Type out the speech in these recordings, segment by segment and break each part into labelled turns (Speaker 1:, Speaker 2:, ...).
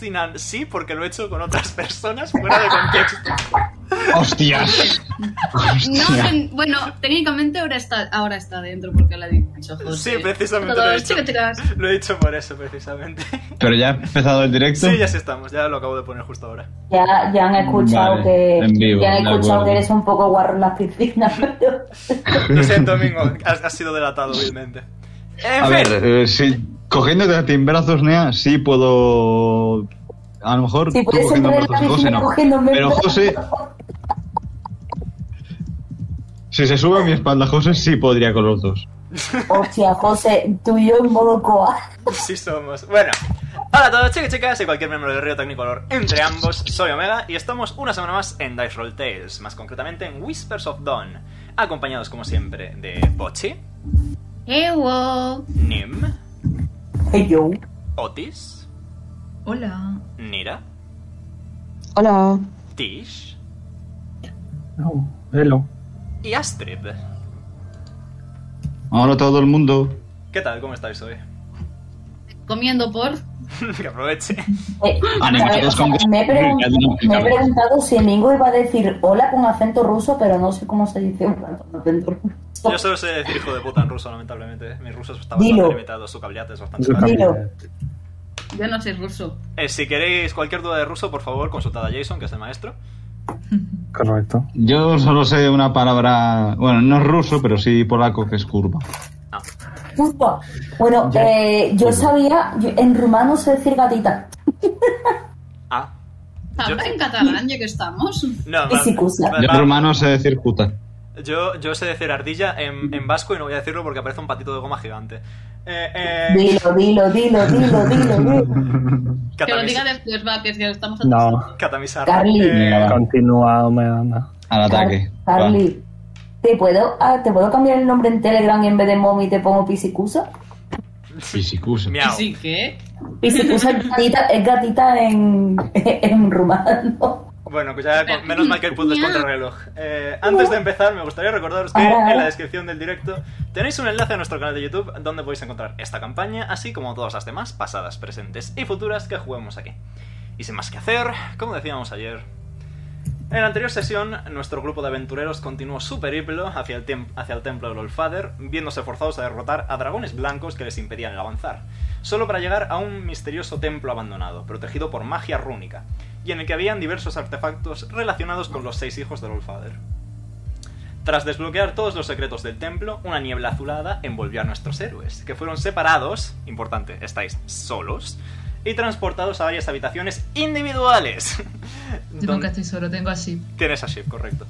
Speaker 1: Sinan sí, porque lo he hecho con otras personas fuera de contexto.
Speaker 2: ¡Hostias!
Speaker 3: No, ten- bueno, técnicamente ahora está, ahora está dentro porque la ha dicho José.
Speaker 1: Sí, precisamente
Speaker 3: Todos
Speaker 1: lo he hecho.
Speaker 3: chicas.
Speaker 1: Lo he dicho por eso, precisamente.
Speaker 2: Pero ya ha empezado el directo.
Speaker 1: Sí, ya sí estamos, ya lo acabo de poner justo ahora.
Speaker 4: Ya, ya han escuchado
Speaker 2: Vale,
Speaker 4: que
Speaker 2: en vivo,
Speaker 4: ya han
Speaker 2: de
Speaker 4: escuchado
Speaker 2: acuerdo.
Speaker 4: que eres un poco guarro en las piscinas, pero
Speaker 1: Lo siento, Domingo, has, has sido delatado, obviamente. En
Speaker 2: A
Speaker 1: fin,
Speaker 2: ver, eh, si cogiéndote a ti en brazos, Nea, sí puedo. A lo mejor
Speaker 4: Sí,
Speaker 2: tú
Speaker 4: puedes
Speaker 2: cogiendo en
Speaker 4: entrar
Speaker 2: brazos
Speaker 4: en
Speaker 2: a José, no.
Speaker 4: cogiéndome en
Speaker 2: Pero
Speaker 4: brazos.
Speaker 2: José. Si se sube a mi espalda, José, sí podría con los dos.
Speaker 4: hostia, José, tú y yo en modo coa.
Speaker 1: sí somos. Bueno, hola a todos, chicos y chicas, y cualquier miembro del Río Tecnicolor entre ambos. Soy Omega y estamos una semana más en Dice Roll Tales, más concretamente en Whispers of Dawn, acompañados como siempre de Pochi,
Speaker 3: "Eh, Ewo.
Speaker 1: Nim,
Speaker 4: Hey, yo.
Speaker 1: Otis,
Speaker 3: Hola.
Speaker 1: Nira,
Speaker 5: Hola.
Speaker 1: Tish
Speaker 6: No, velo.
Speaker 1: y Astrid.
Speaker 2: Ahora todo el mundo.
Speaker 1: ¿Qué tal? ¿Cómo estáis hoy?
Speaker 3: Comiendo por.
Speaker 1: que aproveche.
Speaker 4: Eh,
Speaker 2: Ah, no,
Speaker 4: ¿sabes?
Speaker 2: que todos
Speaker 4: O sea,
Speaker 2: con-
Speaker 4: me, he pregun-
Speaker 2: Ya no,
Speaker 4: me he
Speaker 2: ya no.
Speaker 4: preguntado si Mingo iba a decir hola con acento ruso, pero no sé cómo se dice un acento ruso.
Speaker 1: Yo solo sé decir hijo de puta en ruso, lamentablemente. Mi ruso está bastante
Speaker 4: Dilo.
Speaker 1: limitado, su cableate es bastante
Speaker 4: Dilo.
Speaker 1: bajo.
Speaker 3: Yo no soy ruso.
Speaker 1: Eh, si queréis cualquier duda de ruso, por favor, consultad a Jason, que es el maestro.
Speaker 6: Correcto.
Speaker 2: Yo solo sé una palabra. Bueno, no es ruso, pero sí polaco, que es curva.
Speaker 4: Justo. Bueno,
Speaker 6: Ya.
Speaker 4: eh, yo
Speaker 2: Pues
Speaker 4: sabía, yo- en rumano sé decir gatita.
Speaker 1: Ah.
Speaker 3: ¿Habla en catalán ya que estamos?
Speaker 1: No,
Speaker 4: Es Sicusa.
Speaker 1: va-
Speaker 2: Yo
Speaker 1: va-
Speaker 2: rumano sé decir puta.
Speaker 1: yo, yo sé decir ardilla en, en vasco y no voy a decirlo porque aparece un patito de goma gigante. Eh, eh,
Speaker 4: Dilo, dilo, dilo, dilo, dilo. dilo.
Speaker 3: Que lo diga
Speaker 1: Katamisa.
Speaker 3: después, va, que ya estamos
Speaker 6: No,
Speaker 1: Katamisa.
Speaker 4: Carly.
Speaker 1: Eh,
Speaker 6: continúa, me anda.
Speaker 2: Al ataque.
Speaker 4: Car- Carly, ¿te puedo, ah, ¿te puedo cambiar el nombre en Telegram y en vez de Momi te pongo Pisicusa?
Speaker 2: Va. Fisicusa.
Speaker 1: miau.
Speaker 3: Sí, ¿qué?
Speaker 4: Pisicusa es gatita, es gatita en, en rumano.
Speaker 1: Bueno, pues ya con- menos mal que el puzzle es
Speaker 3: Miau.
Speaker 1: contrarreloj. Eh, antes de empezar, me gustaría recordaros que
Speaker 4: Ah.
Speaker 1: en la descripción del directo tenéis un enlace a nuestro canal de YouTube donde podéis encontrar esta campaña, así como todas las demás, pasadas, presentes y futuras que juguemos aquí. Y sin más que hacer, como decíamos ayer, en la anterior sesión, nuestro grupo de aventureros continuó su periplo hacia el, tem- hacia el templo del Olfader, viéndose forzados a derrotar a dragones blancos que les impedían el avanzar, solo para llegar a un misterioso templo abandonado, protegido por magia rúnica, y en el que habían diversos artefactos relacionados con los seis hijos del Olfader. Tras desbloquear todos los secretos del templo, una niebla azulada envolvió a nuestros héroes, que fueron separados, importante, estáis solos, y transportados a varias habitaciones individuales.
Speaker 7: Yo
Speaker 1: donde-
Speaker 7: nunca estoy solo, tengo así.
Speaker 1: Tienes a Shiv, correcto.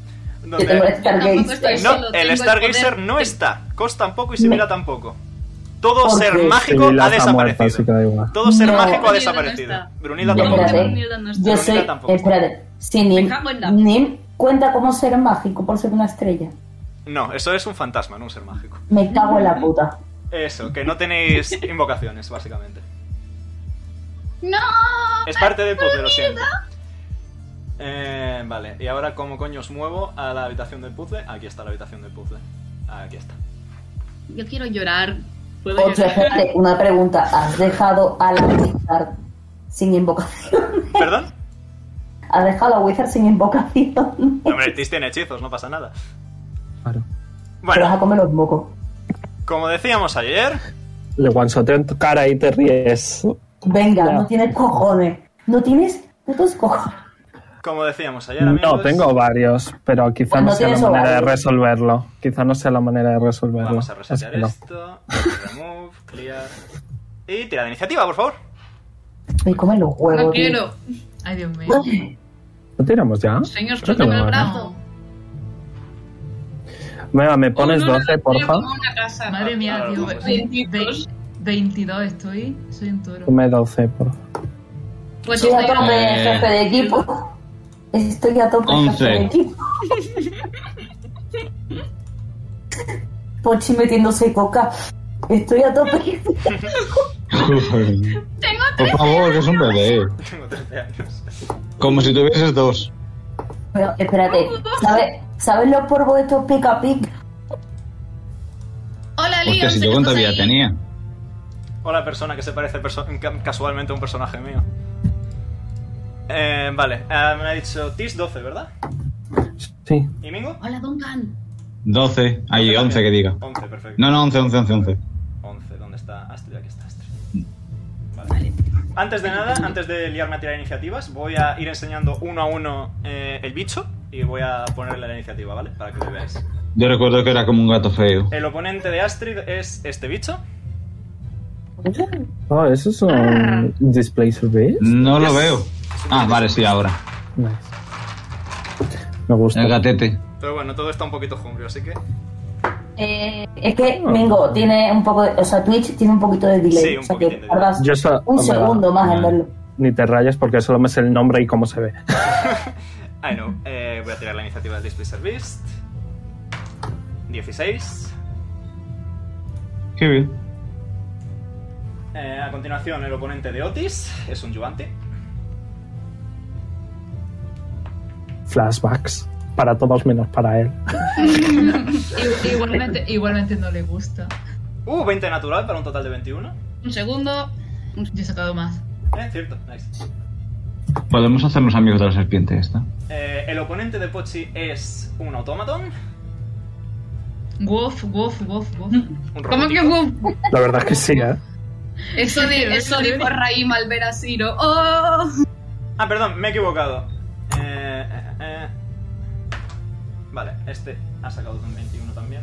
Speaker 4: Yo tengo el
Speaker 1: Donde...
Speaker 3: tampoco estoy
Speaker 4: Stargazer.
Speaker 3: sola.
Speaker 1: No,
Speaker 3: Solo tengo
Speaker 1: el
Speaker 3: el
Speaker 1: Stargazer
Speaker 3: poder.
Speaker 1: no está. Cos tampoco y Sibila tampoco. Todo
Speaker 4: ¿Por
Speaker 1: ser
Speaker 4: qué?
Speaker 1: mágico
Speaker 6: Sibila
Speaker 1: ha
Speaker 6: está muerta, así que
Speaker 1: desaparecido.
Speaker 6: da igual.
Speaker 1: Todo ser
Speaker 4: No.
Speaker 1: mágico ha
Speaker 3: Brunilda no
Speaker 1: desaparecido.
Speaker 3: está.
Speaker 1: Brunilda
Speaker 2: No.
Speaker 1: tampoco.
Speaker 4: Espérate,
Speaker 3: Brunilda no está.
Speaker 4: yo soy,
Speaker 1: Brunilda tampoco.
Speaker 4: espérate, si Nim,
Speaker 3: Me cago en la-
Speaker 4: Nim cuenta como ser mágico por ser una estrella.
Speaker 1: No, eso es un fantasma, no un ser mágico.
Speaker 4: Me cago en la puta.
Speaker 1: Eso, que no tenéis invocaciones, básicamente.
Speaker 3: ¡No!
Speaker 1: Es parte del puzzle, lo siento. Eh, vale, y ahora cómo coño os muevo a la habitación del puzzle. Aquí está la habitación del puzzle. Aquí está.
Speaker 3: Yo quiero llorar. Puedo
Speaker 4: Ocho,
Speaker 3: llorar.
Speaker 4: espérate, una pregunta. ¿Has dejado a la Wizard sin invocación?
Speaker 1: ¿Perdón?
Speaker 4: ¿Has dejado a la Wizard sin invocación?
Speaker 1: No, Hombre, Tis tiene hechizos, no pasa nada.
Speaker 6: Claro.
Speaker 4: Te
Speaker 1: Bueno,
Speaker 4: vas a comer los mocos.
Speaker 1: como decíamos ayer,
Speaker 6: Le guansoteo en tu cara y te ríes.
Speaker 4: Venga,
Speaker 6: Ya.
Speaker 4: no tienes cojones. No tienes putos cojones.
Speaker 1: como decíamos ayer,
Speaker 6: No,
Speaker 1: amigos,
Speaker 6: tengo varios, pero quizá
Speaker 4: Pues
Speaker 6: no
Speaker 4: no
Speaker 6: sea la
Speaker 4: tienes
Speaker 6: manera de
Speaker 4: ovarios.
Speaker 6: resolverlo. Quizá no sea la manera de resolverlo.
Speaker 1: Vamos a resetear
Speaker 6: Espero.
Speaker 1: esto. Remove, clear. Y tira de iniciativa, por favor.
Speaker 4: Me comen los huevos.
Speaker 3: No
Speaker 4: tío.
Speaker 3: quiero.
Speaker 7: Ay, Dios mío.
Speaker 6: ¿Lo tiramos ya? Creo
Speaker 3: Señor,
Speaker 6: que
Speaker 3: suéltame
Speaker 6: no,
Speaker 3: el
Speaker 6: ¿no?
Speaker 3: brazo.
Speaker 6: Venga, ¿me pones
Speaker 3: Oh, no, no,
Speaker 6: 12,
Speaker 3: no,
Speaker 6: porfa?
Speaker 3: tengo una casa.
Speaker 7: Madre mía,
Speaker 1: Claro,
Speaker 7: tío.
Speaker 1: vamos.
Speaker 7: ve- ve- 22 estoy, soy un toro.
Speaker 6: Ponme 12, porfa.
Speaker 3: Pues
Speaker 4: Estoy a
Speaker 3: estoy
Speaker 4: tope,
Speaker 2: Eh.
Speaker 4: jefe de equipo. Estoy a tope,
Speaker 2: Once.
Speaker 4: jefe de equipo. Pochi metiéndose coca. Estoy a tope.
Speaker 2: Por favor, que es un bebé.
Speaker 1: Tengo 13 años.
Speaker 2: Como si tuvieses dos.
Speaker 4: Pero espérate, ¿sabes, ¿sabes los polvos estos pica pica?
Speaker 3: Hola,
Speaker 2: Hostia,
Speaker 3: Leon.
Speaker 2: si
Speaker 3: sé
Speaker 2: yo
Speaker 3: que
Speaker 2: cuánta
Speaker 3: estás
Speaker 2: vida
Speaker 3: ahí.
Speaker 2: tenía.
Speaker 1: O la persona que se parece perso- ca- casualmente a un personaje mío. Eh, vale, ah, me ha dicho Tis 12, ¿verdad?
Speaker 6: Sí.
Speaker 1: ¿Y Mingo?
Speaker 3: Hola, Duncan.
Speaker 2: 12, ahí 11 que diga.
Speaker 1: 11, perfecto.
Speaker 2: No, no, 11, 11, 11, 11.
Speaker 1: 11, ¿dónde está Astrid? Aquí está Astrid.
Speaker 3: Vale.
Speaker 1: Antes de nada, antes de liarme a tirar iniciativas, voy a ir enseñando uno a uno eh, el bicho y voy a ponerle la iniciativa, ¿vale? Para que lo veáis.
Speaker 2: Yo recuerdo que era como un gato feo.
Speaker 1: El oponente de Astrid es este bicho.
Speaker 6: Oh, ¿eso es un display service?
Speaker 2: No lo
Speaker 1: Yes.
Speaker 2: veo. Ah, vale, sí, ahora.
Speaker 6: Nice. Me gusta.
Speaker 2: El gatete.
Speaker 1: Pero bueno, todo está un poquito jumbrio, así que...
Speaker 4: Eh, es que, Mingo, tiene un poco de, O sea, Twitch tiene un poquito de delay.
Speaker 1: Sí, un
Speaker 4: o sea,
Speaker 1: poquitín
Speaker 4: que
Speaker 1: de
Speaker 4: tardas
Speaker 6: Yo solo-
Speaker 4: un
Speaker 6: hombre,
Speaker 4: segundo más en
Speaker 2: Ah.
Speaker 4: verlo.
Speaker 6: Ni te rayas porque solo me sé el nombre y cómo se ve.
Speaker 1: I know. Eh, voy a tirar la iniciativa del Display Service. 16.
Speaker 2: Qué bien.
Speaker 1: Eh, a continuación, el oponente de Otis es un Yuanti.
Speaker 6: Flashbacks. Para todos menos para él.
Speaker 7: I- Igualmente, igualmente no le gusta.
Speaker 1: Uh, 20 natural para un total de 21.
Speaker 3: Un segundo.
Speaker 7: Yo he sacado más.
Speaker 1: Eh, cierto, nice.
Speaker 2: Podemos hacernos amigos de la serpiente esta.
Speaker 1: Eh, el oponente de Pochi es un automaton.
Speaker 7: Wof, wof, wof, wof.
Speaker 1: Un
Speaker 3: ¿Cómo que
Speaker 1: robótico.
Speaker 3: hubo?
Speaker 6: La verdad es que sí, ¿eh?
Speaker 3: Eso, di- eso dijo Raim al ver a Ciro. ¡Oh!
Speaker 1: Ah, perdón, me he equivocado. Eh, eh, eh. Vale, este ha sacado un 21 también.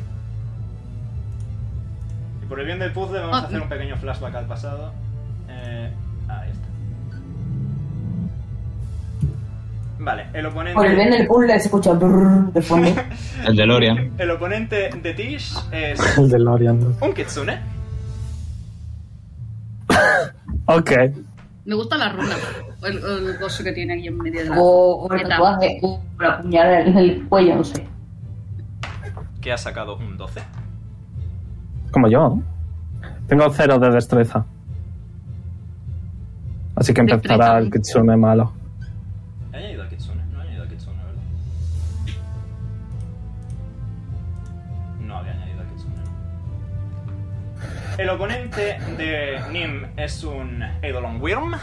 Speaker 1: Y por el bien del puzzle vamos a
Speaker 3: Ah.
Speaker 1: hacer un pequeño flashback al pasado. Eh, ahí está. Vale, el
Speaker 4: Por el bien
Speaker 1: oponente,
Speaker 4: del puzzle se escucha brrr de fondo.
Speaker 2: El de Lorian.
Speaker 1: el oponente de Tish es
Speaker 6: El de Lorian.
Speaker 1: un Kitsune.
Speaker 6: Ok.
Speaker 3: Me gusta la runa. O el, o el coso que tiene aquí en medio de la.
Speaker 8: Oh.
Speaker 4: O, o el
Speaker 3: Neta.
Speaker 4: tatuaje, o la puñalada en el cuello, no sé.
Speaker 1: Que ha sacado un 12.
Speaker 6: Como yo. Tengo cero de destreza. Así que empezará
Speaker 3: Destreza.
Speaker 6: el Kitsune malo.
Speaker 1: ¿He añadido a Kitsune? No he añadido a Kitsune, ¿verdad? No había añadido a Kitsune, no. El oponente de Nim es un Eidolon Worm.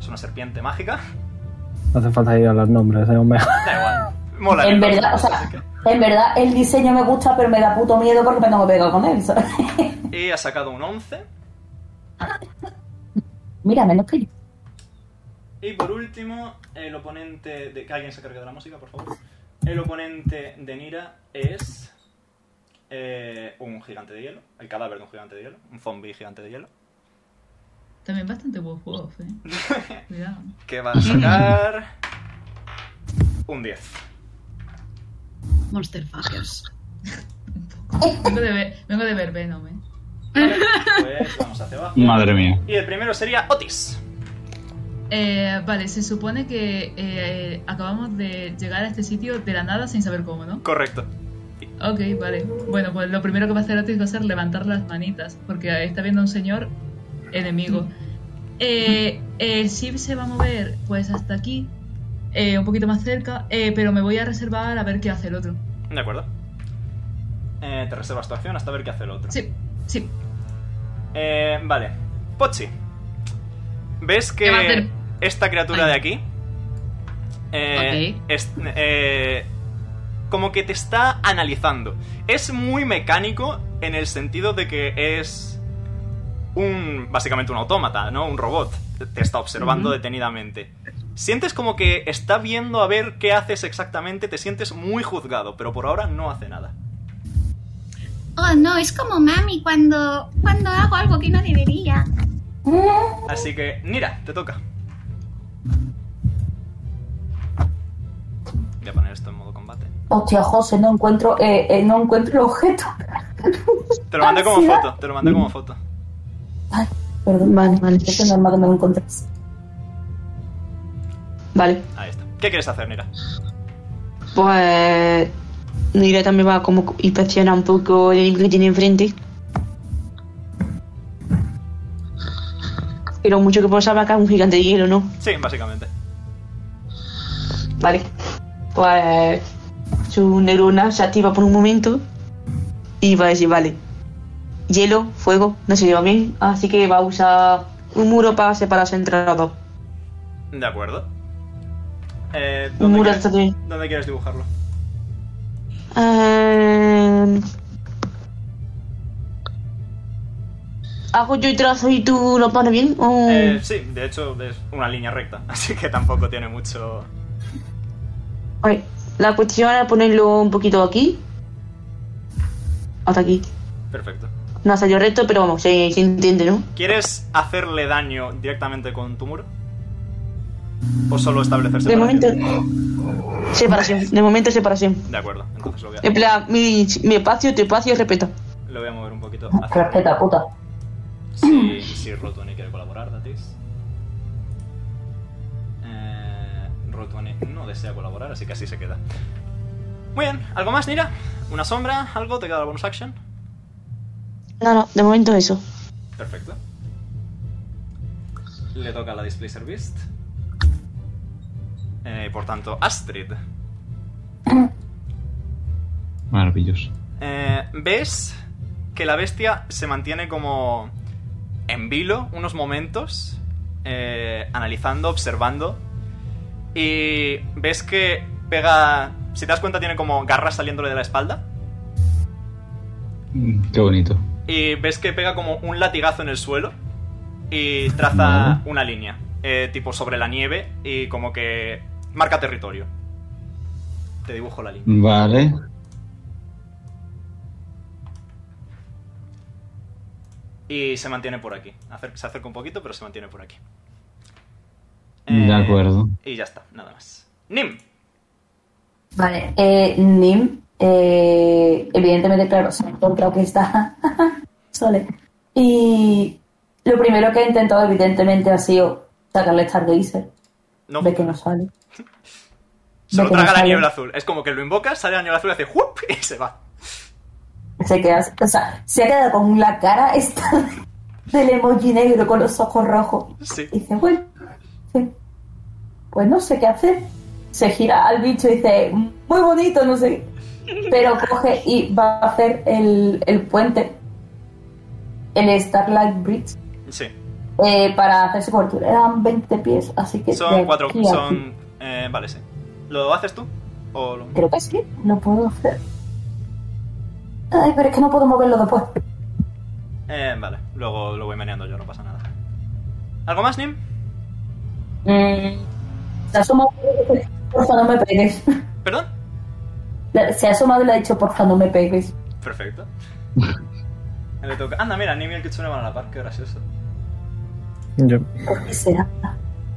Speaker 1: Es una serpiente mágica.
Speaker 6: No hace falta ir a los nombres, ¿eh? hombre.
Speaker 1: Da igual. Mola.
Speaker 4: En
Speaker 1: el nombre,
Speaker 4: verdad, o sea,
Speaker 1: así que-
Speaker 4: en verdad el diseño me gusta, pero me da puto miedo porque me tengo que pegar con él, ¿sabes?
Speaker 1: Y ha sacado un 11.
Speaker 4: Mira, menos que yo.
Speaker 1: Y por último, el oponente de... Que alguien se cargue de la música, por favor. El oponente de Nira es... eh, un gigante de hielo. El cadáver de un gigante de hielo. Un zombie gigante de hielo.
Speaker 7: También bastante wof, wof, eh. Cuidado.
Speaker 1: que va a sacar un 10.
Speaker 3: Monster fuckers.
Speaker 7: Un poco. Vengo de ver, vengo de ver Venom, eh.
Speaker 1: Vale, pues vamos hacia abajo.
Speaker 2: Madre mía.
Speaker 1: Y el primero sería Otis.
Speaker 7: Eh, vale, se supone que eh, acabamos de llegar a este sitio de la nada sin saber cómo, ¿no?
Speaker 1: Correcto.
Speaker 7: Ok, vale. Bueno, pues lo primero que va a hacer Otis va a ser levantar las manitas, porque está viendo a un señor enemigo. Eh, eh, Shiv se va a mover pues hasta aquí, eh, un poquito más cerca, eh, pero me voy a reservar a ver qué hace el otro.
Speaker 1: De acuerdo. Eh, te reservas tu acción hasta ver qué hace el otro.
Speaker 7: Sí, sí.
Speaker 1: Eh, vale. Pochi. ¿Ves
Speaker 3: ¿Qué va a hacer?
Speaker 1: que esta criatura
Speaker 7: Ay.
Speaker 1: de aquí... eh,
Speaker 3: Ok.
Speaker 1: es- eh, como que te está analizando. Es muy mecánico en el sentido de que es un básicamente un autómata, ¿no? Un robot. Te está observando detenidamente. Sientes como que está viendo a ver qué haces exactamente, te sientes muy juzgado, pero por ahora no hace nada.
Speaker 8: Oh, no, es como mami cuando, cuando hago algo que no debería.
Speaker 1: Así que, Nira, te toca. Voy a poner esto en modo combate.
Speaker 4: Hostia, José, no encuentro, eh, eh, no encuentro el objeto.
Speaker 1: Te lo mandé como
Speaker 4: Ansiedad.
Speaker 1: foto, te lo mandé como foto.
Speaker 4: Perdón,
Speaker 5: Vale, vale.
Speaker 4: es que es normal que me lo encuentres.
Speaker 5: Vale.
Speaker 1: Ahí está. ¿Qué quieres hacer, Nira?
Speaker 5: Pues. Nira también va como inspecciona un poco el enemigo que tiene enfrente. Y lo mucho que puedo saber acá es un gigante de hielo, ¿no?
Speaker 1: Sí, básicamente.
Speaker 5: Vale. Pues. Su neurona se activa por un momento. Y va a decir, vale. Hielo, fuego, no se lleva bien. Así que va a usar un muro para separarse entre los dos.
Speaker 1: De acuerdo. Eh,
Speaker 5: Un
Speaker 1: ¿dónde,
Speaker 5: muro
Speaker 1: quieres,
Speaker 5: hasta de...
Speaker 1: dónde quieres dibujarlo?
Speaker 5: Eh, ¿Hago yo el trazo y tú lo pones bien? ¿O...
Speaker 1: Eh, sí, de hecho es una línea recta, así que tampoco tiene mucho...
Speaker 5: Ay, la cuestión era ponerlo un poquito aquí. Hasta aquí.
Speaker 1: Perfecto.
Speaker 5: No salió recto, pero vamos, se, se entiende, ¿no?
Speaker 1: ¿Quieres hacerle daño directamente con tu muro? ¿O solo establecer
Speaker 5: De
Speaker 1: separación?
Speaker 5: momento. Separación, de momento separación.
Speaker 1: De acuerdo, entonces lo voy
Speaker 5: En
Speaker 1: a,
Speaker 5: plan, mi, mi espacio, tu espacio y respeto.
Speaker 1: lo voy a mover un poquito hacia
Speaker 4: Respeta,
Speaker 1: arriba.
Speaker 4: puta.
Speaker 1: Si, si Rotuani quiere colaborar, Datis. Eh, Rotuani no desea colaborar, así que así se queda. Muy bien, ¿algo más, Nira? ¿Una sombra? ¿Algo? ¿Te queda la bonus action?
Speaker 5: No, no, de momento eso.
Speaker 1: Perfecto. Le toca a la Displacer Beast. Eh, por tanto, Astrid.
Speaker 2: Maravilloso.
Speaker 1: Eh, ves que la bestia se mantiene como en vilo unos momentos, eh, analizando, observando. Y ves que pega... Si te das cuenta, tiene como garras saliéndole de la espalda.
Speaker 2: Mm, Qué bonito.
Speaker 1: Y ves que pega como un latigazo en el suelo y traza
Speaker 2: Vale.
Speaker 1: una línea, eh, tipo sobre la nieve y como que marca territorio. Te dibujo la línea.
Speaker 2: Vale.
Speaker 1: Y se mantiene por aquí. Acer- se acerca un poquito, pero se mantiene por aquí. Eh,
Speaker 2: De acuerdo.
Speaker 1: Y ya está, nada más. Nim,
Speaker 4: Vale, eh, Nim, eh, evidentemente, claro, se ha encontrado que está Sole. Y lo primero que he intentado, evidentemente, ha sido sacarle Stargazer.
Speaker 1: no.
Speaker 4: Ve que no sale.
Speaker 1: Solo
Speaker 4: ve que no
Speaker 1: traga la
Speaker 4: sale.
Speaker 1: niebla azul. Es como que lo invocas, sale la niebla azul, hace ¡jup! y se va.
Speaker 4: Se queda, o sea, se ha quedado con la cara esta del emoji negro con los ojos rojos.
Speaker 1: Sí.
Speaker 4: Y dice, bueno, sí. pues no sé qué hacer. Se gira al bicho y dice, muy bonito, no sé. Pero coge y va a hacer el, el puente, el Starlight Bridge,
Speaker 1: Sí.
Speaker 4: eh, para hacer su cobertura. Eran 20 pies, así que... de
Speaker 1: Son
Speaker 4: aquí
Speaker 1: cuatro.
Speaker 4: a aquí.
Speaker 1: Son. eh, vale, sí. ¿Lo haces tú? ¿O lo-
Speaker 4: Creo que sí, lo puedo hacer. Ay, pero es que no puedo moverlo después.
Speaker 1: Eh, vale, luego lo voy meneando yo, no pasa nada. ¿Algo más, Nim?
Speaker 4: Mm, se ha asomado y le dice, porfa, no me pegues.
Speaker 1: ¿Perdón?
Speaker 4: Le- Se ha asomado y le ha dicho, porfa, no me pegues.
Speaker 1: Perfecto. Le toca. Anda, mira, Nim y el Kitsune van a la par, qué gracioso.
Speaker 6: Yo.
Speaker 4: ¿Qué será?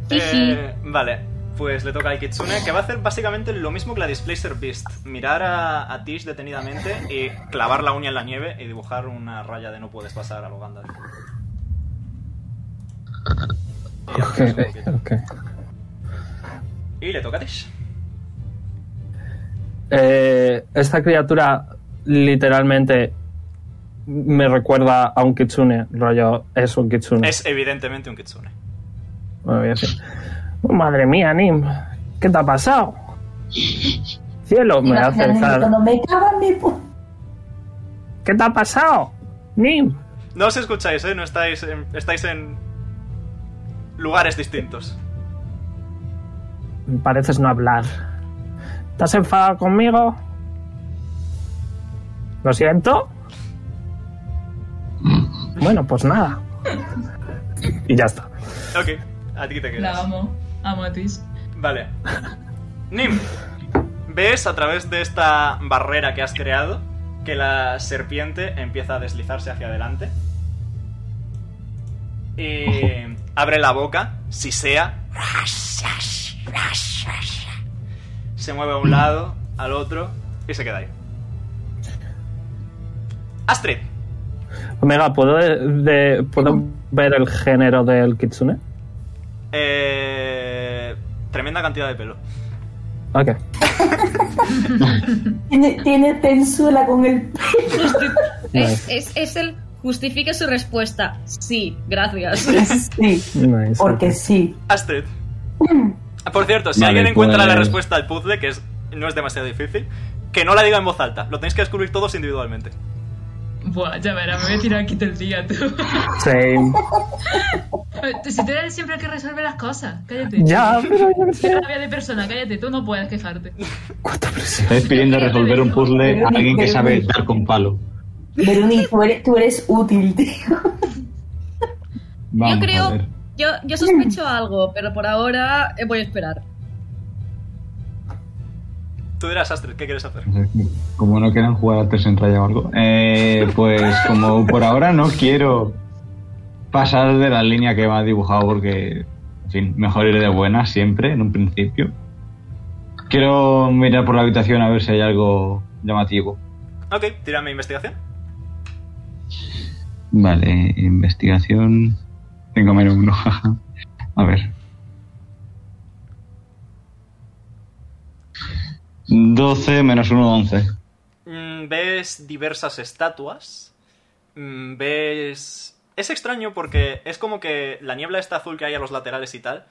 Speaker 1: Eh, vale, pues le toca al Kitsune, que va a hacer básicamente lo mismo que la Displacer Beast. Mirar a, a Tish detenidamente y clavar la uña en la nieve y dibujar una raya de no puedes pasar a lo Gandalf.
Speaker 6: Ok,
Speaker 1: Y, haces un poquito.
Speaker 6: ok.
Speaker 1: Y le toca a Tish.
Speaker 6: Eh, esta criatura literalmente me recuerda a un kitsune. Rollo, es un kitsune.
Speaker 1: Es evidentemente un Kitsune.
Speaker 6: Bueno, voy a decir, "Oh, madre mía, Nim. ¿Qué te ha pasado? Cielo, me voy a
Speaker 4: Imagínate,
Speaker 6: acercar.
Speaker 4: Cuando me cago en mi pu-
Speaker 6: ¿Qué te ha pasado? Nim.
Speaker 1: No os escucháis, ¿eh? No estáis en, estáis en lugares distintos.
Speaker 6: Pareces no hablar. ¿Estás enfadado conmigo? Lo siento. Bueno, pues nada. Y ya está.
Speaker 1: Ok, a ti te
Speaker 7: La
Speaker 1: quedas.
Speaker 7: amo. Amo a Tish.
Speaker 1: Vale. Nim, ves a través de esta barrera que has creado que la serpiente empieza a deslizarse hacia adelante. Y abre la boca, sisea. Se mueve a un lado, al otro y se queda ahí. Astrid,
Speaker 6: Omega, ¿puedo, de- de- ¿puedo ver el género del kitsune?
Speaker 1: eh, tremenda cantidad de pelo.
Speaker 6: Ok.
Speaker 4: Tiene, tiene tensuela con el.
Speaker 3: Es,
Speaker 6: Nice.
Speaker 3: es, es el. Justifique su respuesta. Sí, gracias.
Speaker 4: Sí,
Speaker 6: Nice.
Speaker 4: porque sí.
Speaker 1: Astrid. Por cierto, si
Speaker 2: Vale,
Speaker 1: alguien encuentra la
Speaker 2: pues-
Speaker 1: respuesta al puzzle, que es, no es demasiado difícil, que no la diga en voz alta. Lo tenéis que descubrir todos individualmente.
Speaker 7: Buah, ya verás, me voy a tirar aquí todo el día, tú.
Speaker 6: Same.
Speaker 7: Si tú eres siempre el que resuelve las cosas, cállate.
Speaker 6: Ya, pero yo qué
Speaker 7: Qué
Speaker 6: sé.
Speaker 7: rabia de persona, cállate, tú no puedes quejarte.
Speaker 6: Cuánta presión.
Speaker 2: Estáis pidiendo resolver un puzzle a alguien que sabe dar con palo.
Speaker 4: Veruni, tú eres, tú eres útil, tío.
Speaker 2: Vamos,
Speaker 3: yo creo.
Speaker 2: a ver.
Speaker 3: Yo, yo sospecho algo, pero por ahora eh, voy a esperar.
Speaker 1: Tú dirás, Astrid, ¿qué quieres hacer?
Speaker 2: Como no quieran jugar a tres en raya o algo. Eh, pues como por ahora no quiero pasar de la línea que me ha dibujado porque, en fin, mejor ir de buena siempre, en un principio. Quiero mirar por la habitación a ver si hay algo llamativo.
Speaker 1: Ok, tírame investigación.
Speaker 2: Vale, investigación. Tengo menos uno, jaja. A ver. 12 menos 1, 11.
Speaker 1: Mm, ves diversas estatuas. Mm, ves... Es extraño porque es como que la niebla está azul que hay a los laterales y tal.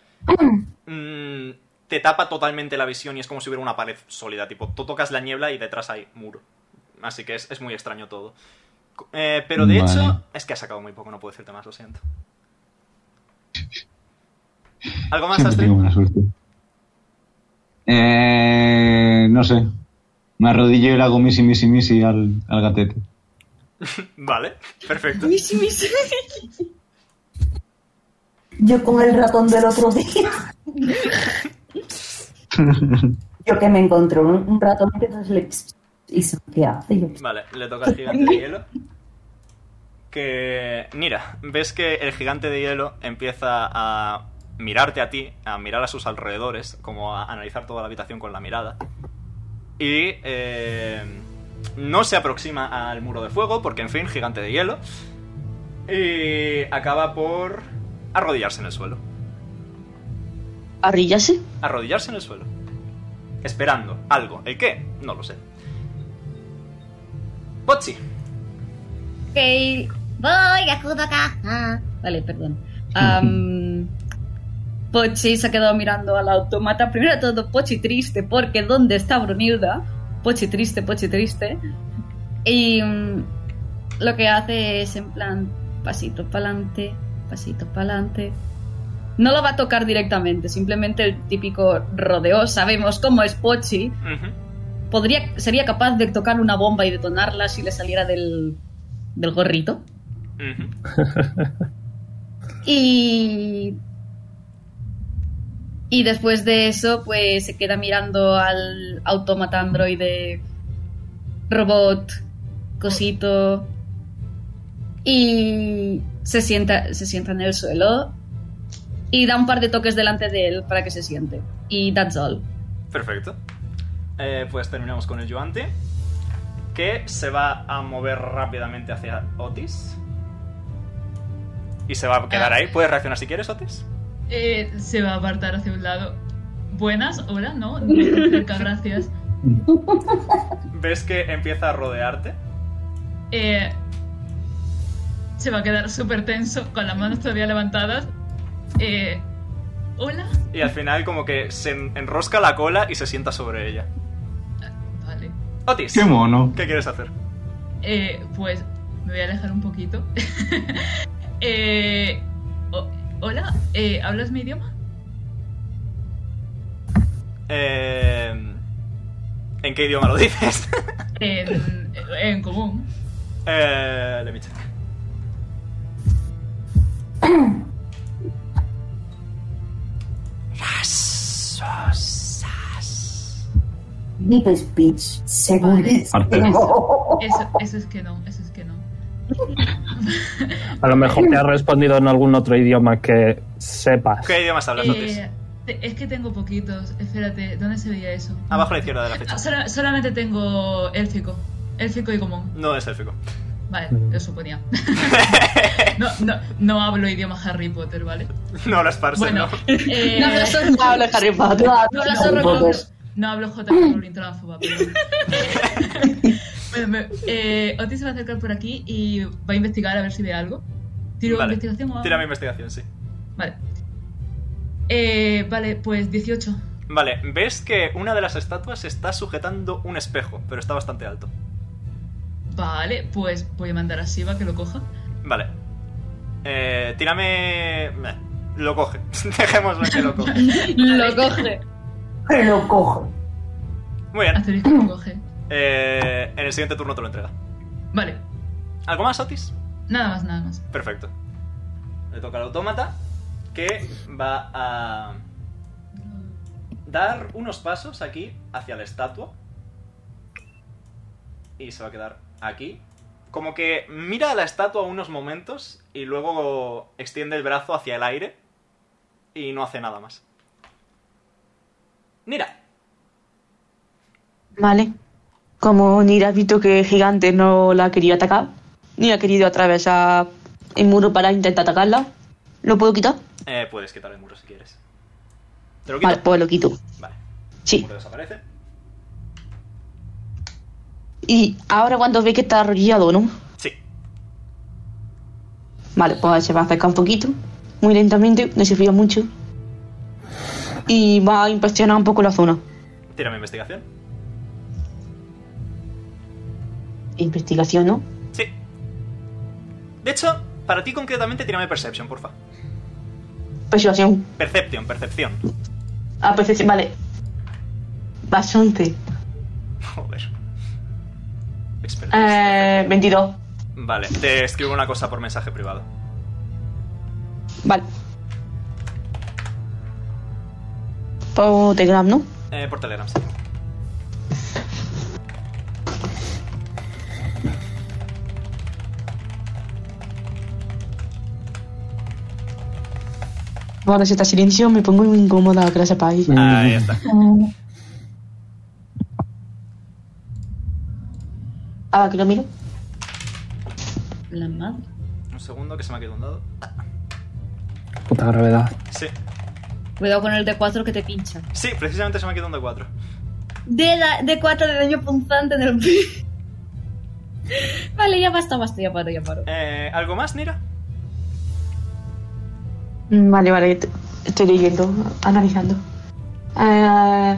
Speaker 1: mm, te tapa totalmente la visión y es como si hubiera una pared sólida. Tipo, tú tocas la niebla y detrás hay muro. Así que es, es muy extraño todo. Co- eh, pero de
Speaker 2: Vale.
Speaker 1: hecho, es que has sacado muy poco, no puedo decirte más, lo siento. ¿Algo más,
Speaker 2: Siempre
Speaker 1: Astrid?
Speaker 2: tengo buena suerte. Eh, no sé. Me arrodillo y le hago misi, misi, misi al, al gatete.
Speaker 1: Vale, perfecto.
Speaker 4: Yo con el ratón del otro día. Yo que me encontré un, un ratón que tras le hizo qué hace. Yo,
Speaker 1: Vale, le toca al gigante de hielo. Que. Mira, ves que el gigante de hielo empieza a mirarte a ti, a mirar a sus alrededores, como a analizar toda la habitación con la mirada. Y. eh, no se aproxima al muro de fuego, porque en fin, gigante de hielo. Y acaba por. arrodillarse en el suelo.
Speaker 5: ¿Arríllase?
Speaker 1: Arrodillarse en el suelo. Esperando algo. ¿El qué? No lo sé. Pochi.
Speaker 8: Ok, voy, acudo a caja.
Speaker 3: Ah, Vale, perdón. Am, Pochi se ha quedado mirando al automata. Primero de todo, Pochi triste, porque ¿dónde está Brunilda? Pochi triste, Pochi triste. Y mm, lo que hace es en plan, pasito para adelante, pasito para adelante. No lo va a tocar directamente, simplemente el típico rodeo. Sabemos cómo es Pochi.
Speaker 1: Ujú.
Speaker 3: Podría, sería capaz de tocar una bomba y detonarla si le saliera del, del gorrito.
Speaker 1: Ujú.
Speaker 3: Y. Y después de eso, pues se queda mirando al automata androide robot cosito. Y se sienta, se sienta en el suelo. Y da un par de toques delante de él para que se siente. Y that's all.
Speaker 1: Perfecto. Eh, pues terminamos con el Yuante. Que se va a mover rápidamente hacia Otis. Y se va a quedar ahí. Puedes reaccionar si quieres, Otis.
Speaker 7: Eh, se va a apartar hacia un lado. Buenas, hola, no, no está cerca, gracias.
Speaker 1: Ves que empieza a rodearte.
Speaker 7: Eh, se va a quedar súper tenso, con las manos todavía levantadas. Eh, hola.
Speaker 1: Y al final, como que se en- enrosca la cola y se sienta sobre ella.
Speaker 7: Vale.
Speaker 1: Otis,
Speaker 2: ¡Qué mono!
Speaker 1: ¿qué quieres hacer?
Speaker 7: Eh, pues me voy a alejar un poquito. Eh, ho- hola, eh, ¿hablas mi idioma?
Speaker 1: Eh, ¿En qué idioma lo dices?
Speaker 7: En, en común.
Speaker 1: eh, let me check.
Speaker 4: Deep speech, segurísimo.
Speaker 7: Eso, eso es que no, eso es que no.
Speaker 6: A lo mejor te ha respondido en algún otro idioma que sepas.
Speaker 1: ¿Qué idiomas hablas, Otis?
Speaker 7: Eh, te- es que tengo poquitos. Espérate, ¿dónde se veía eso?
Speaker 1: Abajo a la izquierda de la fecha.
Speaker 7: Ah, sola- solamente tengo élfico. Élfico y común.
Speaker 1: No es élfico.
Speaker 7: Vale, lo suponía. no, no, no hablo idioma Harry Potter, ¿vale?
Speaker 1: No las parse,
Speaker 7: Bueno,
Speaker 1: no.
Speaker 7: eh,
Speaker 3: No, pero eso-
Speaker 5: No hablo de Harry Potter.
Speaker 7: No hablo solo con- No hablo J. Rowling transfoba, pero- bueno, me- eh, Otis se va a acercar por aquí y va a investigar a ver si ve algo. ¿Tiro
Speaker 1: Vale.
Speaker 7: investigación o algo?
Speaker 1: Tírame investigación, sí.
Speaker 7: Vale. Eh, vale, pues 18.
Speaker 1: Vale, ves que una de las estatuas está sujetando un espejo, pero está bastante alto.
Speaker 7: Vale, pues voy a mandar a Shiva que lo coja.
Speaker 1: Vale. Eh, tírame. Meh, Lo coge. Dejémoslo en que lo coge.
Speaker 3: Lo coge.
Speaker 4: Que lo cojo.
Speaker 1: Muy bien.
Speaker 7: Asterisco lo coge.
Speaker 1: Eh, en el siguiente turno te lo entrega.
Speaker 7: Vale,
Speaker 1: ¿Algo más, Otis?
Speaker 7: nada más, nada más.
Speaker 1: Perfecto. Le toca al autómata que va a dar unos pasos aquí hacia la estatua y se va a quedar aquí. Como que mira a la estatua unos momentos y luego extiende el brazo hacia el aire y no hace nada más. Mira,
Speaker 5: Vale. Como Nira ha visto que el gigante no la ha querido atacar, ni ha querido atravesar el muro para intentar atacarla, ¿lo puedo quitar?
Speaker 1: eh, puedes quitar el muro si quieres. ¿Te lo quito?
Speaker 5: Vale, pues lo quito.
Speaker 1: Vale. El
Speaker 5: Sí.
Speaker 1: muro desaparece.
Speaker 5: Y ahora cuando ve que está arrodillado, ¿no?
Speaker 1: Sí.
Speaker 5: Vale, pues se va a acercar un poquito, muy lentamente, no se fía mucho. Y va a impresionar un poco la zona.
Speaker 1: Tírame investigación.
Speaker 5: Investigación, ¿no?
Speaker 1: Sí. De hecho, para ti concretamente, tírame Perception, porfa.
Speaker 5: Persuasión.
Speaker 1: Perception, percepción.
Speaker 5: Ah, percepción, vale. Bastante.
Speaker 1: Joder. Expertise.
Speaker 5: Eh, 22.
Speaker 1: Vale, te escribo una cosa por mensaje privado.
Speaker 5: Vale. Por Telegram, ¿no?
Speaker 1: Eh, por Telegram, sí.
Speaker 5: Ahora si está silencio me pongo muy incómoda que la sepáis.
Speaker 1: Ahí está.
Speaker 5: Ah, que lo miro.
Speaker 3: La madre.
Speaker 1: Un segundo que se me ha quedado un dado.
Speaker 6: Puta gravedad.
Speaker 1: Sí,
Speaker 3: Cuidado con el D4 que te pincha.
Speaker 1: sí, precisamente se me ha quedado un de 4.
Speaker 3: De da- D4 de daño punzante en el pie. Vale, ya basta, basta, ya paro, ya paro.
Speaker 1: Eh, ¿Algo más, Nira?
Speaker 5: Mm, Vale, vale, t- estoy leyendo, analizando. Eh,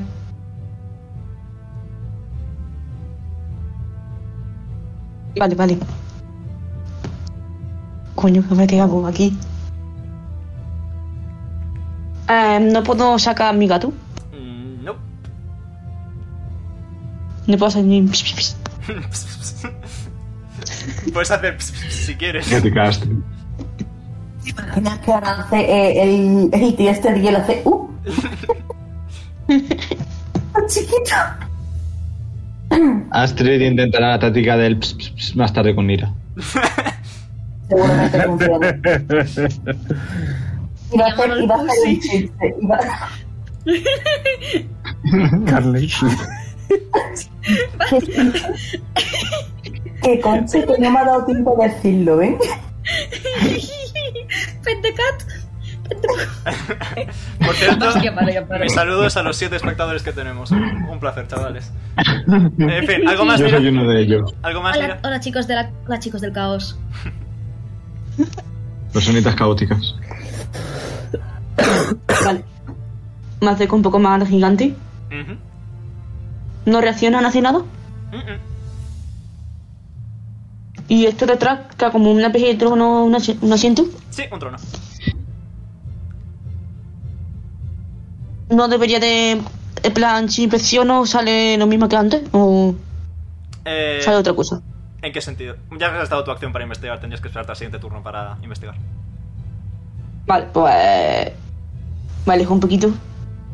Speaker 5: Vale, vale. Coño, ¿qué me hago aquí? Eh, no puedo sacar a mi gato.
Speaker 1: Mm, no.
Speaker 5: No puedo hacer ni...
Speaker 1: Puedes hacer si quieres.
Speaker 2: Gatcast.
Speaker 4: Imaginas que ahora hace eh, el, el tío este de hielo hace. ¡Uh! ¡Chiquito!
Speaker 2: Astrid intentará la táctica del ps, ps, ps más tarde con Nira.
Speaker 4: Seguramente funciona. Iba a hacer, iba a hacer un chiste. Iba
Speaker 6: Carly.
Speaker 4: Que conste que no me ha dado tiempo de decirlo, ¿eh? ¿ven?
Speaker 3: Pentecat.
Speaker 1: Por cierto,
Speaker 3: Ya paro, ya paro.
Speaker 1: mis saludos a los siete espectadores que tenemos. Un placer, chavales. En fin, ¿algo más,
Speaker 2: Yo soy
Speaker 1: Nira?
Speaker 2: uno de ellos.
Speaker 1: ¿Algo más,
Speaker 3: Hola,
Speaker 1: Nira?
Speaker 3: hola, chicos de la, hola chicos del caos.
Speaker 2: Personitas caóticas.
Speaker 5: Vale. Me acerco un poco más al gigante.
Speaker 1: Ujú.
Speaker 5: No reacciona, no hace nada.
Speaker 1: Mm, mm.
Speaker 5: Y esto detrás está como una especie de trono, un asi- un asiento.
Speaker 1: Sí, un trono.
Speaker 5: No debería de... En plan, si presiono sale lo mismo que antes o
Speaker 1: Eh,
Speaker 5: sale otra cosa.
Speaker 1: ¿En qué sentido? Ya has gastado tu acción para investigar, tendrías que esperarte al siguiente turno para investigar.
Speaker 5: Vale, pues... Me alejo un poquito.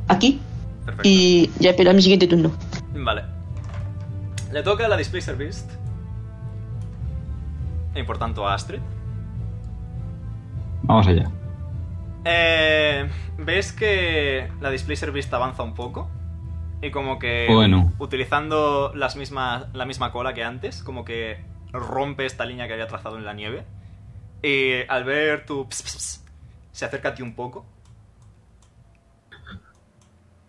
Speaker 5: Aquí.
Speaker 1: Perfecto.
Speaker 5: Y ya espero a mi siguiente turno.
Speaker 1: Vale. Le toca a la Displacer Beast. Y por tanto a Astrid.
Speaker 2: Vamos allá.
Speaker 1: Eh, ¿Ves que la Displacer Beast avanza un poco? Y como que
Speaker 2: Bueno.
Speaker 1: utilizando las mismas, la misma cola que antes, como que rompe esta línea que había trazado en la nieve. Y al ver tu... ps, ps, ps, se acerca a ti un poco.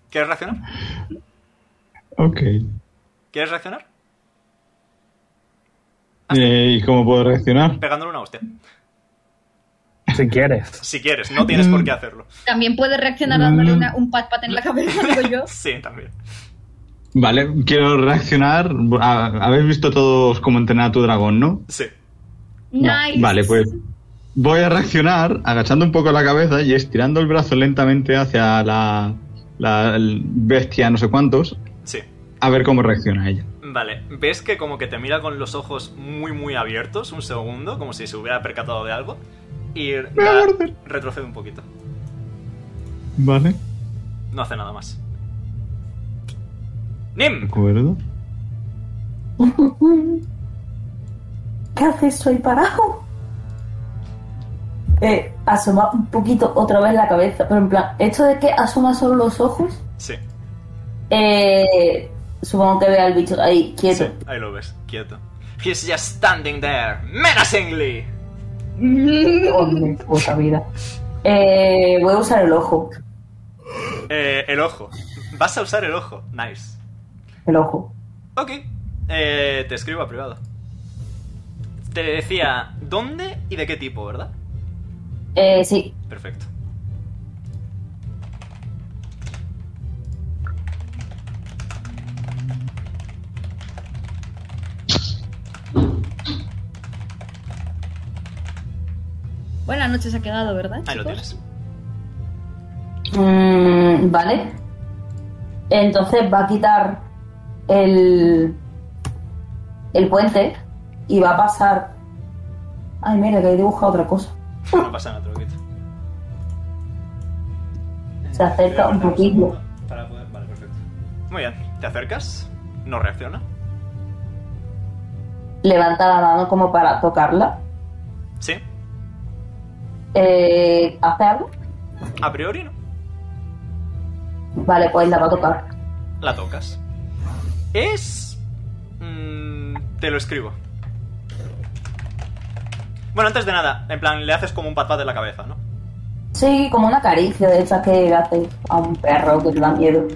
Speaker 1: ¿Quieres reaccionar?
Speaker 2: Ok.
Speaker 1: ¿Quieres reaccionar?
Speaker 2: Eh, ¿Y cómo puedo reaccionar?
Speaker 1: Pegándole una hostia.
Speaker 6: Si quieres.
Speaker 1: Si quieres, no tienes por qué hacerlo.
Speaker 2: Mm.
Speaker 3: También puede reaccionar dándole una- un pat pat en la cabeza, digo yo.
Speaker 1: Sí, también.
Speaker 2: Vale, quiero reaccionar. Ah, Habéis visto todos cómo entrenar a tu dragón, ¿no?
Speaker 1: Sí.
Speaker 9: Nice.
Speaker 2: Vale, pues voy a reaccionar agachando un poco la cabeza y estirando el brazo lentamente hacia la, la el bestia no sé cuántos,
Speaker 1: Sí.
Speaker 2: a ver cómo reacciona ella.
Speaker 1: Vale, ves que como que te mira con los ojos muy muy abiertos un segundo, como si se hubiera percatado de algo, y
Speaker 2: va a
Speaker 1: da-
Speaker 2: morder.
Speaker 1: retrocede un poquito.
Speaker 2: Vale,
Speaker 1: No hace nada más.
Speaker 2: de
Speaker 1: Nim,
Speaker 2: acuerdo.
Speaker 4: Mm. ¿Qué haces ahí parado? Eh, asoma un poquito otra vez la cabeza, pero en plan, esto de que asoma solo los ojos,
Speaker 1: sí,
Speaker 4: eh, supongo que ve al bicho ahí quieto.
Speaker 1: sí, ahí lo ves, quieto. He's just standing there, menacingly.
Speaker 4: Hombre, puta Oh, vida. Eh, voy a usar el ojo,
Speaker 1: Eh, el ojo. Vas a usar el ojo. Nice.
Speaker 4: el ojo.
Speaker 1: Ok. Eh, te escribo a privado. Te decía dónde y de qué tipo, ¿verdad?
Speaker 4: Eh, sí,
Speaker 1: Perfecto.
Speaker 3: Buenas noches ha quedado, ¿verdad?
Speaker 1: Ahí lo
Speaker 3: chicos?
Speaker 1: tienes.
Speaker 4: Mm, vale. Entonces va a quitar el, el puente y va a pasar. Ay, mira, que he dibujado otra cosa.
Speaker 1: No pasa nada, te lo quito.
Speaker 4: Se
Speaker 1: Voy
Speaker 4: acerca
Speaker 1: a
Speaker 4: un
Speaker 1: guardar
Speaker 4: poquillo.
Speaker 1: segundo para poder- Vale, perfecto. Muy bien. ¿Te acercas? No reacciona.
Speaker 4: Levanta la mano como para tocarla.
Speaker 1: Sí.
Speaker 4: Eh, ¿Hace algo?
Speaker 1: A priori no.
Speaker 4: Vale, pues la va a tocar.
Speaker 1: La tocas. Es... mm, te lo escribo. Bueno, antes de nada, en plan, le haces como un pat-pat en la cabeza, ¿no?
Speaker 4: Sí, como una caricia de esas que le hace a un perro que le da miedo.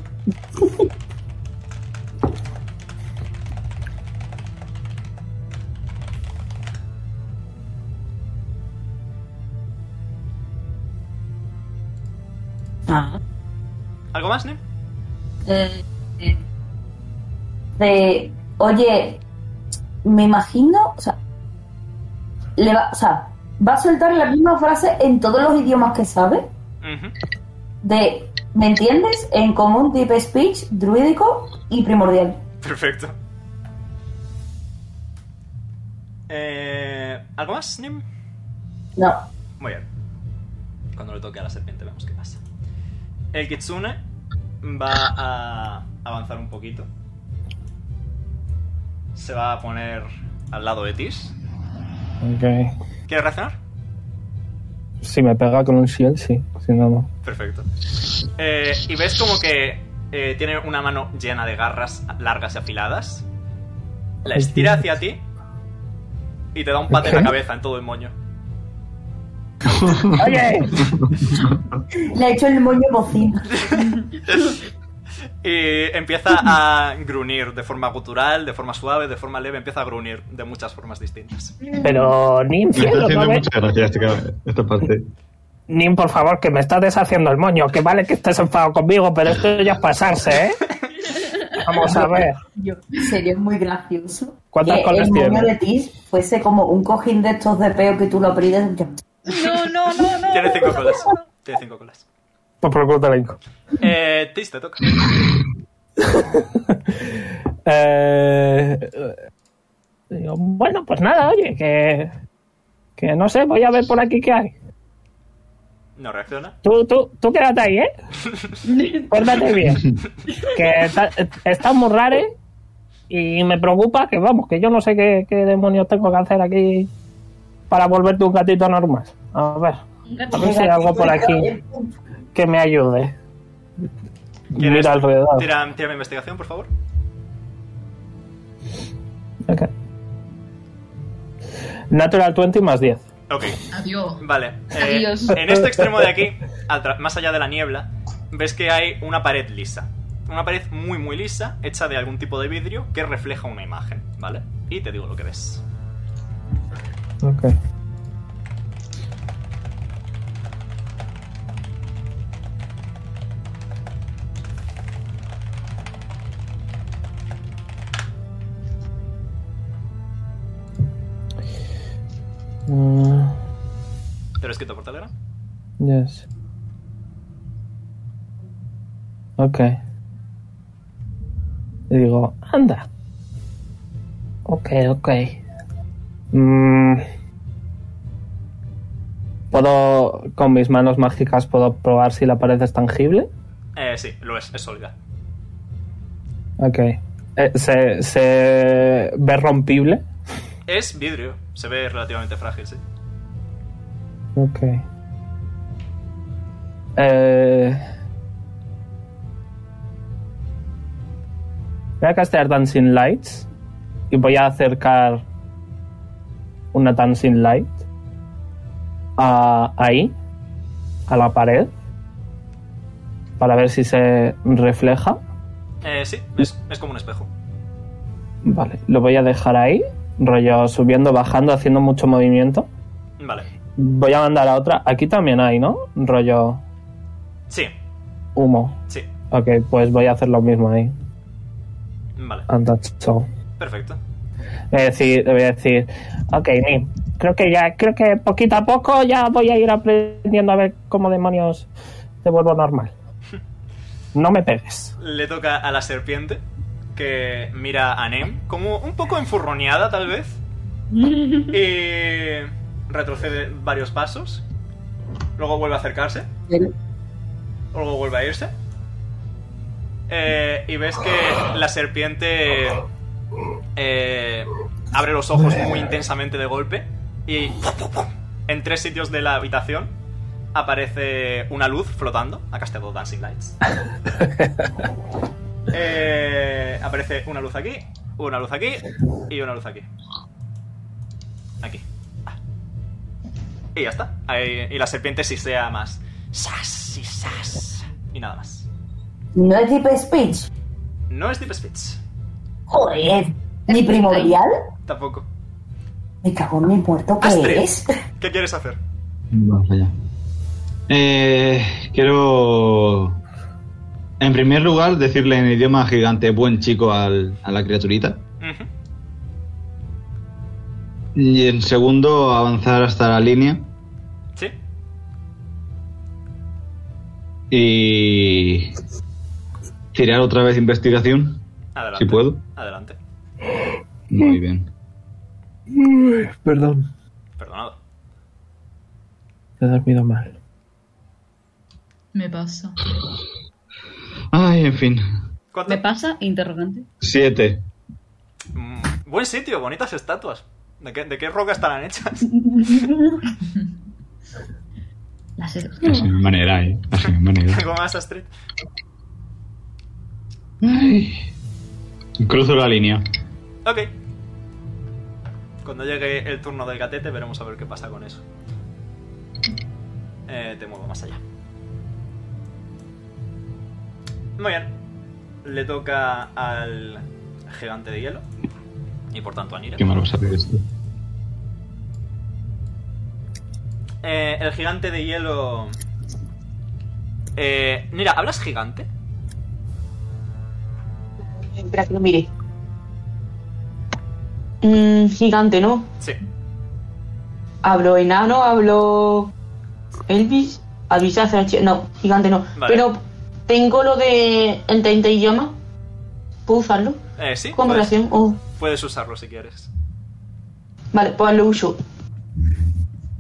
Speaker 4: Ah.
Speaker 1: ¿Algo más, Nim?
Speaker 4: Eh, de eh, oye me imagino o sea le va o sea va a soltar la misma frase en todos los idiomas que sabe
Speaker 1: Ujú.
Speaker 4: de ¿me entiendes? en común deep speech druídico y primordial
Speaker 1: Perfecto. Eh, ¿Algo más, Nim?
Speaker 4: no
Speaker 1: Muy bien. Cuando le toque a la serpiente vemos qué pasa. El kitsune va a avanzar un poquito. Se va a poner al lado de Tis.
Speaker 10: Ok.
Speaker 1: ¿Quieres reaccionar?
Speaker 10: Si me pega con un shield, sí. Si no, no.
Speaker 1: Perfecto. Eh, y ves como que eh, tiene una mano llena de garras largas y afiladas. La estira hacia ti y te da un pat en la
Speaker 10: Ok.
Speaker 1: cabeza, en todo el moño.
Speaker 10: ¡Oye!
Speaker 4: le ha hecho el moño bocina
Speaker 1: Y empieza a gruñir de forma gutural, de forma suave, de forma leve, empieza a gruñir de muchas formas distintas.
Speaker 10: Pero,
Speaker 2: Me
Speaker 10: Nim,
Speaker 2: está
Speaker 10: cielo,
Speaker 2: haciendo
Speaker 10: no ves-
Speaker 2: mucha gracia este cab- esta parte.
Speaker 10: Nim, por favor, que me estás deshaciendo el moño. Que vale que estés enfadado conmigo, pero esto ya es pasarse, ¿eh? Vamos a ver.
Speaker 4: Yo- sería muy gracioso
Speaker 10: ¿Cuántas
Speaker 4: que
Speaker 10: colas
Speaker 4: el moño
Speaker 10: tiene?
Speaker 4: de Tis fuese como un cojín de estos de peo que tú lo aprides
Speaker 7: No, no, no, no.
Speaker 1: Tiene cinco colas. Tiene cinco colas.
Speaker 10: Pues Por pregunta la inco.
Speaker 1: Eh, Tis, te toca.
Speaker 10: Eh, eh, digo, bueno, pues nada, oye, que, que no sé, voy a ver por aquí qué hay.
Speaker 1: No reacciona.
Speaker 10: Tú, tú, tú quédate ahí, ¿eh? Pórtate bien. Que está, está muy raro ¿eh? y me preocupa que, vamos, que yo no sé qué, qué demonios tengo que hacer aquí para volverte un gatito normal. A ver, a ver si hay algo por aquí que me ayude.
Speaker 1: ¿Quieres-
Speaker 10: Mira alrededor.
Speaker 1: Tira, tira mi investigación, por favor.
Speaker 10: Ok. Natural 20 más 10.
Speaker 1: Ok,
Speaker 7: Adiós.
Speaker 1: vale. Eh,
Speaker 7: Adiós.
Speaker 1: En este extremo de aquí, al tra- más allá de la niebla, ves que hay una pared lisa. Una pared muy, muy lisa, hecha de algún tipo de vidrio que refleja una imagen, ¿vale? Y te digo lo que ves.
Speaker 10: Ok. Mm,
Speaker 1: ¿Te lo he escrito por Telegram?
Speaker 10: yes. Ok. Y digo, anda. Ok, ok. Mm. ¿Puedo, con mis manos mágicas, puedo probar si la pared es tangible?
Speaker 1: Eh, sí, lo es, es sólida.
Speaker 10: Ok. Eh, ¿se, ¿Se ve rompible?
Speaker 1: Es vidrio, se ve relativamente frágil, sí.
Speaker 10: Ok. Eh... Voy a castear Dancing Lights y voy a acercar una Dancing Light a, ahí, a la pared, para ver si se refleja.
Speaker 1: Eh, sí, es, es como un espejo.
Speaker 10: Vale, lo voy a dejar ahí, rollo subiendo, bajando, haciendo mucho movimiento.
Speaker 1: Vale.
Speaker 10: Voy a mandar a otra. Aquí también hay, ¿no? Rollo
Speaker 1: Sí,
Speaker 10: humo.
Speaker 1: sí.
Speaker 10: Ok, pues voy a hacer lo mismo ahí.
Speaker 1: Vale,
Speaker 10: And that's all.
Speaker 1: perfecto.
Speaker 10: Voy a decir, voy a decir, ok, Nim, creo que ya, creo que poquito a poco ya voy a ir aprendiendo a ver cómo demonios te vuelvo normal. No me pegues.
Speaker 1: Le toca a la serpiente, que mira a Nem como un poco enfurroneada, tal vez. Y retrocede varios pasos. Luego vuelve a acercarse. Luego vuelve a irse. Eh, y ves que la serpiente eh, abre los ojos muy intensamente de golpe. Y en tres sitios de la habitación aparece una luz flotando. Ha casteado Dancing Lights. Eh, aparece una luz aquí, una luz aquí y una luz aquí. Aquí. Ah. Y ya está. Ahí- y la serpiente sisea más. Sas y sas. Y nada más.
Speaker 4: No es deep speech.
Speaker 1: No es Deep Speech.
Speaker 4: Joder. Ni primordial.
Speaker 1: Tampoco.
Speaker 4: Me cago en mi muerto. ¿Qué
Speaker 1: Astrid.
Speaker 4: es?
Speaker 1: ¿Qué quieres hacer?
Speaker 2: Vamos allá. Eh, quiero. En primer lugar, decirle en idioma gigante buen chico al- a la criaturita.
Speaker 1: Ujú.
Speaker 2: Y en segundo, avanzar hasta la línea.
Speaker 1: ¿Sí?
Speaker 2: Y. Tirar otra vez investigación,
Speaker 1: Adelante.
Speaker 2: si puedo.
Speaker 1: Adelante.
Speaker 2: Muy bien.
Speaker 10: Perdón.
Speaker 1: Perdonado.
Speaker 10: He dormido mal.
Speaker 7: Me pasa.
Speaker 2: Ay, en fin.
Speaker 1: ¿Cuánto?
Speaker 3: ¿Me pasa? Interrogante.
Speaker 2: Siete.
Speaker 1: Mm, buen sitio, bonitas estatuas. ¿De qué, de qué roca estarán hechas?
Speaker 3: Las es-
Speaker 2: Así de manera, eh. Así de manera.
Speaker 1: ¿Cómo vas, Astrid?
Speaker 2: Ay. Cruzo la línea.
Speaker 1: Ok. Cuando llegue el turno del gatete veremos a ver qué pasa con eso. Eh, te muevo más allá. Muy bien. Le toca al gigante de hielo. Y por tanto a Nira.
Speaker 2: Qué mal vas a ver esto.
Speaker 1: Eh, el gigante de hielo... Eh, Nira, ¿hablas gigante?
Speaker 5: Espera que lo mire. Mm, gigante, ¿no?
Speaker 1: Sí.
Speaker 5: Hablo enano, hablo. Elvis. Elvis hace una chi- No, gigante no.
Speaker 1: Vale.
Speaker 5: Pero tengo lo de. El 30 idioma. ¿Puedo usarlo?
Speaker 1: Eh, sí.
Speaker 5: Con
Speaker 1: Puedes,
Speaker 5: relación. Oh,
Speaker 1: puedes usarlo si quieres.
Speaker 5: Vale, pues lo uso.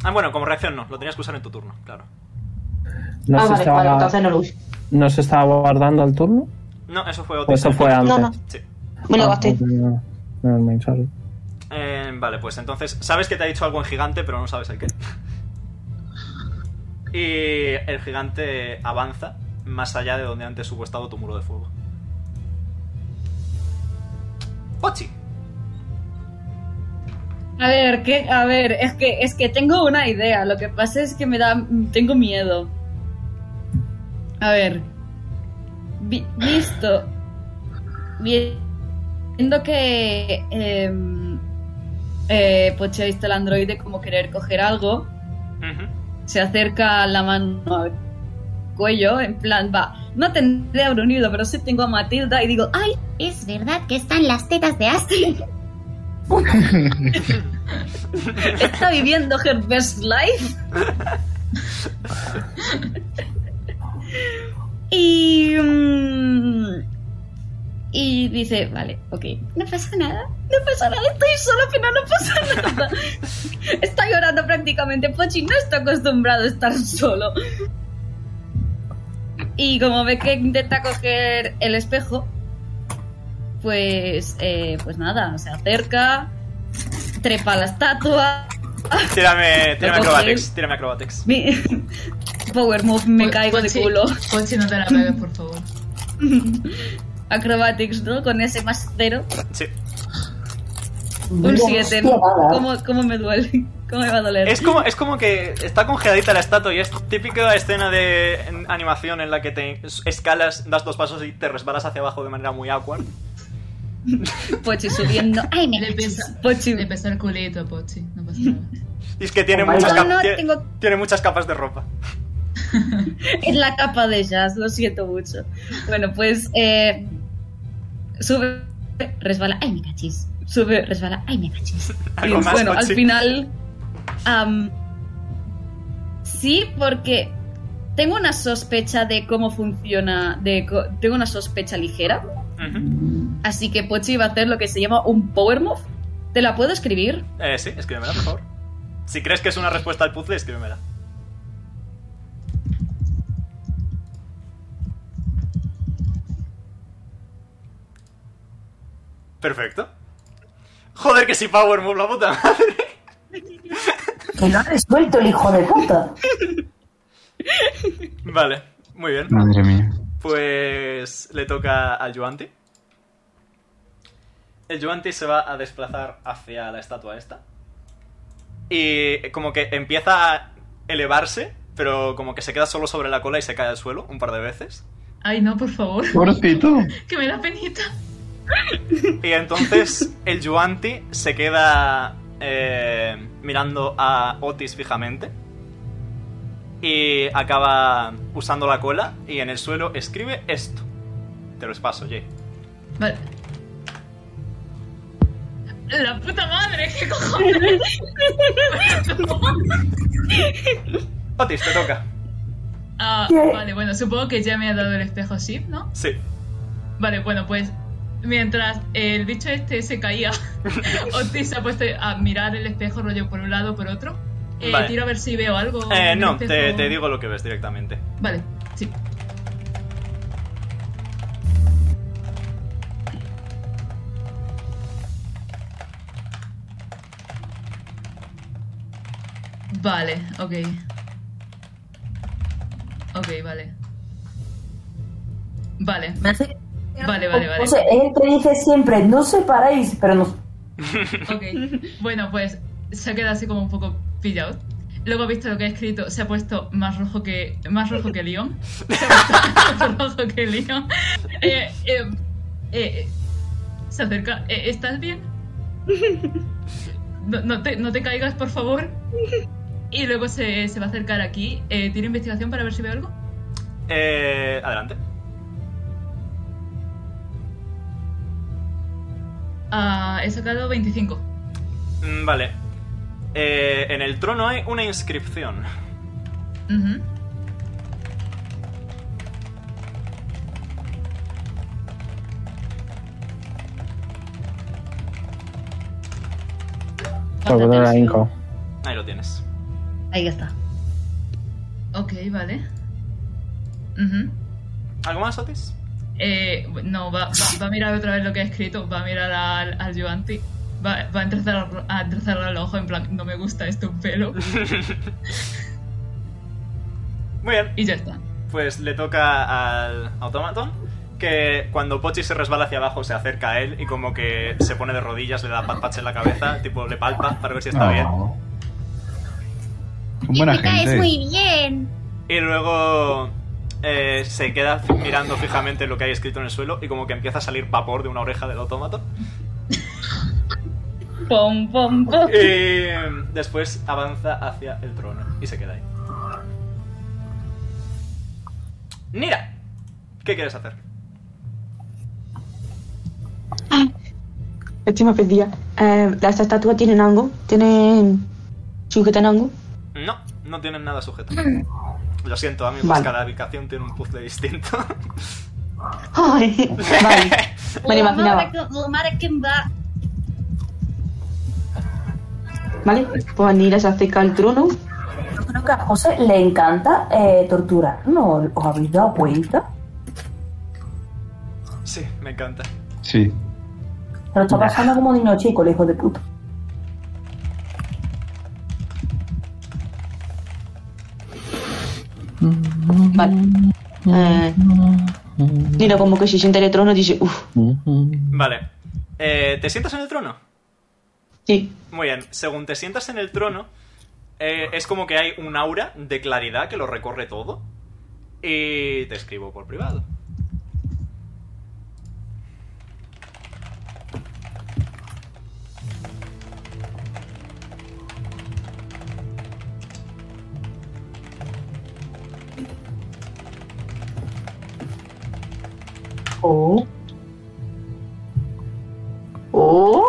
Speaker 1: Ah, bueno, como reacción no. Lo tenías que usar en tu turno, claro.
Speaker 10: ¿No,
Speaker 5: ah,
Speaker 10: se
Speaker 5: vale,
Speaker 10: estaba,
Speaker 5: vale, entonces no lo uso.
Speaker 10: ¿No se estaba guardando el turno?
Speaker 1: No, eso fue
Speaker 10: ¿O
Speaker 1: otro.
Speaker 10: Pues eso fue antes?
Speaker 5: No, no.
Speaker 1: Sí.
Speaker 5: Me lo
Speaker 10: Ah,
Speaker 5: gasté.
Speaker 10: ok, no. Nevermind, sorry.
Speaker 1: Eh, vale, pues entonces, sabes que te ha dicho algo en gigante, pero no sabes el qué. Y el gigante avanza más allá de donde antes hubo estado tu muro de fuego. ¡Pochi!
Speaker 3: A ver, ¿qué? A ver, es que, es que tengo una idea. Lo que pasa es que me da. Tengo miedo. A ver. Vi- visto. vi- Viendo que. Eh, eh, pues ya viste el androide como querer coger algo.
Speaker 1: Ujú.
Speaker 3: Se acerca la mano al cuello. En plan, va. No tendré a Brunilda, pero sí tengo a Matilda. Y digo, ¡ay!
Speaker 11: Es verdad que están las tetas de Astrid.
Speaker 3: ¿Está viviendo her best life? y. mm, y dice, vale, ok.
Speaker 8: No pasa nada.
Speaker 3: No pasa nada, estoy sola, pero no pasa nada. Está llorando prácticamente. Pochi no está acostumbrado a estar solo. Y como ve que intenta coger el espejo, pues, eh, pues nada, se acerca, trepa a la estatua.
Speaker 1: Tírame, tírame
Speaker 3: Ok.
Speaker 1: acrobatics, tírame acrobatics.
Speaker 3: Mi- Power move, me
Speaker 7: Po-
Speaker 3: caigo de
Speaker 7: Pues, Pochi-
Speaker 3: culo.
Speaker 7: Pochi, no te la pegues, por favor.
Speaker 3: Acrobatics, ¿no? Con ese más cero.
Speaker 1: Sí.
Speaker 3: Un 7.
Speaker 4: hostia, nada.
Speaker 3: ¿Cómo, ¿Cómo me duele? ¿Cómo me va a doler?
Speaker 1: Es como, es como que está congeladita la estatua y es típica escena de en- animación en la que te es- escalas, das dos pasos y te resbalas hacia abajo de manera muy awkward.
Speaker 3: Pochi subiendo.
Speaker 8: Ay, me
Speaker 7: Le
Speaker 8: cachis.
Speaker 7: pesa,
Speaker 3: Pochi.
Speaker 7: le pesa el culito a Pochi, no pasa nada.
Speaker 1: Y es que tiene,
Speaker 4: Oh my
Speaker 1: muchas,
Speaker 4: God.
Speaker 1: capas
Speaker 3: No, no,
Speaker 1: tiene,
Speaker 3: tengo-
Speaker 1: tiene muchas capas de ropa.
Speaker 3: Es la capa de jazz, lo siento mucho. Bueno, pues eh, sube, resbala, ay me cachis. Sube, resbala, ay me cachis.
Speaker 1: Algo
Speaker 3: Y,
Speaker 1: más,
Speaker 3: bueno,
Speaker 1: Pochi.
Speaker 3: al final. am, sí, porque tengo una sospecha de cómo funciona. De, co- tengo una sospecha ligera.
Speaker 1: Ujú.
Speaker 3: Así que Pochi va a hacer lo que se llama un power move. ¿Te la puedo escribir?
Speaker 1: Eh, sí, escríbemela, por favor. Si crees que es una respuesta al puzzle, escríbemela. Perfecto. Joder, que si Power Move la puta madre.
Speaker 4: Que lo ha resuelto el hijo de puta.
Speaker 1: Vale, muy bien.
Speaker 2: Madre mía.
Speaker 1: Pues le toca al Yuanti. El Yuanti se va a desplazar hacia la estatua esta. Y como que empieza a elevarse, pero como que se queda solo sobre la cola y se cae al suelo un par de veces.
Speaker 7: Ay, no, por favor.
Speaker 2: Pobrecito.
Speaker 7: Que me da penita.
Speaker 1: Y entonces el Yuanti se queda eh, mirando a Otis fijamente. Y acaba usando la cola y en el suelo escribe esto. Te lo paso, Jay.
Speaker 7: Vale. La puta madre, qué cojones.
Speaker 1: Otis, te toca.
Speaker 7: Ah,
Speaker 4: ¿Qué?
Speaker 7: vale, bueno, supongo que ya me ha dado el espejo Shift, ¿no?
Speaker 1: Sí.
Speaker 7: Vale, bueno, pues mientras el bicho este se caía, Otis se ha puesto a mirar el espejo rollo por un lado, por otro. Eh,
Speaker 1: Vale.
Speaker 7: Tiro a ver si veo algo. en
Speaker 1: Eh,
Speaker 7: el
Speaker 1: no, te,
Speaker 7: espejo.
Speaker 1: te digo lo que ves directamente.
Speaker 7: Vale, sí. Vale, ok. Ok, vale. Vale,
Speaker 4: Me hace-
Speaker 7: vale, vale, vale.
Speaker 4: O sea, él te dice siempre, no separéis, pero nos
Speaker 7: Ok. Bueno, pues se ha quedado así como un poco pillado. Luego ha visto lo que ha escrito, se ha puesto más rojo que más rojo que León. Se ha puesto más rojo que León. Eh, eh, eh, se acerca. Eh, ¿Estás bien? No, no te, no te caigas, por favor. Y luego se, se va a acercar aquí. Eh, ¿Tiene investigación para ver si ve algo?
Speaker 1: Eh, adelante.
Speaker 7: Ah, he sacado 25.
Speaker 1: Mm, Vale. Eh, en el trono hay una inscripción.
Speaker 7: Ujú.
Speaker 6: Salvador ahínco.
Speaker 1: Ahí lo tienes.
Speaker 3: Ahí está.
Speaker 7: Ok, vale. Ujú.
Speaker 1: ¿Algo más, Otis?
Speaker 7: Eh, no, va, va- va a mirar otra vez lo que ha escrito, va a mirar al, al Yuanti, va, va a entrecerrar, a entrecerrar el ojo en plan, no me gusta esto un pelo,
Speaker 1: Muy bien.
Speaker 7: y ya está.
Speaker 1: Pues le toca al automaton que cuando Pochi se resbala hacia abajo se acerca a él y como que se pone de rodillas, le da pat pats en la cabeza, tipo le palpa para ver si está bien.
Speaker 2: No. Son
Speaker 8: Y
Speaker 2: buena
Speaker 8: me caes
Speaker 2: gente.
Speaker 8: muy bien.
Speaker 1: Y luego eh, se queda fi- mirando fijamente lo que hay escrito en el suelo y como que empieza a salir vapor de una oreja del automaton
Speaker 3: Pom, pom, pom.
Speaker 1: Y Eh, después avanza hacia el trono y se queda ahí. Nira, ¿qué quieres hacer?
Speaker 5: Estoy más perdida. Eh, ¿Las estatuas tienen algo? ¿Tienen. sujetan algo?
Speaker 1: No, no tienen nada sujeto. Lo siento, amigos,
Speaker 5: Vale.
Speaker 1: cada habitación tiene un puzzle distinto.
Speaker 5: Ay, vale. Me lo imaginaba. Vale, pues Nira se acerca al trono.
Speaker 4: Yo creo que a José le encanta eh, torturar. ¿No os habéis dado cuenta?
Speaker 1: Sí, me encanta.
Speaker 2: Sí.
Speaker 4: Se lo está pasando como niño chico, el hijo de puta.
Speaker 5: Vale.
Speaker 10: Mm.
Speaker 5: Eh, Nira, como que se siente en el trono y dice, uff,
Speaker 10: Mm-hmm.
Speaker 1: Vale. Eh, ¿Te sientas en el trono?
Speaker 5: sí.
Speaker 1: Muy bien. Según te sientas en el trono, eh, es como que hay un aura de claridad que lo recorre todo. Y te escribo por privado.
Speaker 4: Oh.
Speaker 5: Oh,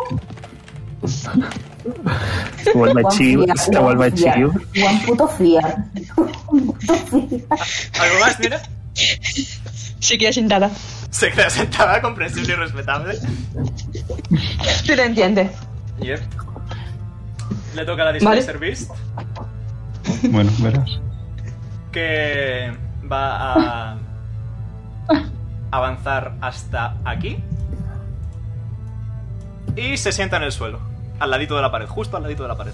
Speaker 10: Se vuelve chill, se vuelve chill.
Speaker 4: Juan puto fiar.
Speaker 1: ¿Algo más, mira?
Speaker 5: se queda sentada.
Speaker 1: Se queda sentada, comprensible y respetable.
Speaker 5: Tú lo entiendes.
Speaker 1: Yep. Le toca a la Display
Speaker 5: Vale.
Speaker 1: Service
Speaker 2: Bueno, verás.
Speaker 1: que va a avanzar hasta aquí. Y se sienta en el suelo, al ladito de la pared, justo al ladito de la pared.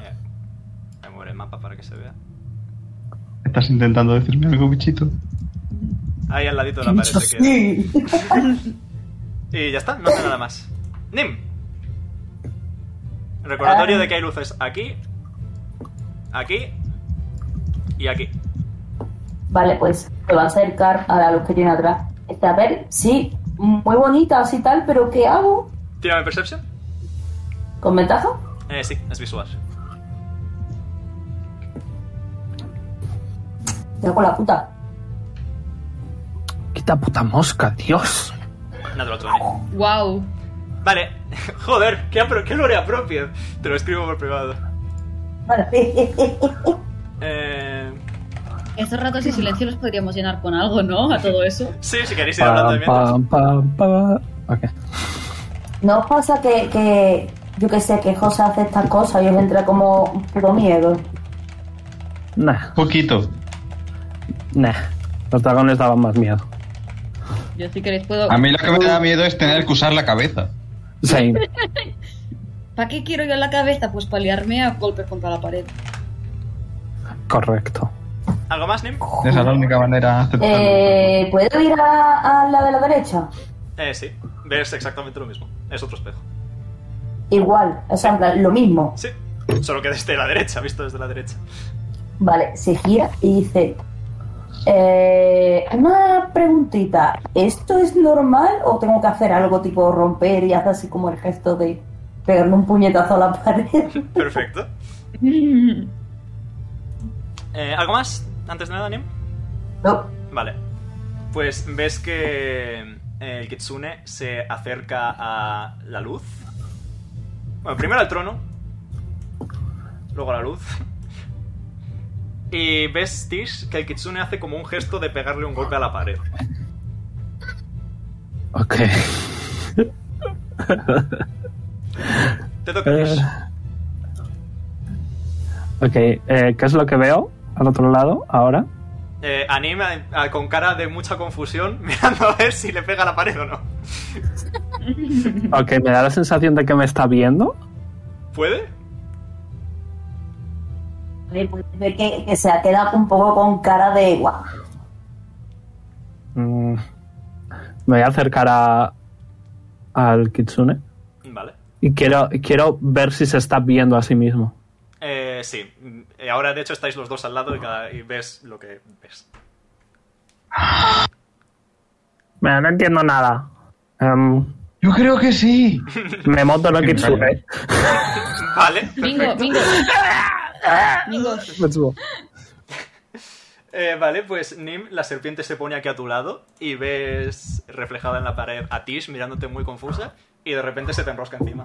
Speaker 1: Yeah. Voy a mover el mapa para que se vea.
Speaker 2: ¿Estás intentando decirme algo, bichito?
Speaker 1: Ahí al ladito de la pared se queda.
Speaker 4: Sí.
Speaker 1: Y ya está, no hace nada más. Nim. Recordatorio de que hay luces aquí, aquí y aquí.
Speaker 4: Vale, pues se va a acercar a la luz que tiene atrás. Este, a ver, sí, muy bonita, así tal, pero ¿qué hago?
Speaker 1: Tírame Perception.
Speaker 4: ¿Con ventaja?
Speaker 1: Eh, sí, es visual.
Speaker 4: Ya con la puta.
Speaker 10: Quita puta mosca, Dios.
Speaker 1: Natural 20.
Speaker 7: ¡Wow!
Speaker 1: Vale, joder, qué, apro qué lore appropriate. Te lo escribo por privado.
Speaker 4: Vale.
Speaker 1: Eh,
Speaker 3: Estos ratos de silencio los podríamos llenar con algo, ¿no? A todo eso.
Speaker 1: sí, si queréis ir hablando de
Speaker 10: Pam,
Speaker 1: mientras.
Speaker 10: pam, pam, pam. Ok.
Speaker 4: ¿No os pasa que, que yo que sé, que José hace estas cosas y os entra como un puto miedo?
Speaker 10: Nah,
Speaker 2: Poquito.
Speaker 10: nah. Los dragones daban más miedo.
Speaker 3: Yo si queréis puedo...
Speaker 2: A mí lo que me da miedo es tener que usar la cabeza.
Speaker 10: Sí.
Speaker 3: ¿Para qué quiero yo la cabeza? Pues paliarme a golpes contra la pared.
Speaker 10: Correcto.
Speaker 1: ¿Algo más, Nim?
Speaker 2: Esa es la única manera de aceptarlo.
Speaker 4: Eh, ¿Puedo ir a, a la de la derecha?
Speaker 1: Eh, sí, ves exactamente lo mismo. Es otro espejo.
Speaker 4: Igual, o sea, en plan, lo mismo.
Speaker 1: Sí, solo que desde la derecha, visto desde la derecha.
Speaker 4: Vale, se gira y dice... eh, una preguntita, ¿esto es normal o tengo que hacer algo tipo romper y hacer así como el gesto de pegarle un puñetazo a la pared?
Speaker 1: Perfecto. Eh, ¿Algo más? Antes de nada, Nim.
Speaker 4: No,
Speaker 1: Vale. Pues ves que eh, el kitsune se acerca a la luz. Bueno, primero al trono. Luego a la luz. Y ves, Tish, que el kitsune hace como un gesto de pegarle un golpe a la pared.
Speaker 10: Ok.
Speaker 1: Te toca,
Speaker 10: Eh,
Speaker 1: Tish.
Speaker 10: ok, eh, ¿qué es lo que veo al otro lado ahora?
Speaker 1: Eh, anima a- con cara de mucha confusión mirando a ver si le pega a la pared o no.
Speaker 10: Ok, me da la sensación de que me está viendo.
Speaker 1: ¿Puede?
Speaker 4: Ve- ve pues, que, que se ha quedado un poco con cara de guau.
Speaker 10: Mm, me voy a acercar a, al Kitsune
Speaker 1: Vale.
Speaker 10: y quiero, quiero ver si se está viendo a sí mismo.
Speaker 1: Eh, sí. Eh, Ahora, de hecho, estáis los dos al lado y, cada- y ves lo que ves.
Speaker 10: Mira, no entiendo nada. Em,
Speaker 2: Yo creo que sí.
Speaker 10: me moto lo
Speaker 2: Qué
Speaker 10: Kitsune.
Speaker 1: Vale.
Speaker 7: Mingo, Mingo. Mingo.
Speaker 10: Let's go.
Speaker 1: Eh, vale, pues Nim, la serpiente se pone aquí a tu lado y ves reflejada en la pared a Tish mirándote muy confusa y de repente se te enrosca encima.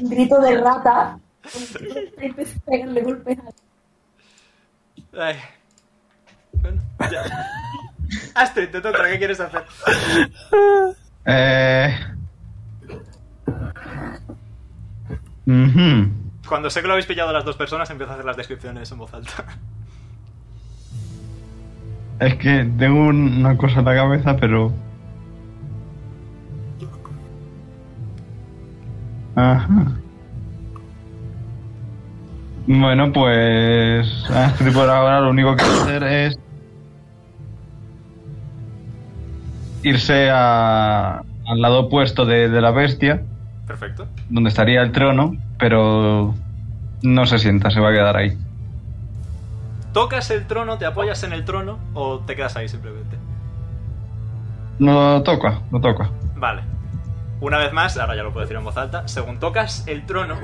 Speaker 4: Un grito de rata. Empecé a pegarle golpes a
Speaker 1: Ay. Bueno, ya. Astrid, te toca, ¿qué quieres hacer?
Speaker 2: Eh... Ujú.
Speaker 1: Cuando sé que lo habéis pillado las dos personas, empiezo a hacer las descripciones en voz alta.
Speaker 2: Es que tengo un- una cosa en la cabeza, pero... Ajá. Bueno, pues... Astrid por ahora lo único que va a hacer es... Irse a- al lado opuesto de, de la bestia,
Speaker 1: Perfecto.
Speaker 2: donde estaría el trono, pero... No se sienta, se va a quedar ahí.
Speaker 1: ¿Tocas el trono, te apoyas en el trono o te quedas ahí simplemente?
Speaker 2: No toca, no toca.
Speaker 1: Vale. Una vez más, ahora ya lo puedo decir en voz alta, según tocas el trono,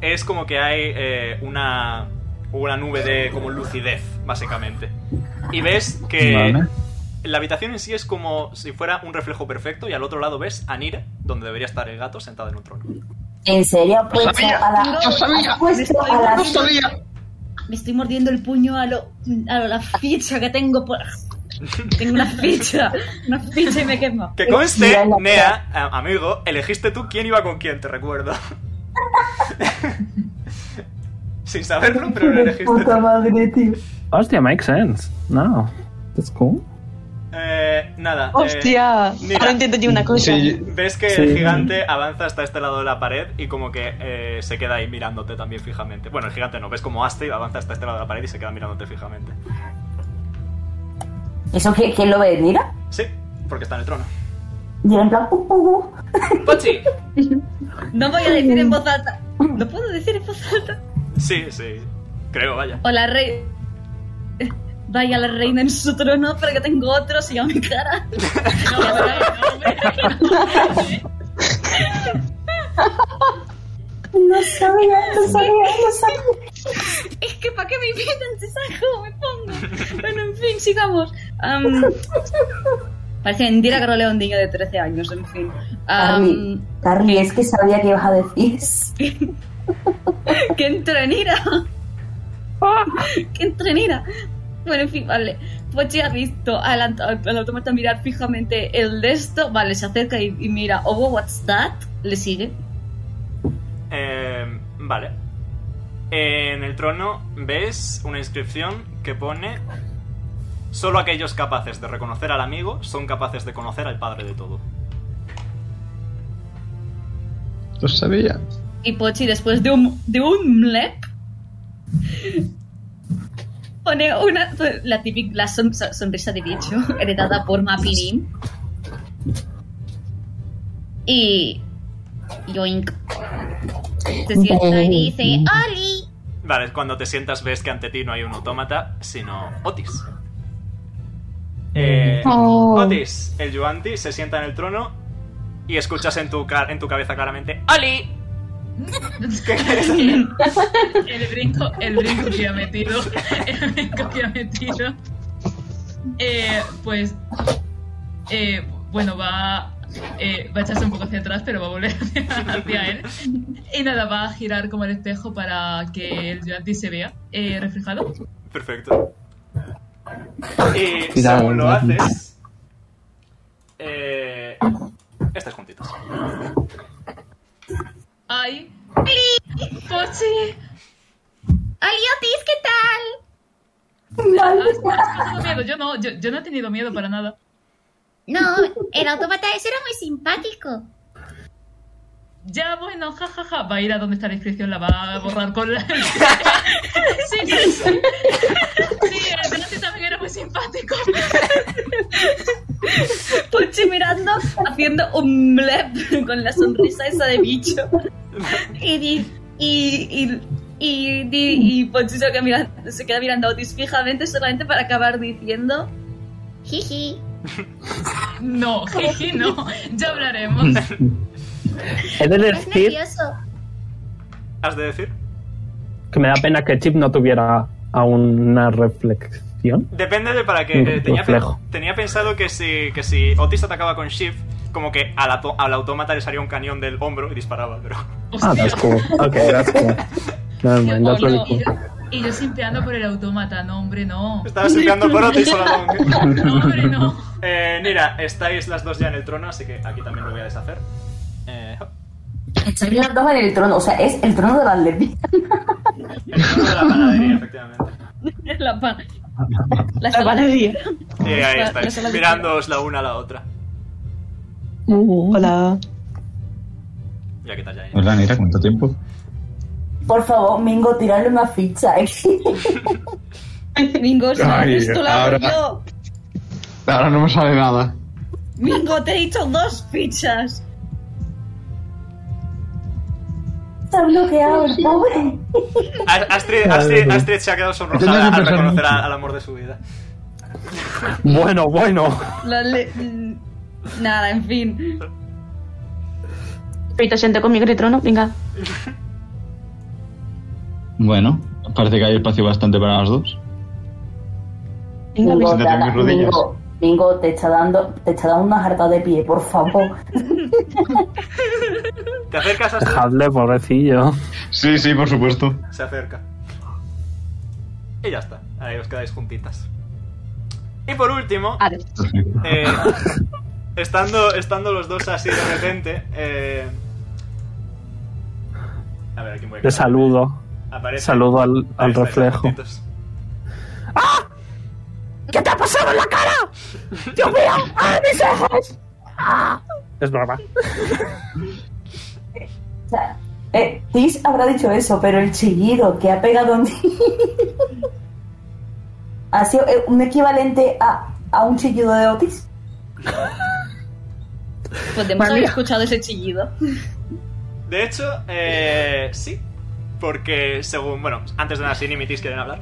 Speaker 1: es como que hay eh, una, una nube de como lucidez, básicamente. Y ves que
Speaker 2: Vale.
Speaker 1: la habitación en sí es como si fuera un reflejo perfecto y al otro lado ves a Nira, donde debería estar el gato sentado en un trono.
Speaker 4: ¿En serio? ¿Has puesto
Speaker 2: sabía,
Speaker 4: a la...
Speaker 2: lo sabía.
Speaker 4: has puesto a la-
Speaker 2: ¡No sabía!
Speaker 3: Me estoy mordiendo el puño a, lo, a lo- la ficha que tengo por... Tengo una ficha, una ficha y me quema.
Speaker 1: Que conste,
Speaker 4: Mira la
Speaker 1: Nea, a- amigo, elegiste tú quién iba con quién, te recuerdo. Sin saberlo, pero lo elegiste
Speaker 4: Puta
Speaker 1: tú.
Speaker 4: madre, tío.
Speaker 10: Hostia, makes sense. No. That's cool.
Speaker 1: Eh, nada. eh,
Speaker 5: Hostia,
Speaker 1: mira.
Speaker 5: ahora intento decir una cosa.
Speaker 2: Sí,
Speaker 1: Ves que
Speaker 10: Sí.
Speaker 1: el gigante avanza hasta este lado de la pared y como que eh, se queda ahí mirándote también fijamente. Bueno, el gigante no, ves como Astrid avanza hasta este lado de la pared y se queda mirándote fijamente.
Speaker 4: ¿Eso qué- quién lo ve? ¿Mira?
Speaker 1: Sí, porque está en el trono.
Speaker 4: Y en plan, pum, pum, pum.
Speaker 1: ¡Pochi!
Speaker 3: No voy a decir en voz alta. ¿Lo puedo decir en voz alta?
Speaker 1: Sí, sí. Creo, vaya.
Speaker 3: O la reina... Vaya la reina en su trono, pero que tengo otro, se llama mi cara.
Speaker 7: No, no, no, no,
Speaker 4: No sabía, no sabía, no sabía.
Speaker 3: Es que ¿para qué me invitan si sabes cómo me pongo? Bueno, en fin, sigamos. Am, parece mentira que rolea un niño de 13 años, en fin.
Speaker 4: Carly,
Speaker 3: Am,
Speaker 4: Carly, es que sabía que ibas a decir eso.
Speaker 3: ¡Que entrenira! ¡Que entrenira! Bueno, en fin, vale. Pochi ha visto al, ant- al automata mirar fijamente el de esto. Vale, se acerca y, y mira. Oh, what's that? Le sigue.
Speaker 1: Eh, vale. En el trono ves una inscripción que pone... Solo aquellos capaces de reconocer al amigo son capaces de conocer al padre de todo.
Speaker 2: Lo sabía.
Speaker 3: Y Pochi, después de un, de un mlep, pone una, la típica la son- sonrisa de bicho, heredada por Mapinim. Y. Yoink. Se sienta y dice: "Ah,
Speaker 8: ¡Oli!
Speaker 1: Vale, cuando te sientas ves que ante ti no hay un autómata, sino Otis. Eh,
Speaker 10: Oh.
Speaker 1: Otis, el Yuanti, se sienta en el trono y escuchas en tu, ca- en tu cabeza claramente ¡Oli! ¿Qué quieres hacer?
Speaker 7: El brinco, el brinco que ha metido. El brinco que ha metido. Eh, pues. eh, bueno, va. eh, va a echarse un poco hacia atrás, pero va a volver hacia, hacia él. Y nada, va a girar como el espejo para que el Yuanti se vea eh, reflejado.
Speaker 1: Perfecto. Y
Speaker 10: Cuidado,
Speaker 1: según lo
Speaker 10: Yuanti.
Speaker 1: haces... Eh, estas juntitas.
Speaker 7: ¡Ay! ¡Pochi!
Speaker 8: ¡Oli Otis, qué tal!
Speaker 7: Ah, sí, has tenido miedo. Yo no, yo, yo no he tenido miedo para nada.
Speaker 8: No, el autómata ese era muy simpático.
Speaker 7: Ya, bueno, jajaja. Va a ir a donde está la inscripción, la va a borrar con la. sí, sí, sí. Sí, el delante también era muy simpático.
Speaker 3: Pochi mirando, haciendo un mlep con la sonrisa esa de bicho. Y, di- y, y, y, di- y Pochi se queda, mirando, se queda mirando a Otis fijamente solamente para acabar diciendo.
Speaker 8: Jiji.
Speaker 7: No, jeje, no. Ya hablaremos.
Speaker 10: He de
Speaker 8: Es
Speaker 10: decir
Speaker 8: nervioso.
Speaker 1: ¿Has de decir?
Speaker 10: que me da pena que Chip no tuviera a una reflexión. acción?
Speaker 1: Depende de para qué.
Speaker 10: Mm,
Speaker 1: eh, tenía,
Speaker 10: reflejo.
Speaker 1: pe- tenía pensado que si, que si Otis atacaba con Shift, como que al, auto- al autómata le salía un cañón del hombro y disparaba, pero.
Speaker 10: Ah,
Speaker 7: Hostia.
Speaker 10: that's cool. Ok, that's cool. Never mind, that's
Speaker 3: Oh,
Speaker 10: really
Speaker 3: no.
Speaker 10: cool.
Speaker 7: Y yo simpeando por el autómata, no, hombre, no.
Speaker 1: Estaba subiendo por Otis solo con-
Speaker 7: No, hombre, no.
Speaker 1: Eh, Nira, estáis las dos ya en el trono, así que aquí también lo voy a deshacer. Eh, hop.
Speaker 4: Estáis las dos en el trono, o sea, es el trono de las lesbianas.
Speaker 1: el trono de la panadería, efectivamente.
Speaker 3: La pan. La
Speaker 5: La
Speaker 3: sala-
Speaker 5: panadería.
Speaker 1: Y Eh, ahí
Speaker 3: La- la
Speaker 1: estáis,
Speaker 3: sala de-
Speaker 1: mirándoos la una a la otra.
Speaker 5: Hola.
Speaker 1: Ya que estás ya.
Speaker 2: Hola, Pues Nira, ¿cuánto tiempo?
Speaker 4: Por favor, Mingo, tirarle una ficha.
Speaker 3: Mingo, si
Speaker 2: Ay,
Speaker 3: esto lo hago
Speaker 2: ahora-
Speaker 3: yo.
Speaker 2: Ahora no me sale nada.
Speaker 3: Mingo, te he dicho dos fichas.
Speaker 4: Está bloqueado el pobre.
Speaker 1: As- Astrid, Astrid, Astrid se ha quedado sonrojada al reconocer a- al amor de su vida.
Speaker 10: Bueno, bueno.
Speaker 3: La le- mm, Nada, en fin.
Speaker 5: Peter, siente conmigo en el trono. Venga.
Speaker 2: Bueno, parece que hay espacio bastante para las dos.
Speaker 5: Venga,
Speaker 4: Mingo,
Speaker 5: ves.
Speaker 2: Se te ven
Speaker 4: nada,
Speaker 2: mis rodillas.
Speaker 4: Mingo, Mingo, te está dando, te está dando una jarta de pie, por favor.
Speaker 1: ¿Te acercas, Astrid?
Speaker 10: Dejadle, pobrecillo.
Speaker 2: Sí, sí, por supuesto.
Speaker 1: Se acerca. Y ya está. Ahí os quedáis juntitas. Y por último,
Speaker 5: Vale.
Speaker 1: eh, estando, estando los dos así de repente. eh, a ver, ¿a quién voy a
Speaker 10: Le
Speaker 1: quitar?
Speaker 10: saludo.
Speaker 1: Aparece-
Speaker 10: Saludo al,
Speaker 1: Ahí
Speaker 10: al
Speaker 1: estáis
Speaker 10: reflejo.
Speaker 1: juntitos.
Speaker 10: Es broma.
Speaker 4: O sea, eh, Tis habrá dicho eso, pero el chillido que ha pegado en ti ha sido eh, un equivalente a, a un chillido de Otis.
Speaker 3: Podemos haber escuchado ese chillido.
Speaker 1: De hecho, eh, sí. Porque según. Bueno, antes de nada, Sin y Mitis quieren hablar.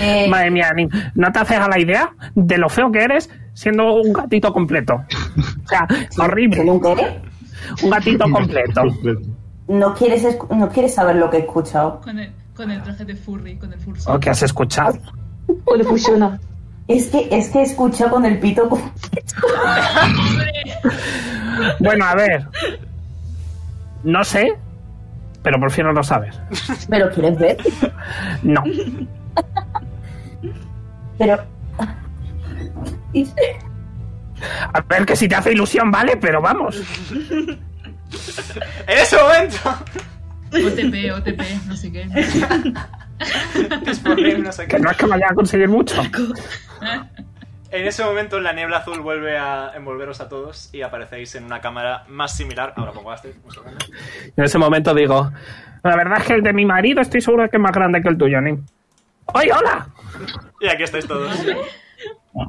Speaker 4: Eh,
Speaker 10: Madre mía, Nin, ¿no te haces a la idea de lo feo que eres siendo un gatito completo? O sea, horrible.
Speaker 4: ¿tiene un qué?
Speaker 10: Un gatito completo.
Speaker 4: no quieres escu- no quieres saber lo que he escuchado.
Speaker 7: Con el, con el traje de furry, con el fursuit.
Speaker 10: ¿O Oh, qué has escuchado?
Speaker 5: O le funciona.
Speaker 4: Es que es que he escuchado con el pito con-
Speaker 10: Bueno, a ver. No sé, pero prefiero no saber.
Speaker 4: ¿Me lo quieres ver?
Speaker 10: No.
Speaker 4: Pero
Speaker 10: A ver que si te hace ilusión, vale, pero vamos.
Speaker 1: En ese momento.
Speaker 7: OTP, OTP, no sé qué.
Speaker 1: disponible, no sé qué.
Speaker 10: Que no es que vaya a conseguir mucho.
Speaker 1: En ese momento la niebla azul vuelve a envolveros a todos y aparecéis en una cámara más similar. Ahora pongo a Astrid, un segundo.
Speaker 10: En ese momento digo, la verdad es que el de mi marido estoy seguro que es más grande que el tuyo, Nin. ¡Oye, hola!
Speaker 1: Y aquí estáis todos.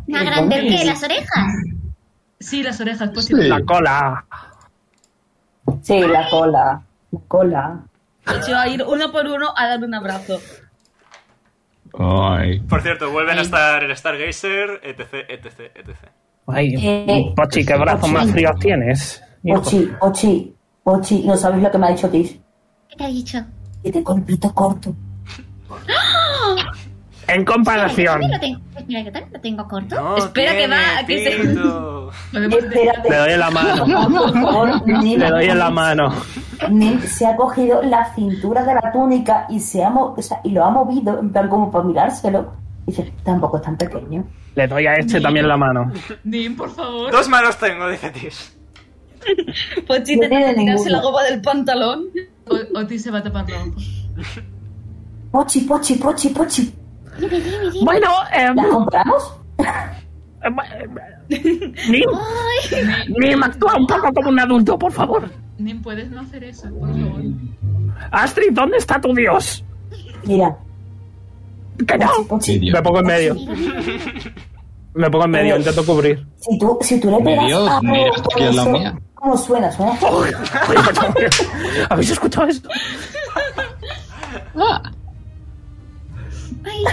Speaker 8: ¿Más grande que las orejas?
Speaker 7: Sí, las orejas, pues
Speaker 10: La cola.
Speaker 4: sí, la cola, la cola.
Speaker 3: Se va a ir uno por uno a dar un abrazo.
Speaker 2: Ay.
Speaker 1: Por cierto, vuelven a estar el Stargazer, etc, etc, etc.
Speaker 10: Ay,
Speaker 4: Eh,
Speaker 10: Pochi, qué brazos más fríos tienes. Hijo.
Speaker 4: Ochi, Ochi, Ochi, no sabéis lo que me ha dicho Tis.
Speaker 8: ¿Qué te ha dicho?
Speaker 4: Que tengo el pito corto.
Speaker 10: En comparación,
Speaker 8: Mira, yo también
Speaker 3: pues
Speaker 8: lo tengo- mira, yo también lo tengo corto.
Speaker 3: Espera que va, que se-
Speaker 1: se...
Speaker 7: podemos
Speaker 4: Espérate.
Speaker 10: le doy la mano.
Speaker 4: Por favor, Nin,
Speaker 10: Le doy en la mano.
Speaker 4: Nin se ha cogido la cintura de la túnica y se ha mo- o sea, y lo ha movido en plan como para mirárselo. Dice, tampoco es tan pequeño.
Speaker 10: Le doy a este también la mano.
Speaker 7: Nim, por favor.
Speaker 1: Dos manos tengo, dice Tis.
Speaker 3: Pochi
Speaker 4: No
Speaker 3: intenta
Speaker 4: tiene
Speaker 3: tirarse
Speaker 4: ninguno.
Speaker 3: la goba del pantalón.
Speaker 7: O- Otis se va a tapar la boca.
Speaker 4: Pochi, pochi, pochi, pochi.
Speaker 8: Dime, dime, dime.
Speaker 10: Bueno, eh,
Speaker 4: ¿La compramos?
Speaker 10: eh, eh, Nim, Nim, actúa un poco como un adulto, por favor.
Speaker 7: Nim, puedes no hacer eso, por favor.
Speaker 10: Astrid, ¿dónde está tu dios?
Speaker 4: Mira,
Speaker 10: Que no.
Speaker 4: pochi, pochi.
Speaker 2: Dios.
Speaker 10: Me pongo en medio.
Speaker 8: Mira, mira, mira.
Speaker 10: Me pongo en medio, intento cubrir.
Speaker 4: Si tú, si tú le
Speaker 2: Mi
Speaker 4: pegas
Speaker 2: Dios,
Speaker 4: a
Speaker 2: mira, está aquí al lado
Speaker 4: eso,
Speaker 2: mía.
Speaker 4: ¿Cómo suena? Suena
Speaker 10: Oye, por favor, ¿Habéis escuchado esto?
Speaker 8: Ay,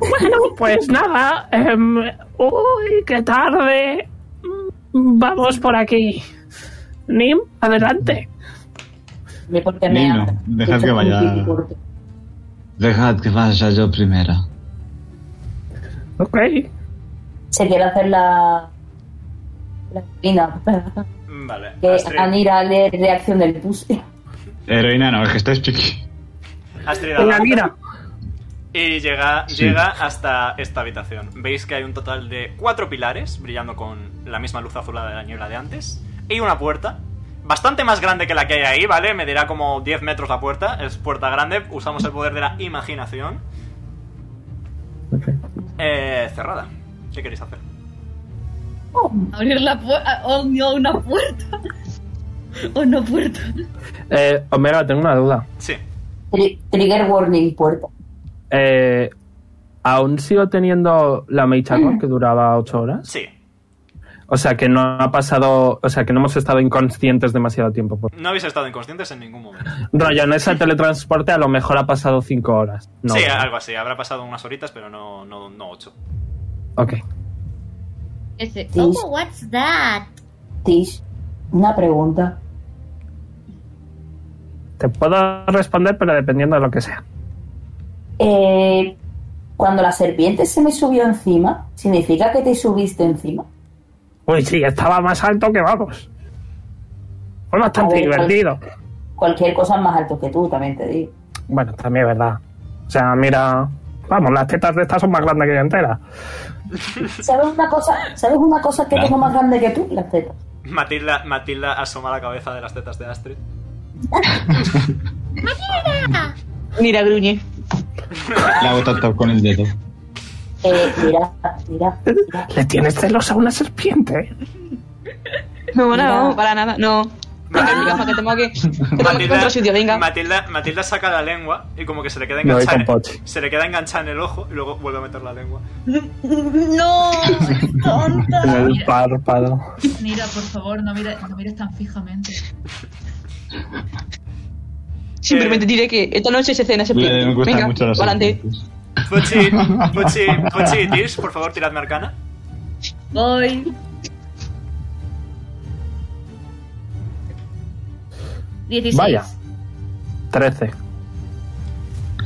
Speaker 10: Bueno, pues nada. em, uy, qué tarde. Mm, Vamos por aquí. Nim, adelante.
Speaker 4: porque
Speaker 2: me Nino, ha- dejad que vaya. Dejad que vaya yo primero.
Speaker 10: Ok.
Speaker 4: Se quiere hacer la. La heroína.
Speaker 1: Mm, Vale.
Speaker 4: Que
Speaker 1: Astrid,
Speaker 4: Anira le reacción del pussy.
Speaker 2: Heroína Eh, no, es que estás chiqui.
Speaker 1: Astrid
Speaker 10: Venga,
Speaker 1: avanza.
Speaker 10: mira.
Speaker 1: Y llega,
Speaker 2: Sí.
Speaker 1: llega hasta esta habitación. Veis que hay un total de cuatro pilares brillando con la misma luz azulada de la niebla de antes. Y una puerta. Bastante más grande que la que hay ahí, ¿vale? Me dirá como 10 metros la puerta. Es puerta grande. Usamos el poder de la imaginación. Eh, cerrada. ¿Qué queréis hacer?
Speaker 3: Abrir la puerta. Oh, no, una puerta. O no puerta.
Speaker 10: Eh, Omega, tengo una duda.
Speaker 1: Sí.
Speaker 4: Tri- trigger warning, puerta.
Speaker 10: Eh, ¿Aún sigo teniendo la Mage Armor que duraba 8 horas?
Speaker 1: Sí.
Speaker 10: O sea que no ha pasado. O sea que no hemos estado inconscientes demasiado tiempo. Por...
Speaker 1: No habéis estado inconscientes en ningún momento.
Speaker 10: Rollo, en ese teletransporte a lo mejor ha pasado 5 horas. No,
Speaker 1: sí,
Speaker 10: ¿verdad?
Speaker 1: algo así. Habrá pasado unas horitas, pero no, no, no ocho.
Speaker 10: Ok.
Speaker 12: Ese.
Speaker 4: Tish,
Speaker 8: Oh, what's that?
Speaker 4: Tish, una pregunta.
Speaker 10: Te puedo responder, pero dependiendo de lo que sea.
Speaker 4: Eh, cuando la serpiente se me subió encima, ¿significa que te subiste encima?
Speaker 10: Uy, sí, estaba más alto que vamos. Fue bastante
Speaker 4: A ver, ¿cuál-
Speaker 10: divertido.
Speaker 4: Cualquier cosa es más alto que tú, también te digo.
Speaker 10: Bueno, también es verdad. O sea, mira. Vamos, las tetas de estas son más grandes que yo entera.
Speaker 4: ¿Sabes una cosa, ¿sabes una cosa que tengo más grande que tú? Las tetas.
Speaker 1: Matilda, Matilda asoma la cabeza de las tetas de Astrid.
Speaker 8: Mira,
Speaker 5: Mira, gruñe.
Speaker 2: Le hago tap tap con el dedo.
Speaker 4: Eh, mira, mira, mira.
Speaker 10: ¿Le tienes celos a una serpiente?
Speaker 5: No, no,
Speaker 4: Mira.
Speaker 5: para nada. No. Venga, mi cama, que tengo que. Que tengo que encontrar sitio, venga.
Speaker 1: Matilda, Matilda saca la lengua y como que se le queda
Speaker 10: Me voy
Speaker 1: enganchada.
Speaker 10: con
Speaker 1: en-
Speaker 10: Pochi.
Speaker 1: Se le queda enganchada en el ojo y luego vuelve a meter la lengua.
Speaker 3: No, tonta.
Speaker 10: En el párpado.
Speaker 7: Mira, por favor, no mires, no mires tan fijamente.
Speaker 5: Simplemente diré que esta noche se cena ese
Speaker 2: Le
Speaker 5: plato.
Speaker 2: gustan
Speaker 5: Venga,
Speaker 2: mucho las
Speaker 5: adelante.
Speaker 2: serpientes.
Speaker 1: Pochi, Pochi, Pochi y Tish, por favor, tiradme arcana.
Speaker 3: Voy. 16.
Speaker 10: Vaya. 13.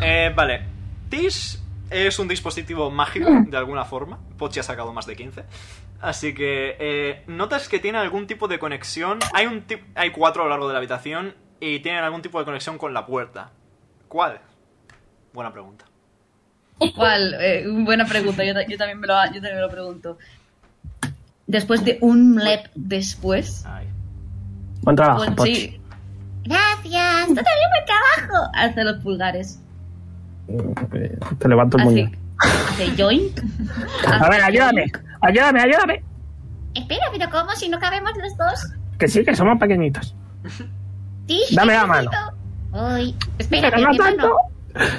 Speaker 1: Eh, vale. Tish es un dispositivo mágico, de alguna forma. Pochi ha sacado más de 15. Así que eh, notas que tiene algún tipo de conexión. Hay, un tip- hay cuatro a lo largo de la habitación y tienen algún tipo de conexión con la puerta. ¿Cuál? Buena pregunta.
Speaker 3: ¿Cuál? Eh, buena pregunta, yo, ta- yo también me lo, yo también me lo pregunto. Después de un lep después.
Speaker 1: Ay.
Speaker 10: Buen trabajo,
Speaker 3: Pues
Speaker 10: Pochi.
Speaker 3: sí,
Speaker 8: gracias. Tú también me trabajo.
Speaker 3: hace los pulgares.
Speaker 10: Te levanto el
Speaker 3: Hace,
Speaker 10: muñeco.
Speaker 3: hace joink.
Speaker 10: Pues A ver, ayúdame. Ayúdame, ayúdame.
Speaker 8: Espera, pero ¿cómo si no cabemos los dos?
Speaker 10: Que sí, que somos pequeñitos.
Speaker 8: Tish,
Speaker 10: Dame
Speaker 8: ¿qué
Speaker 10: la mano.
Speaker 8: necesito? Uy, espera,
Speaker 10: Pero no
Speaker 8: ¿qué mano?
Speaker 10: tanto.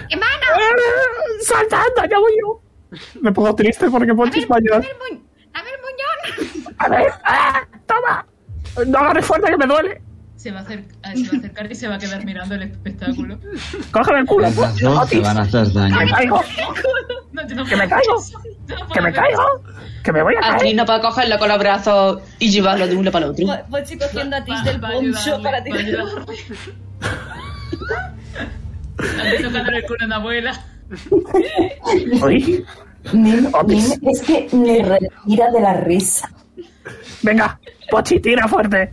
Speaker 8: ¿Qué mano?
Speaker 10: Eh, Saltando, ya voy yo. Me pongo triste porque
Speaker 8: A
Speaker 10: Pochi
Speaker 8: ver,
Speaker 10: es mayor.
Speaker 8: dame el mu- dame el muñón.
Speaker 10: A ver, ah, toma. No agarres fuerte que me duele.
Speaker 7: Se va, a acer- a- se va a acercar y se va a quedar mirando el espectáculo.
Speaker 10: Cógeme el culo.
Speaker 2: Las dos te van a hacer daño.
Speaker 10: Que me caigo,
Speaker 7: No, yo no
Speaker 10: que me
Speaker 7: puedo.
Speaker 10: caigo,
Speaker 7: No puedo
Speaker 10: que me
Speaker 7: ver.
Speaker 10: caigo, que me voy a caer.
Speaker 5: Atrina para cogerla con los brazos y llevarlo de un lado para el otro.
Speaker 3: Po- Pochi cogiendo a Tish
Speaker 7: Va-
Speaker 3: del
Speaker 7: va a
Speaker 3: poncho
Speaker 7: ayudarle, va
Speaker 3: para
Speaker 7: a
Speaker 3: tirar.
Speaker 7: ayudarle. Ande tocándole el culo a una abuela.
Speaker 10: Uy,
Speaker 4: Nim-
Speaker 10: Otis.
Speaker 4: Nim es que me retira de la risa.
Speaker 10: venga, Pochi, tira fuerte.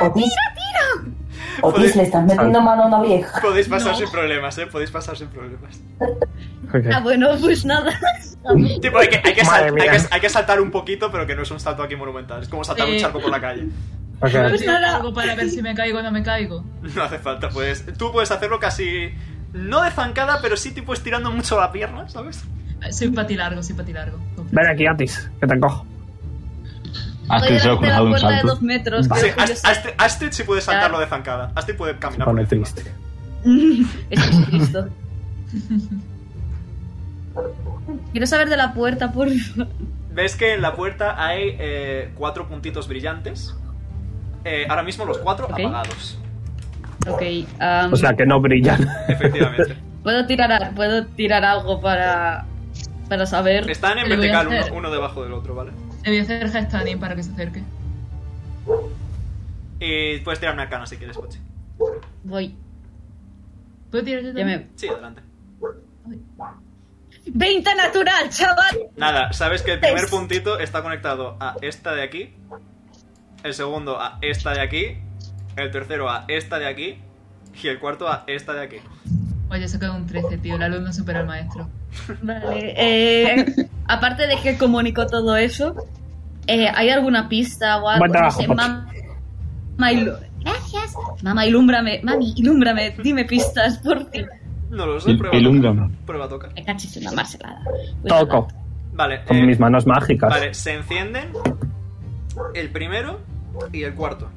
Speaker 4: Otis, Otis, le estás metiendo mano a una vieja.
Speaker 1: Podéis pasar sin problemas, ¿eh? Podéis pasar sin problemas.
Speaker 3: Ah, bueno, pues nada.
Speaker 1: Tipo, hay que, hay que,
Speaker 10: Madre
Speaker 1: sal-
Speaker 10: mía.
Speaker 1: hay que- hay que saltar un poquito, pero que no es un salto aquí monumental. Es como saltar un
Speaker 7: Eh.
Speaker 1: charco por la calle.
Speaker 10: Ok.
Speaker 7: Digo Algo para ver si me caigo o no me caigo.
Speaker 1: No hace falta, puedes. Tú puedes hacerlo casi. No de zancada, pero sí tipo estirando mucho la pierna, ¿sabes?
Speaker 7: Soy patilargo, soy patilargo.
Speaker 10: Ven aquí, Otis, que te cojo.
Speaker 2: Astrid se lo ha
Speaker 3: Estoy delante de la
Speaker 2: cruzado de un
Speaker 3: puerta de
Speaker 2: salto.
Speaker 3: dos metros.
Speaker 1: Sí,
Speaker 3: creo que yo
Speaker 1: Ast-
Speaker 3: sé.
Speaker 1: Astrid, Astrid sí puede saltarlo de zancada. Astrid puede
Speaker 10: Me
Speaker 1: caminar por
Speaker 10: pone
Speaker 1: encima.
Speaker 10: triste.
Speaker 3: Jesucristo. Quiero saber de la puerta, por favor.
Speaker 1: Ves que en la puerta hay eh, cuatro puntitos brillantes. Eh, ahora mismo los cuatro
Speaker 3: Ok.
Speaker 1: apagados.
Speaker 3: Ok. am,
Speaker 10: O sea, que no brillan.
Speaker 1: Efectivamente.
Speaker 3: puedo, tirar, a- puedo tirar algo para, para saber.
Speaker 10: Pues-
Speaker 1: Están en
Speaker 7: Le voy a
Speaker 1: vertical, uno,
Speaker 7: hacer-
Speaker 1: uno debajo del otro, ¿vale?
Speaker 7: Le voy a hacer gestanin para que se acerque.
Speaker 1: Y puedes tirar una cana si quieres, Pochi.
Speaker 3: Voy.
Speaker 7: ¿Puedo tirar yo
Speaker 3: Ya
Speaker 7: también?
Speaker 3: me...
Speaker 1: Sí, adelante.
Speaker 3: ¡20 natural, chaval!
Speaker 1: Nada, sabes que el primer puntito está conectado a esta de aquí, el segundo a esta de aquí, el tercero a esta de aquí y el cuarto a esta de aquí.
Speaker 7: Oye, he sacado un 13, tío. El alumno supera al maestro.
Speaker 3: Vale, eh, aparte de que comunicó todo eso, eh, ¿hay alguna pista o algo?
Speaker 10: Buen trabajo,
Speaker 3: no sé,
Speaker 10: Pochi.
Speaker 3: mam- mamá, ilu- Gracias. Mamá, ilúmbrame. Mami, ilúmbrame. Dime pistas, por fin.
Speaker 1: No lo sé,
Speaker 2: Il-
Speaker 1: prueba.
Speaker 2: Ilúmbrame.
Speaker 1: toca. Prueba toca.
Speaker 3: Me cachis en la marcelada.
Speaker 10: Toco
Speaker 1: Vale,
Speaker 10: con
Speaker 1: eh,
Speaker 10: mis manos mágicas.
Speaker 1: vale, se encienden el primero y el cuarto.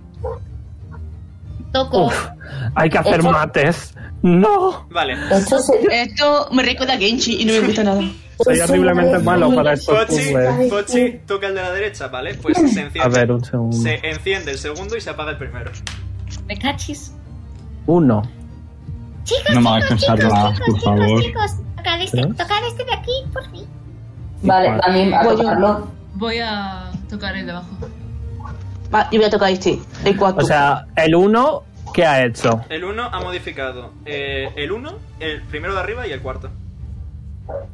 Speaker 3: Toco.
Speaker 10: Uf, hay que hacer
Speaker 4: Eso-
Speaker 10: mates. No,
Speaker 1: Vale,
Speaker 4: Esto se-
Speaker 5: Esto me recuerda a Genshin y no me gusta nada.
Speaker 10: soy
Speaker 4: es
Speaker 10: horriblemente
Speaker 4: una-
Speaker 10: malo para estos
Speaker 1: Pochi,
Speaker 10: puzzles.
Speaker 1: Pochi, toca el de la derecha, ¿vale? Pues se enciende,
Speaker 10: A ver, un segundo.
Speaker 1: se enciende el segundo y se apaga el primero.
Speaker 3: Me cachis.
Speaker 10: Uno.
Speaker 8: Chicos,
Speaker 2: No me hagas
Speaker 8: chicos,
Speaker 2: pensar
Speaker 8: chicos,
Speaker 2: más,
Speaker 8: chicos,
Speaker 2: por
Speaker 8: chicos,
Speaker 2: favor.
Speaker 8: chicos, tocar este,
Speaker 10: ¿Eh?
Speaker 8: tocar este de aquí, por fin.
Speaker 4: Vale, a mí a
Speaker 5: Voy yo.
Speaker 4: tocarlo.
Speaker 7: Voy a tocar el de abajo.
Speaker 5: Va, yo voy a tocar este, el
Speaker 10: O
Speaker 5: 4.
Speaker 10: sea, el uno, ¿qué ha hecho?
Speaker 1: El 1 ha modificado eh, el 1, el primero de arriba y el cuarto.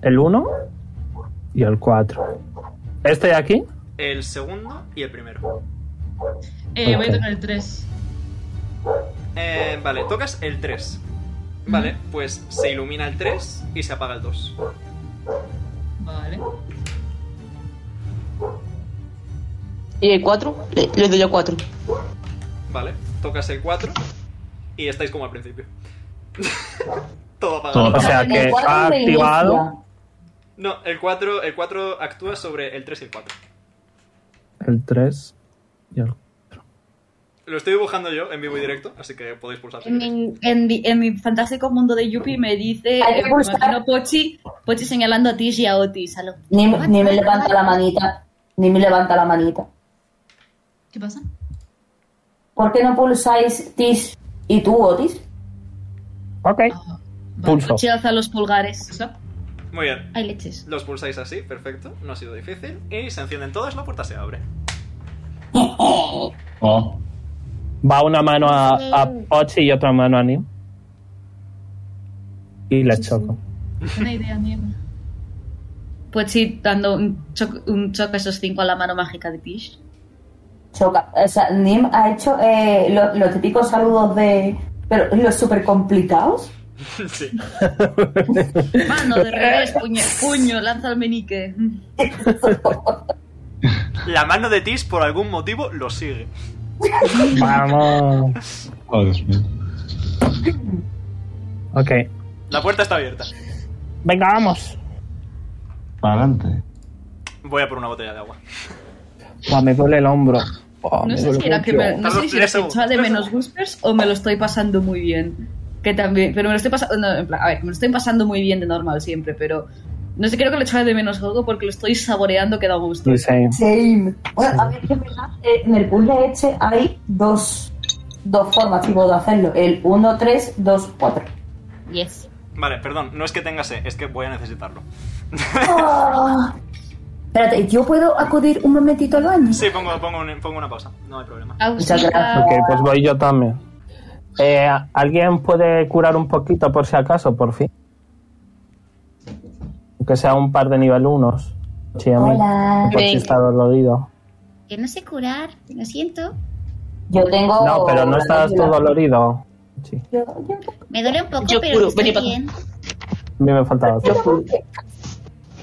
Speaker 10: El uno y el cuatro. Este de aquí,
Speaker 1: El segundo y el primero.
Speaker 7: Eh, voy a
Speaker 10: Ok.
Speaker 7: tocar el 3.
Speaker 1: Eh, vale, tocas el 3. Vale, pues se ilumina el 3 y se apaga el 2.
Speaker 7: Vale.
Speaker 5: Y el 4, le, le doy yo 4.
Speaker 1: Vale, tocas el 4 y estáis como al principio. Todo apagado.
Speaker 2: Todo
Speaker 10: o
Speaker 2: apagado.
Speaker 10: sea
Speaker 4: El
Speaker 10: que
Speaker 4: cuarto
Speaker 10: ha
Speaker 4: reinicia.
Speaker 10: activado
Speaker 1: No, el 4, el 4 actúa sobre el 3 y el 4.
Speaker 10: el 3 y el
Speaker 1: Lo estoy dibujando yo en vivo y directo, así que podéis pulsar si
Speaker 3: En
Speaker 1: queréis.
Speaker 3: mi, en mi- en mi fantástico mundo de Yuppie me dice.
Speaker 4: Hay que
Speaker 3: eh, me
Speaker 4: pulsar.
Speaker 3: imagino Pochi, Pochi señalando a Tish y a Otis. a lo-
Speaker 4: Ni, ni me levanta la manita. Ni me levanta la manita.
Speaker 7: ¿Qué pasa?
Speaker 4: ¿Por qué no pulsáis Tis y tú, Otis?
Speaker 10: Ok,
Speaker 7: Ah, vale.
Speaker 10: pulso.
Speaker 3: Pochi alza los pulgares.
Speaker 7: Pulsa.
Speaker 1: Muy bien.
Speaker 3: Ay, leches.
Speaker 1: Los pulsáis así, perfecto, no ha sido difícil. Y se encienden todas, la puerta se abre.
Speaker 2: Oh,
Speaker 10: Va una mano a, a Pochi y otra mano a Nim. Y les choco.
Speaker 7: Buena idea, mierda.
Speaker 3: Pochi Pues dando un, choc- un choque a esos cinco a la mano mágica de Tish.
Speaker 4: Choca. O sea, Nim ha hecho eh, lo- los típicos saludos de. Pero los súper complicados.
Speaker 1: sí.
Speaker 3: Mano de revés, puño, puño, lanza el menique.
Speaker 1: La mano de Tis, por algún motivo, lo sigue.
Speaker 10: Vamos.
Speaker 2: oh, Dios mío.
Speaker 10: Ok,
Speaker 1: La puerta está abierta.
Speaker 10: venga, vamos.
Speaker 2: Para adelante.
Speaker 1: Voy a por una botella de agua.
Speaker 10: Buah, me duele el hombro. Buah,
Speaker 3: No
Speaker 10: me
Speaker 3: sé
Speaker 5: pues
Speaker 10: duele
Speaker 3: si era que
Speaker 10: mucho.
Speaker 3: me, no sé si era que echaba de menos whispers o me lo estoy pasando muy bien. Que también, pero me lo estoy pasando, no, en plan, a ver, me lo estoy pasando muy bien de normal siempre, pero no sé, creo que lo echaba de menos algo porque lo estoy saboreando que da gusto.
Speaker 5: Pues,
Speaker 10: Sí, sí.
Speaker 4: Same. Bueno, a ver, que en verdad, eh, en el puzzle este hay dos, dos formas tipo, de hacerlo: el 1, 3, 2, 4.
Speaker 12: Yes.
Speaker 1: Vale, perdón, no es que tenga sed, es que voy a necesitarlo.
Speaker 4: Ah. Espérate, ¿yo puedo acudir un momentito al baño?
Speaker 1: Sí, pongo, pongo, un- pongo una pausa, no hay problema.
Speaker 4: Muchas gracias.
Speaker 10: Ok, pues voy yo también. Eh, ¿Alguien puede curar un poquito por si acaso, por fin? Aunque sea un par de nivel unos. Sí, a mí.
Speaker 4: Hola.
Speaker 10: Por si
Speaker 5: Venga.
Speaker 10: está dolorido.
Speaker 8: Que no sé curar, lo siento.
Speaker 4: Yo tengo.
Speaker 10: No, pero no estás tú dolorido. Sí,
Speaker 4: Yo- yo-
Speaker 8: Me duele un poco,
Speaker 5: Yo
Speaker 8: pero
Speaker 5: curo,
Speaker 8: estoy
Speaker 5: vení pa' acá.
Speaker 8: bien.
Speaker 10: a mí me faltaba. otro.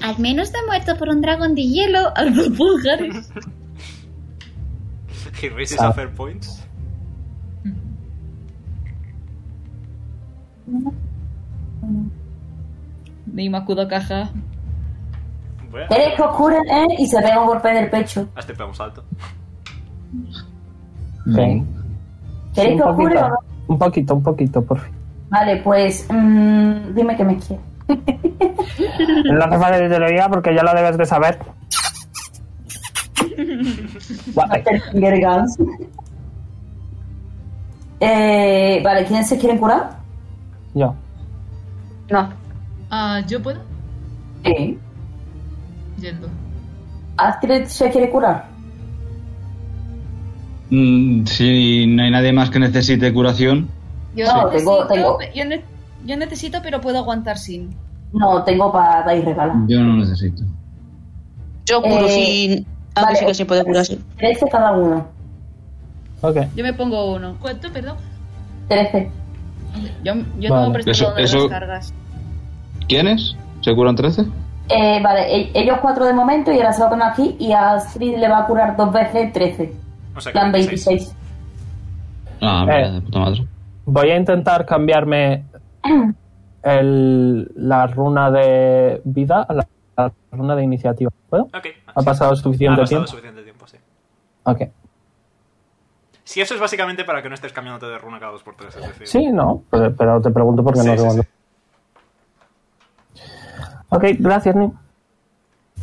Speaker 8: Al menos no he muerto por un dragón de hielo.
Speaker 3: Hielo a los pulgares.
Speaker 1: He raises
Speaker 10: Ah.
Speaker 1: a fair point.
Speaker 3: Ni macudo caja.
Speaker 1: Voy a-
Speaker 4: Eres que oscura, ¿eh? Y se pega un golpe en el pecho.
Speaker 1: Ah, Este pega un salto.
Speaker 10: Sí.
Speaker 4: ¿Queréis
Speaker 10: Un
Speaker 4: que
Speaker 10: poquito.
Speaker 4: oscure o no?
Speaker 10: Un poquito, un poquito, por fin.
Speaker 4: Vale, pues mm, dime que me quieres.
Speaker 10: No hace falta que te lo diga porque ya lo debes de saber. Guay.
Speaker 4: Finger Guns. Eh, vale, ¿quiénes se quieren curar?
Speaker 10: Yo.
Speaker 5: No.
Speaker 7: Ah, ¿Yo puedo?
Speaker 4: Sí.
Speaker 7: Yendo.
Speaker 4: ¿Astrid se quiere curar?
Speaker 2: Mm, si no hay nadie más que necesite curación,
Speaker 3: Yo,
Speaker 4: No, tengo- tengo.
Speaker 3: yo ne- yo necesito, pero puedo aguantar sin.
Speaker 4: No, tengo para dar y regalar.
Speaker 5: Mm.
Speaker 2: Yo no necesito.
Speaker 5: Yo curo sin. Ah,
Speaker 4: vale,
Speaker 5: sí que se puede curar sin.
Speaker 4: 13 cada uno.
Speaker 10: Ok.
Speaker 13: Yo me pongo uno.
Speaker 7: ¿Cuánto, perdón?
Speaker 4: 13.
Speaker 13: Yo, yo
Speaker 10: Vale.
Speaker 13: tengo prestado
Speaker 2: Eso-
Speaker 13: de
Speaker 2: eso-
Speaker 13: las cargas.
Speaker 2: ¿Quiénes? ¿Se curan 13?
Speaker 4: Eh, vale, e- ellos cuatro de momento y ahora se va a poner aquí y a Astrid le va a curar dos veces 13.
Speaker 1: O sea, que
Speaker 4: Plan
Speaker 1: 26.
Speaker 4: 26.
Speaker 2: Ah,
Speaker 10: Eh.
Speaker 2: mira, de puta madre.
Speaker 10: Voy a intentar cambiarme el, la runa de vida a la, la runa de iniciativa. ¿Puedo?
Speaker 1: Ok.
Speaker 10: ¿Ha pasado Ah, suficiente
Speaker 1: Ha pasado
Speaker 10: tiempo?
Speaker 1: suficiente tiempo, sí.
Speaker 10: Ok.
Speaker 1: Si eso es básicamente para que no estés cambiándote de runa cada 2x3, es decir.
Speaker 10: Sí, no, pero, pero te pregunto porque
Speaker 1: Sí,
Speaker 10: no
Speaker 1: sí,
Speaker 10: tengo.
Speaker 1: sí.
Speaker 10: Ok, gracias, Nick.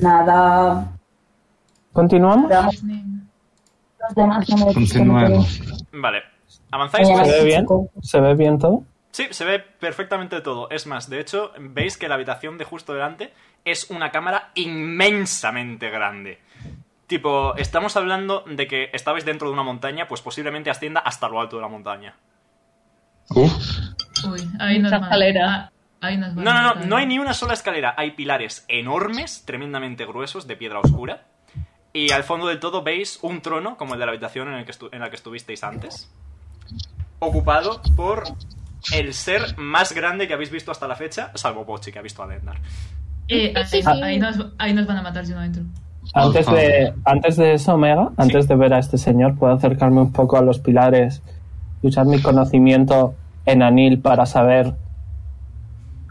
Speaker 4: Nada.
Speaker 10: Continuamos.
Speaker 4: Vamos, los demás no me
Speaker 2: Continuemos.
Speaker 1: Vale. ¿Avanzáis?
Speaker 4: Oye,
Speaker 10: ¿Se ve bien?
Speaker 4: chico.
Speaker 10: ¿Se ve bien todo?
Speaker 1: Sí, se ve perfectamente todo. Es más, de hecho, veis que la habitación de justo delante es una cámara inmensamente grande. Tipo, estamos hablando de que estabais dentro de una montaña, pues posiblemente ascienda hasta lo alto de la montaña.
Speaker 2: Uf.
Speaker 7: Uy, ahí nos
Speaker 13: Mucha
Speaker 7: van.
Speaker 13: escalera.
Speaker 7: Ah, ahí nos van
Speaker 1: No,
Speaker 7: a
Speaker 1: no, no,
Speaker 7: matar.
Speaker 1: no hay ni una sola escalera. Hay pilares enormes, tremendamente gruesos, de piedra oscura. Y al fondo del todo veis un trono, como el de la habitación en, el que estu- en la que estuvisteis antes, ocupado por el ser más grande que habéis visto hasta la fecha, salvo Bochi, que ha visto a Dendar.
Speaker 7: Eh, ahí,
Speaker 13: Sí, sí.
Speaker 7: ahí nos, ahí nos van a matar, yo no entro.
Speaker 10: Antes de, antes de eso, Omega, antes de ver a este señor, puedo acercarme un poco a los pilares y usar mi conocimiento en Anil para saber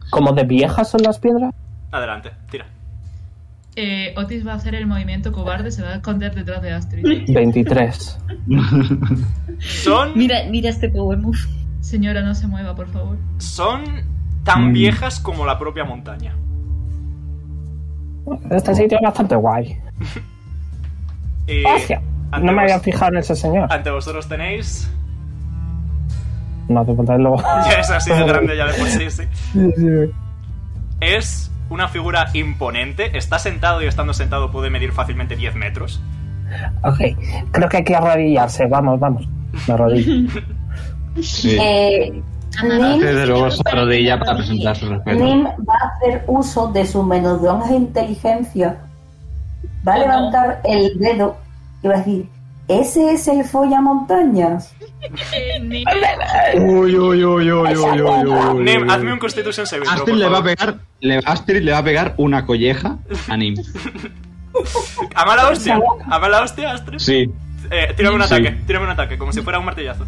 Speaker 10: cómo de viejas son las piedras.
Speaker 1: Adelante, tira.
Speaker 7: Eh, Otis va a hacer el movimiento cobarde, se va a esconder detrás de Astrid.
Speaker 10: 23.
Speaker 1: Son,
Speaker 3: Mira, mira este power move.
Speaker 7: Señora, no se mueva, por favor.
Speaker 1: son
Speaker 10: Mm.
Speaker 1: tan viejas como la propia montaña.
Speaker 10: Este sitio es bastante guay.
Speaker 1: Eh,
Speaker 10: Hostia,
Speaker 1: ante
Speaker 10: no
Speaker 1: vos-
Speaker 10: me había fijado en ese señor.
Speaker 1: Ante vosotros tenéis...
Speaker 10: No hace falta luego.
Speaker 1: Ya es así de grande ya después, sí, sí. Es una figura imponente. Está sentado y estando sentado puede medir fácilmente 10 metros.
Speaker 10: Ok, creo que hay que arrodillarse. Vamos, vamos. Me arrodillo.
Speaker 2: Sí.
Speaker 4: Eh,
Speaker 13: Ana,
Speaker 4: Nim,
Speaker 2: Desde luego se arrodilla para presentar su respeto.
Speaker 4: Nim va a hacer uso de su menos dos de inteligencia. Va a
Speaker 13: Oh, no.
Speaker 4: levantar el dedo y va a decir: Ese es el folla montañas.
Speaker 7: Eh, ni-
Speaker 2: Uy, uy, uy, uy, uy, uy, uy, uy.
Speaker 1: Nem, hazme un Constitution Saving throw,
Speaker 2: Astrid
Speaker 1: por
Speaker 2: le va a
Speaker 1: favor.
Speaker 2: pegar, le- Astrid le va a pegar una colleja a Nim.
Speaker 1: A mala hostia. A mala hostia, Astrid.
Speaker 2: Sí.
Speaker 1: Eh, tírame un
Speaker 2: Sí.
Speaker 1: ataque. Tírame un ataque, como si fuera un martillazo.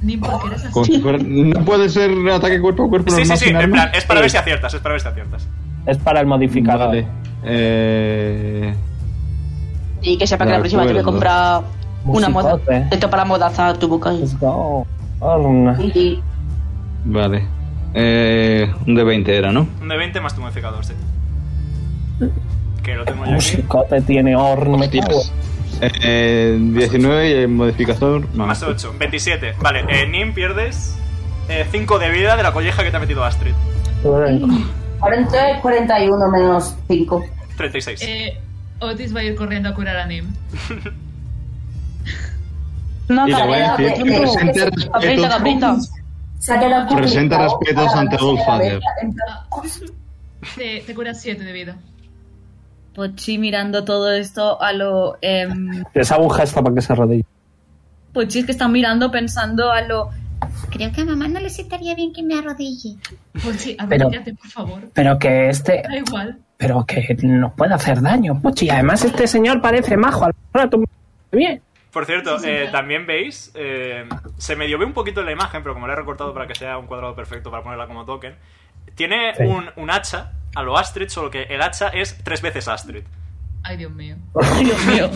Speaker 7: Ni porque eres
Speaker 2: Como
Speaker 7: así.
Speaker 2: si fuera- no puede ser ataque cuerpo a cuerpo.
Speaker 1: Sí, sí,
Speaker 2: normal
Speaker 1: sí. En
Speaker 2: sin arma.
Speaker 1: plan, es para ver
Speaker 10: Sí.
Speaker 1: si aciertas. Es para ver si aciertas.
Speaker 10: Es para el modificador.
Speaker 2: Vale. Eh,
Speaker 5: Y que sepa
Speaker 2: De
Speaker 5: que la próxima te voy a
Speaker 2: acuerdo.
Speaker 5: comprar una moda.
Speaker 10: Musicote.
Speaker 5: Te topa la modaza a tu boca.
Speaker 10: Let's go. Orna.
Speaker 4: Y
Speaker 2: vale. Eh, un de 20 era, ¿no?
Speaker 1: Un de 20 más tu modificador, sí. Que lo tengo yo aquí.
Speaker 10: Musicote tiene horno. me cago.
Speaker 2: Hostias. Eh, 19 y el modificador
Speaker 1: Más 8. 27. Vale, eh, Nim pierdes 5 de vida de la colleja que te ha metido Astrid.
Speaker 4: ahora entonces 41 menos 5.
Speaker 1: 36.
Speaker 7: Eh, Otis va a ir corriendo a curar a Nim.
Speaker 5: No,
Speaker 2: Y le voy a
Speaker 5: cabrera.
Speaker 2: decir que presente
Speaker 5: Cabrita,
Speaker 2: respetos,
Speaker 5: cabrita.
Speaker 4: Se ha quedado aquí
Speaker 2: Presenta
Speaker 4: picado.
Speaker 2: respetos
Speaker 4: Ahora
Speaker 2: ante
Speaker 4: no se
Speaker 2: Old
Speaker 4: la
Speaker 2: Father.
Speaker 4: ve, en plan,
Speaker 7: Te, te cura 7 de vida.
Speaker 3: Pochi mirando todo esto a lo. em,
Speaker 10: Les hago un gesto para que se arrodille.
Speaker 3: Pochi es que está mirando pensando a lo.
Speaker 8: Creo que a mamá no le sentaría bien que me arrodille.
Speaker 7: Pochi,
Speaker 10: Pero-
Speaker 7: arrodíllate, por favor.
Speaker 10: Pero que este.
Speaker 7: Da igual.
Speaker 10: Pero que nos puede hacer daño, Pochi. Además, este señor parece majo. Al rato. Bien.
Speaker 1: Por cierto, eh, también veis, eh, se medio ve un poquito en la imagen, pero como la he recortado para que sea un cuadrado perfecto para ponerla como token, tiene
Speaker 10: Sí.
Speaker 1: un, un hacha a lo Astrid, solo que el hacha es tres veces Astrid.
Speaker 7: Ay, Dios mío.
Speaker 5: Dios mío.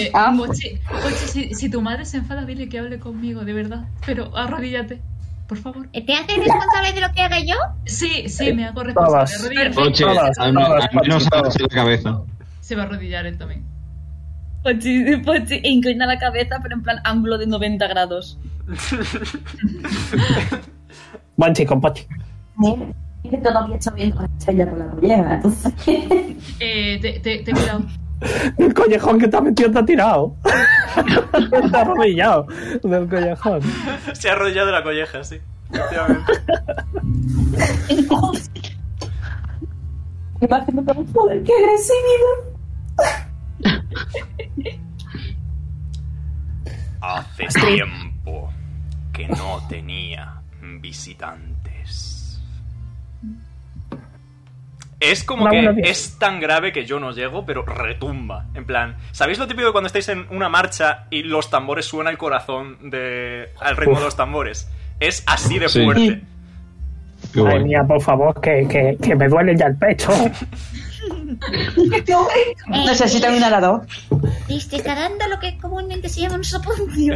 Speaker 7: Eh,
Speaker 5: Ah.
Speaker 7: Pochi, Pochi, si, si tu madre se enfada, dile que hable conmigo, de verdad. Pero arrodíllate, por favor.
Speaker 8: ¿Te haces responsable de lo que haga yo?
Speaker 7: Sí, sí, me hago responsable.
Speaker 10: Todas.
Speaker 7: Arrodíllate.
Speaker 2: Oche,
Speaker 10: Todas,
Speaker 2: al menos-
Speaker 10: todas,
Speaker 2: al menos
Speaker 10: todas.
Speaker 2: agárrese la cabeza.
Speaker 7: Se va a arrodillar él también.
Speaker 3: Pochi, Pochi e inclina la cabeza, pero en plan ángulo de 90 grados.
Speaker 10: Buen chico, Pochi.
Speaker 4: Nim, que todavía está viendo la estrella por la colleja. Entonces,
Speaker 7: Eh, te, te, te he cuidado.
Speaker 10: El collejón que te ha metido te ha tirado. te ha arrodillado del collejón.
Speaker 1: Se ha arrodillado la colleja, sí. Efectivamente.
Speaker 4: Imagen de plan, joder, qué agresividad.
Speaker 1: Hace
Speaker 4: Astrid.
Speaker 1: tiempo que no tenía visitantes. Es como
Speaker 10: Una buena
Speaker 1: que
Speaker 10: vida.
Speaker 1: es tan grave que yo no llego, pero retumba. En plan, ¿sabéis lo típico de cuando estáis en una marcha y los tambores suena el corazón de al ritmo de los tambores? Es así de
Speaker 2: Sí.
Speaker 1: fuerte.
Speaker 2: Qué
Speaker 10: Madre
Speaker 2: guay.
Speaker 10: mía, por favor, que, que, que me duele ya el pecho.
Speaker 5: Necesita un alador.
Speaker 3: Liz, te Este, está dando lo que comúnmente se llama un soponcio.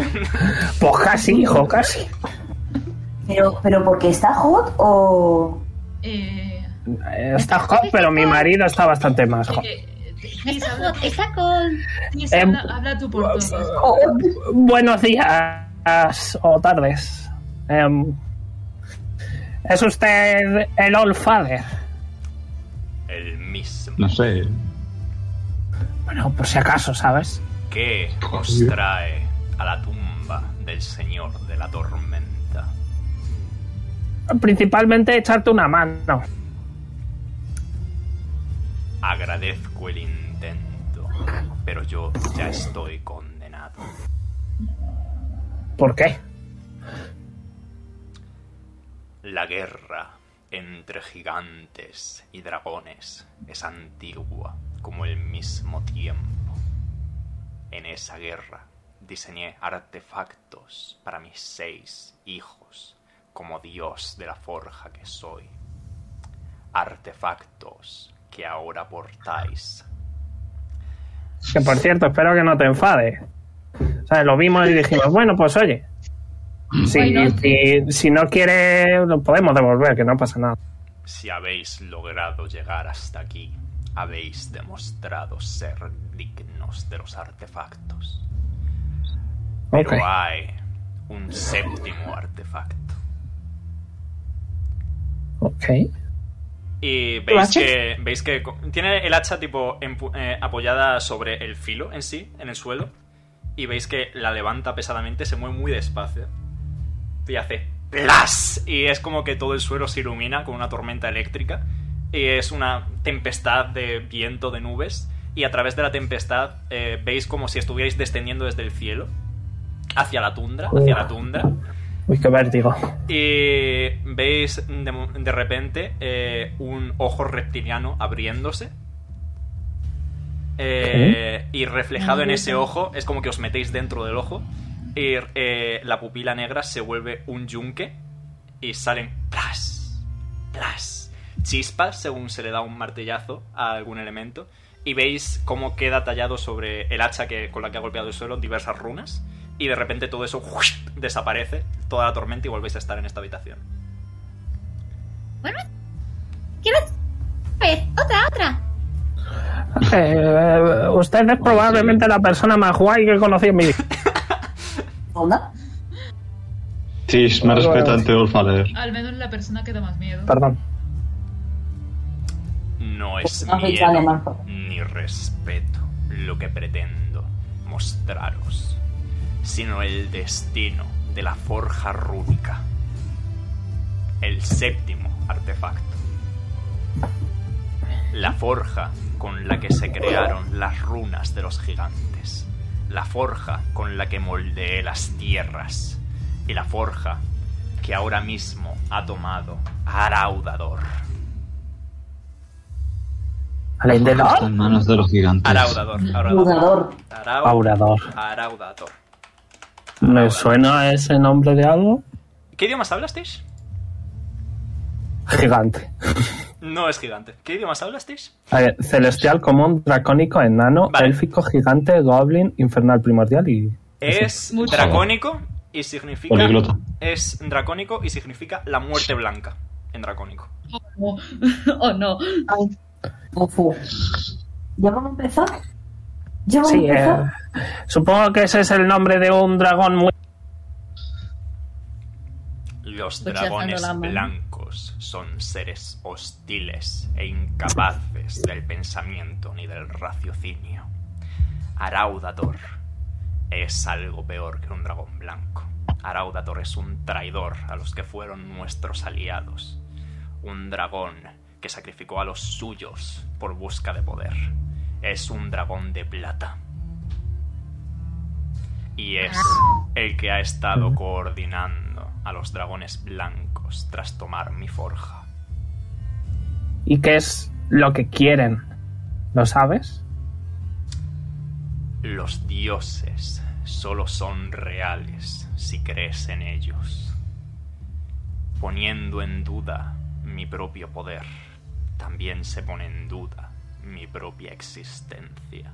Speaker 10: Pues casi, hijo, casi.
Speaker 4: Pero, pero porque está hot o.
Speaker 7: Eh,
Speaker 10: Eh, Está hot, pero mi marido está bastante más hot.
Speaker 7: eh, Liz,
Speaker 3: Está,
Speaker 7: habla,
Speaker 3: con- está con...
Speaker 7: Liz,
Speaker 10: Eh,
Speaker 7: habla, habla tú por todos.
Speaker 10: Buenos días o tardes. Em, ¿Es usted el Old Father?
Speaker 1: El mismo.
Speaker 2: No sé.
Speaker 10: Bueno, por si acaso, ¿sabes?
Speaker 1: ¿Qué os trae a la tumba del señor de la tormenta?
Speaker 10: Principalmente echarte una mano.
Speaker 1: Agradezco el intento, pero yo ya estoy condenado.
Speaker 10: ¿Por qué?
Speaker 1: La guerra entre gigantes y dragones es antigua como el mismo tiempo. En esa guerra diseñé artefactos para mis seis hijos, como dios de la forja que soy. Artefactos que ahora portáis
Speaker 10: Que por cierto, espero que no te enfades. O sea, lo vimos y dijimos, bueno, pues oye, si,
Speaker 7: Bueno.
Speaker 10: si, si no quieres, lo podemos devolver, que no pasa nada.
Speaker 1: Si habéis logrado llegar hasta aquí, habéis demostrado ser dignos de los artefactos. Pero
Speaker 10: Ok.
Speaker 1: hay un séptimo artefacto.
Speaker 10: Ok.
Speaker 1: Y veis
Speaker 5: haces?
Speaker 1: que, veis que co- tiene el hacha tipo empu- eh, apoyada sobre el filo en sí, en el suelo. Y veis que la levanta pesadamente, se mueve muy despacio. Y hace ¡Plas! Y es como que todo el suelo se ilumina con una tormenta eléctrica. Y es una tempestad de viento, de nubes. Y a través de la tempestad eh, veis como si estuvierais descendiendo desde el cielo hacia la tundra, hacia la tundra.
Speaker 10: Uy, qué vértigo.
Speaker 1: Y veis de, mo- de repente eh, un ojo reptiliano abriéndose. Eh, y reflejado en ese ojo, es como que os metéis dentro del ojo. Y eh, la pupila negra se vuelve un yunque. Y salen plas, plas, chispas según se le da un martillazo a algún elemento. Y veis cómo queda tallado sobre el hacha que, con la que ha golpeado el suelo diversas runas y de repente todo eso ¡juish! desaparece, toda la tormenta y volvéis a estar en esta habitación.
Speaker 3: Quiero vez, otra, otra.
Speaker 10: Eh, usted es probablemente la persona más guay que he conocido en mi vida.
Speaker 4: ¿Onda?
Speaker 2: Sí, es más respetante Old Father.
Speaker 7: Al menos la persona que da más miedo.
Speaker 10: Perdón.
Speaker 1: No es
Speaker 4: Has dicho
Speaker 1: miedo
Speaker 4: alemán.
Speaker 1: ni respeto lo que pretendo mostraros, sino el destino de la forja rúnica, el séptimo artefacto. La forja con la que se crearon las runas de los gigantes. La forja con la que moldeé las tierras. Y la forja que ahora mismo ha tomado Araudador.
Speaker 10: ¿Alendelor?
Speaker 2: Están manos de los gigantes.
Speaker 1: Araudador. Araudador.
Speaker 4: Jugador.
Speaker 1: Arau-
Speaker 10: Aurador.
Speaker 1: Araudator.
Speaker 10: ¿Me suena ese nombre de algo?
Speaker 1: ¿Qué idiomas hablasteis?
Speaker 10: Gigante.
Speaker 1: No es gigante. ¿Qué idiomas hablasteis?
Speaker 10: A ver, celestial, común, dracónico, enano,
Speaker 1: Vale.
Speaker 10: élfico, gigante, goblin, infernal, primordial y...
Speaker 1: Es
Speaker 2: Mucho.
Speaker 1: dracónico y significa.
Speaker 2: Poliglota.
Speaker 1: Es dracónico y significa la muerte blanca en dracónico.
Speaker 14: Oh, oh, no.
Speaker 4: Ufu. ¿Ya vamos a empezar? ¿Ya vamos
Speaker 10: Sí,
Speaker 4: a
Speaker 10: eh,
Speaker 4: empezar?
Speaker 10: supongo que ese es el nombre de un dragón muy...
Speaker 1: Los
Speaker 14: Estoy alzando
Speaker 1: dragones
Speaker 14: la mano.
Speaker 1: blancos son seres hostiles e incapaces del pensamiento ni del raciocinio. Araudator es algo peor que un dragón blanco. Araudator es un traidor a los que fueron nuestros aliados. Un dragón que sacrificó a los suyos por busca de poder. Es un dragón de plata. Y es el que ha estado coordinando a los dragones blancos tras tomar mi forja.
Speaker 10: ¿Y qué es lo que quieren? ¿Lo sabes?
Speaker 1: Los dioses solo son reales si crees en ellos. Poniendo en duda mi propio poder, también se pone en duda mi propia existencia,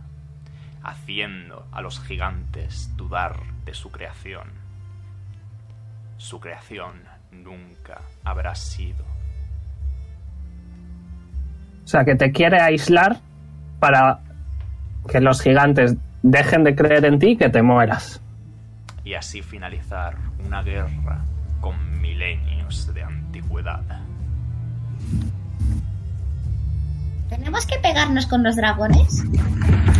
Speaker 1: haciendo a los gigantes dudar de su creación. Su creación nunca habrá sido.
Speaker 10: O sea, que te quiere aislar para que los gigantes dejen de creer en ti y que te mueras.
Speaker 1: Y así finalizar una guerra con milenios de antigüedad.
Speaker 8: ¿Tenemos que pegarnos con los dragones?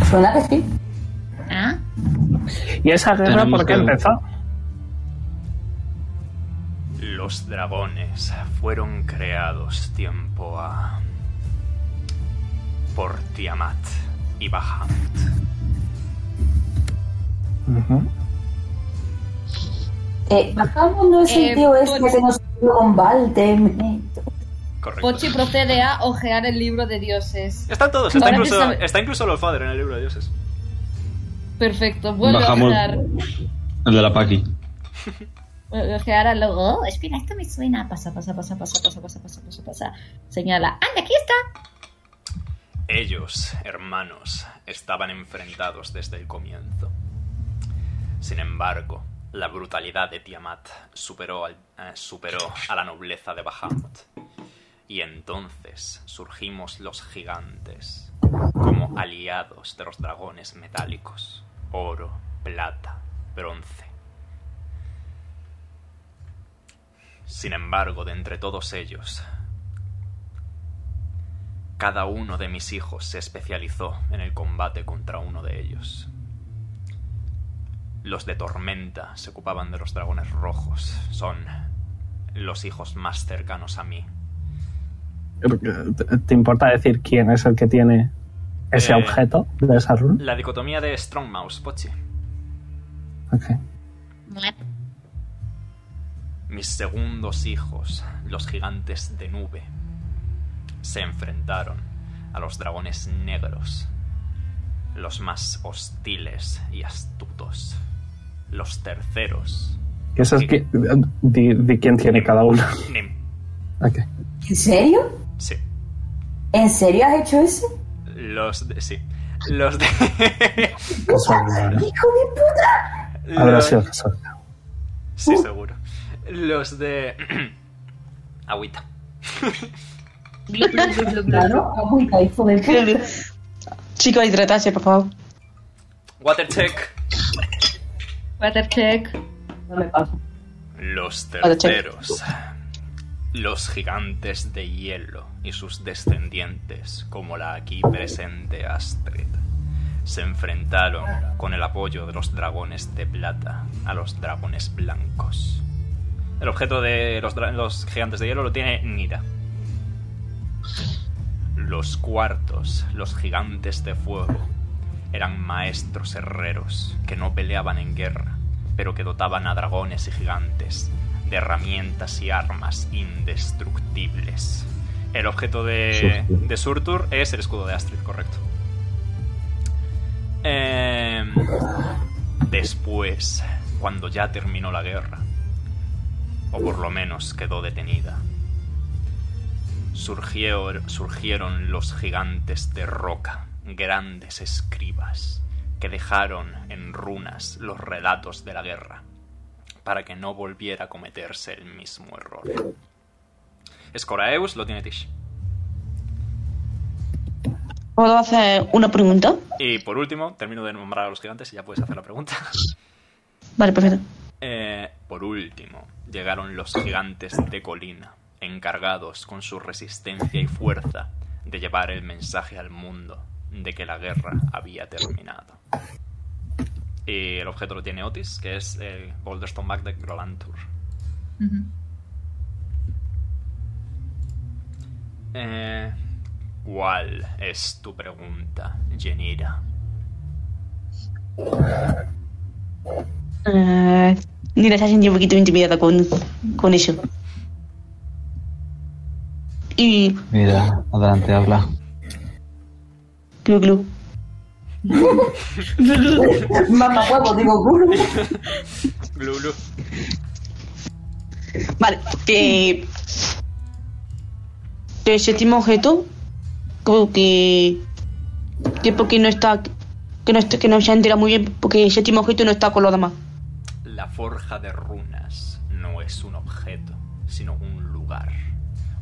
Speaker 4: Suena que sí.
Speaker 8: ¿Ah?
Speaker 10: ¿Y esa guerra
Speaker 2: Tenemos
Speaker 10: por qué
Speaker 2: que-
Speaker 10: empezó?
Speaker 1: Los dragones fueron creados tiempo a. por Tiamat y Bahamut.
Speaker 10: Ujú.
Speaker 4: Eh, bajamos no es
Speaker 3: Eh,
Speaker 4: el tío este
Speaker 3: pues-
Speaker 4: que nos dio con balde. me-
Speaker 1: Correcto.
Speaker 3: Pochi procede a ojear el libro de dioses.
Speaker 1: Están todos, está
Speaker 3: Ahora que
Speaker 1: incluso,
Speaker 3: sabe-
Speaker 1: está incluso Lord Father en el libro de dioses.
Speaker 3: Perfecto, vuelve
Speaker 2: Bajamos.
Speaker 3: a ojear.
Speaker 2: El de la Paki.
Speaker 3: Vuelve a ojear al logo. Oh, Espera, esto me suena. Pasa, pasa, pasa, pasa, pasa, pasa, pasa, pasa, pasa. Señala. Anda, aquí está.
Speaker 1: Ellos, hermanos, estaban enfrentados desde el comienzo. Sin embargo, la brutalidad de Tiamat superó, al- eh, superó a la nobleza de Bahamut. Y entonces surgimos los gigantes como aliados de los dragones metálicos. Oro, plata, bronce. Sin embargo, de entre todos ellos, cada uno de mis hijos se especializó en el combate contra uno de ellos. Los de Tormenta se ocupaban de los dragones rojos. Son los hijos más cercanos a mí.
Speaker 10: ¿Te- ¿Te importa decir quién es el que tiene ese
Speaker 1: Eh.
Speaker 10: objeto de esa runa?
Speaker 1: La dicotomía de Strongmouse, Pochi.
Speaker 10: Ok.
Speaker 1: Mis segundos hijos, los gigantes de nube, se enfrentaron a los dragones negros, los más hostiles y astutos. Los terceros.
Speaker 10: Y eso es que, di, di quién tiene cada uno.
Speaker 1: Nim.
Speaker 10: Ok.
Speaker 4: ¿En serio?
Speaker 1: Sí.
Speaker 4: ¿En serio has hecho eso?
Speaker 1: Los de. Sí. Los de.
Speaker 10: Casualidad. ¿no?
Speaker 4: ¡Hijo de puta!
Speaker 10: Habrá
Speaker 1: los-
Speaker 10: sido casualidad.
Speaker 1: Sí, seguro. Los de. Agüita.
Speaker 4: Claro, agüita, hijo de puta.
Speaker 5: Chicos, hidratarse, por favor.
Speaker 1: Water check.
Speaker 3: Water check.
Speaker 4: No me pasa.
Speaker 1: Los
Speaker 5: Water check.
Speaker 1: terceros. Los gigantes de hielo y sus descendientes, como la aquí presente Astrid, se enfrentaron con el apoyo de los dragones de plata a los dragones blancos. El objeto de los, dra- los gigantes de hielo lo tiene Nida. Los cuartos, los gigantes de fuego, eran maestros herreros que no peleaban en guerra, pero que dotaban a dragones y gigantes de herramientas y armas indestructibles. El objeto de,
Speaker 2: Surtur.
Speaker 1: de Surtur es el escudo de Astrid, correcto. Eh, después, cuando ya terminó la guerra, o por lo menos quedó detenida, surgió- surgieron los gigantes de roca, grandes escribas, que dejaron en runas los relatos de la guerra, para que no volviera a cometerse el mismo error. Escoraeus lo tiene Tish.
Speaker 5: ¿Puedo hacer una pregunta?
Speaker 1: Y por último, termino de nombrar a los gigantes y ya puedes hacer la pregunta.
Speaker 5: Vale, pues perfecto.
Speaker 1: Eh, por último, llegaron los gigantes de colina, encargados con su resistencia y fuerza de llevar el mensaje al mundo de que la guerra había terminado. Y el objeto lo tiene Otis, que es el Boulderstone Bag de Grolantur.
Speaker 7: Ujú.
Speaker 1: Eh, ¿Cuál es tu pregunta, Jenira?
Speaker 5: Eh, Nira se ha sentido un poquito intimidada con, con eso. Y
Speaker 2: Mira, adelante, habla.
Speaker 5: Glu Glu.
Speaker 4: Mata huevo, digo, gurú.
Speaker 1: Glu, glu.
Speaker 5: Vale, que. El séptimo objeto, como que. que porque no está. que no, está- que no se ha enterado muy bien, porque el séptimo objeto no está con los demás.
Speaker 1: La forja de runas no es un objeto, sino un lugar.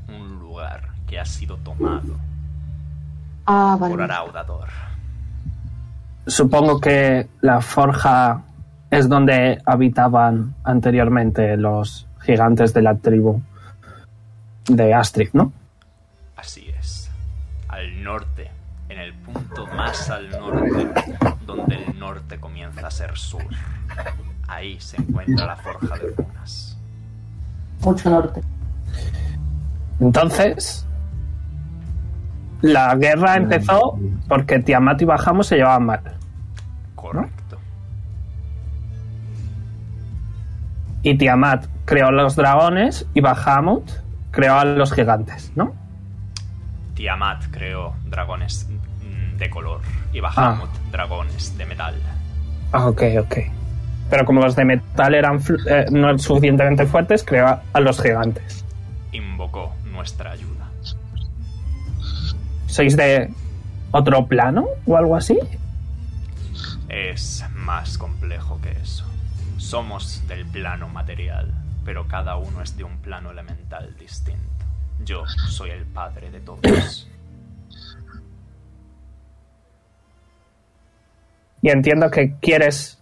Speaker 1: Un lugar que ha sido tomado
Speaker 5: Ah,
Speaker 1: por
Speaker 5: vale.
Speaker 1: Araudador.
Speaker 10: Supongo que la forja es donde habitaban anteriormente los gigantes de la tribu de Astric, ¿no?
Speaker 1: Así es. Al norte, en el punto más al norte, donde el norte comienza a ser sur. Ahí se encuentra la forja de runas.
Speaker 4: Mucho norte.
Speaker 10: Entonces, la guerra empezó porque Tiamat y Bajamos se llevaban mal.
Speaker 1: Correcto.
Speaker 10: Y Tiamat creó a los dragones y Bahamut creó a los gigantes, ¿no?
Speaker 1: Tiamat creó dragones mm, de color y Bahamut dragones de metal.
Speaker 10: Ah, ok, ok. Pero como los de metal eran fl- eh, no suficientemente fuertes, creó a, a los gigantes.
Speaker 1: Invocó nuestra ayuda.
Speaker 10: ¿Sois de otro plano o algo así?
Speaker 1: Es más complejo que eso. Somos del plano material, pero cada uno es de un plano elemental distinto. Yo soy el padre de todos.
Speaker 10: Y entiendo que quieres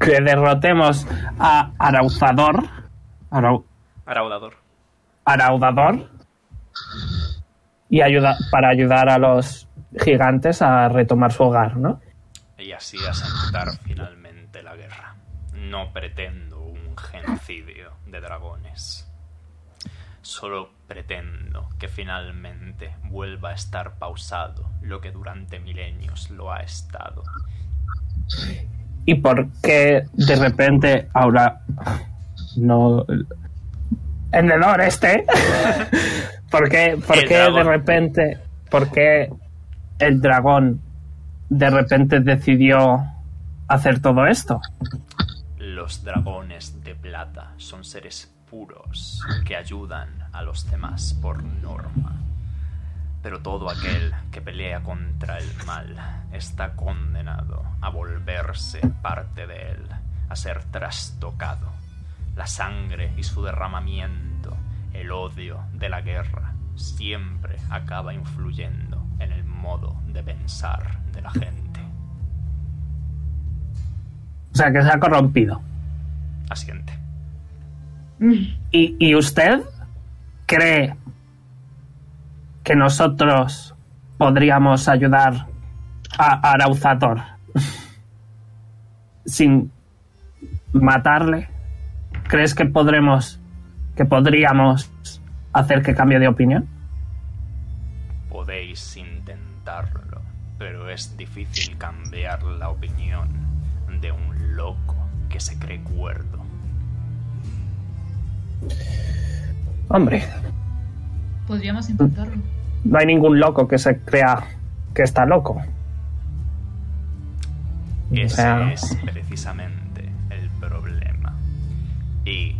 Speaker 10: que derrotemos a Arauzador. Arau-
Speaker 1: Araudador.
Speaker 10: Araudador. Y ayuda para ayudar a los gigantes a retomar su hogar, ¿no?
Speaker 1: Y así asentar finalmente la guerra. No pretendo un genocidio de dragones. Solo pretendo que finalmente vuelva a estar pausado lo que durante milenios lo ha estado.
Speaker 10: ¿Y por qué de repente ahora no... En el noreste? ¿Por qué, por
Speaker 1: El
Speaker 10: qué de
Speaker 1: dragón.
Speaker 10: repente... ¿Por qué el dragón de repente decidió hacer todo esto?
Speaker 1: Los dragones de plata son seres puros que ayudan a los demás por norma. Pero todo aquel que pelea contra el mal está condenado a volverse parte de él, a ser trastocado. La sangre y su derramamiento, el odio de la guerra, siempre acaba influyendo en el modo de pensar de la gente.
Speaker 10: O sea, que se ha corrompido.
Speaker 1: Asiente.
Speaker 10: ¿Y, y usted cree que nosotros podríamos ayudar a Arauzator sin matarle? ¿Crees que podremos que podríamos hacer que cambie de opinión?
Speaker 1: Podéis intentarlo, pero es difícil cambiar la opinión de un loco que se cree cuerdo.
Speaker 10: Hombre,
Speaker 7: Podríamos intentarlo.
Speaker 10: no hay ningún loco que se crea que está loco.
Speaker 1: Ese
Speaker 10: Claro.
Speaker 1: es precisamente el problema. Y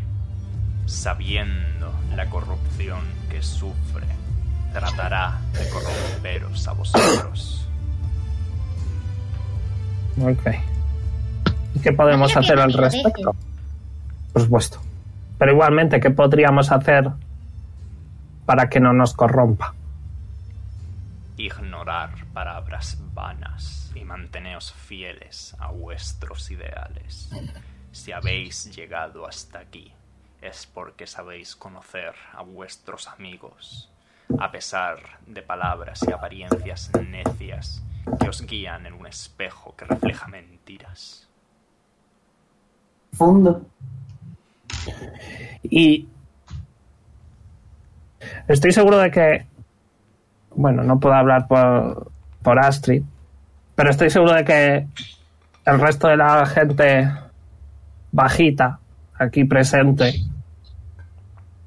Speaker 1: sabiendo la corrupción que sufre, tratará de corromperos a vosotros.
Speaker 10: Ok. ¿Y qué
Speaker 8: Habría
Speaker 10: podemos
Speaker 8: que
Speaker 10: hacer al
Speaker 8: ver qué
Speaker 10: respecto? Por supuesto. Pero igualmente, ¿qué podríamos hacer para que no nos corrompa?
Speaker 1: Ignorar palabras vanas y manteneos fieles a vuestros ideales. Si habéis llegado hasta aquí, es porque sabéis conocer a vuestros amigos, a pesar de palabras y apariencias necias que os guían en un espejo que refleja mentiras.
Speaker 4: Fondo.
Speaker 10: Y Estoy seguro de que. Bueno, no puedo hablar por, por Astrid, pero estoy seguro de que el resto de la gente bajita aquí presente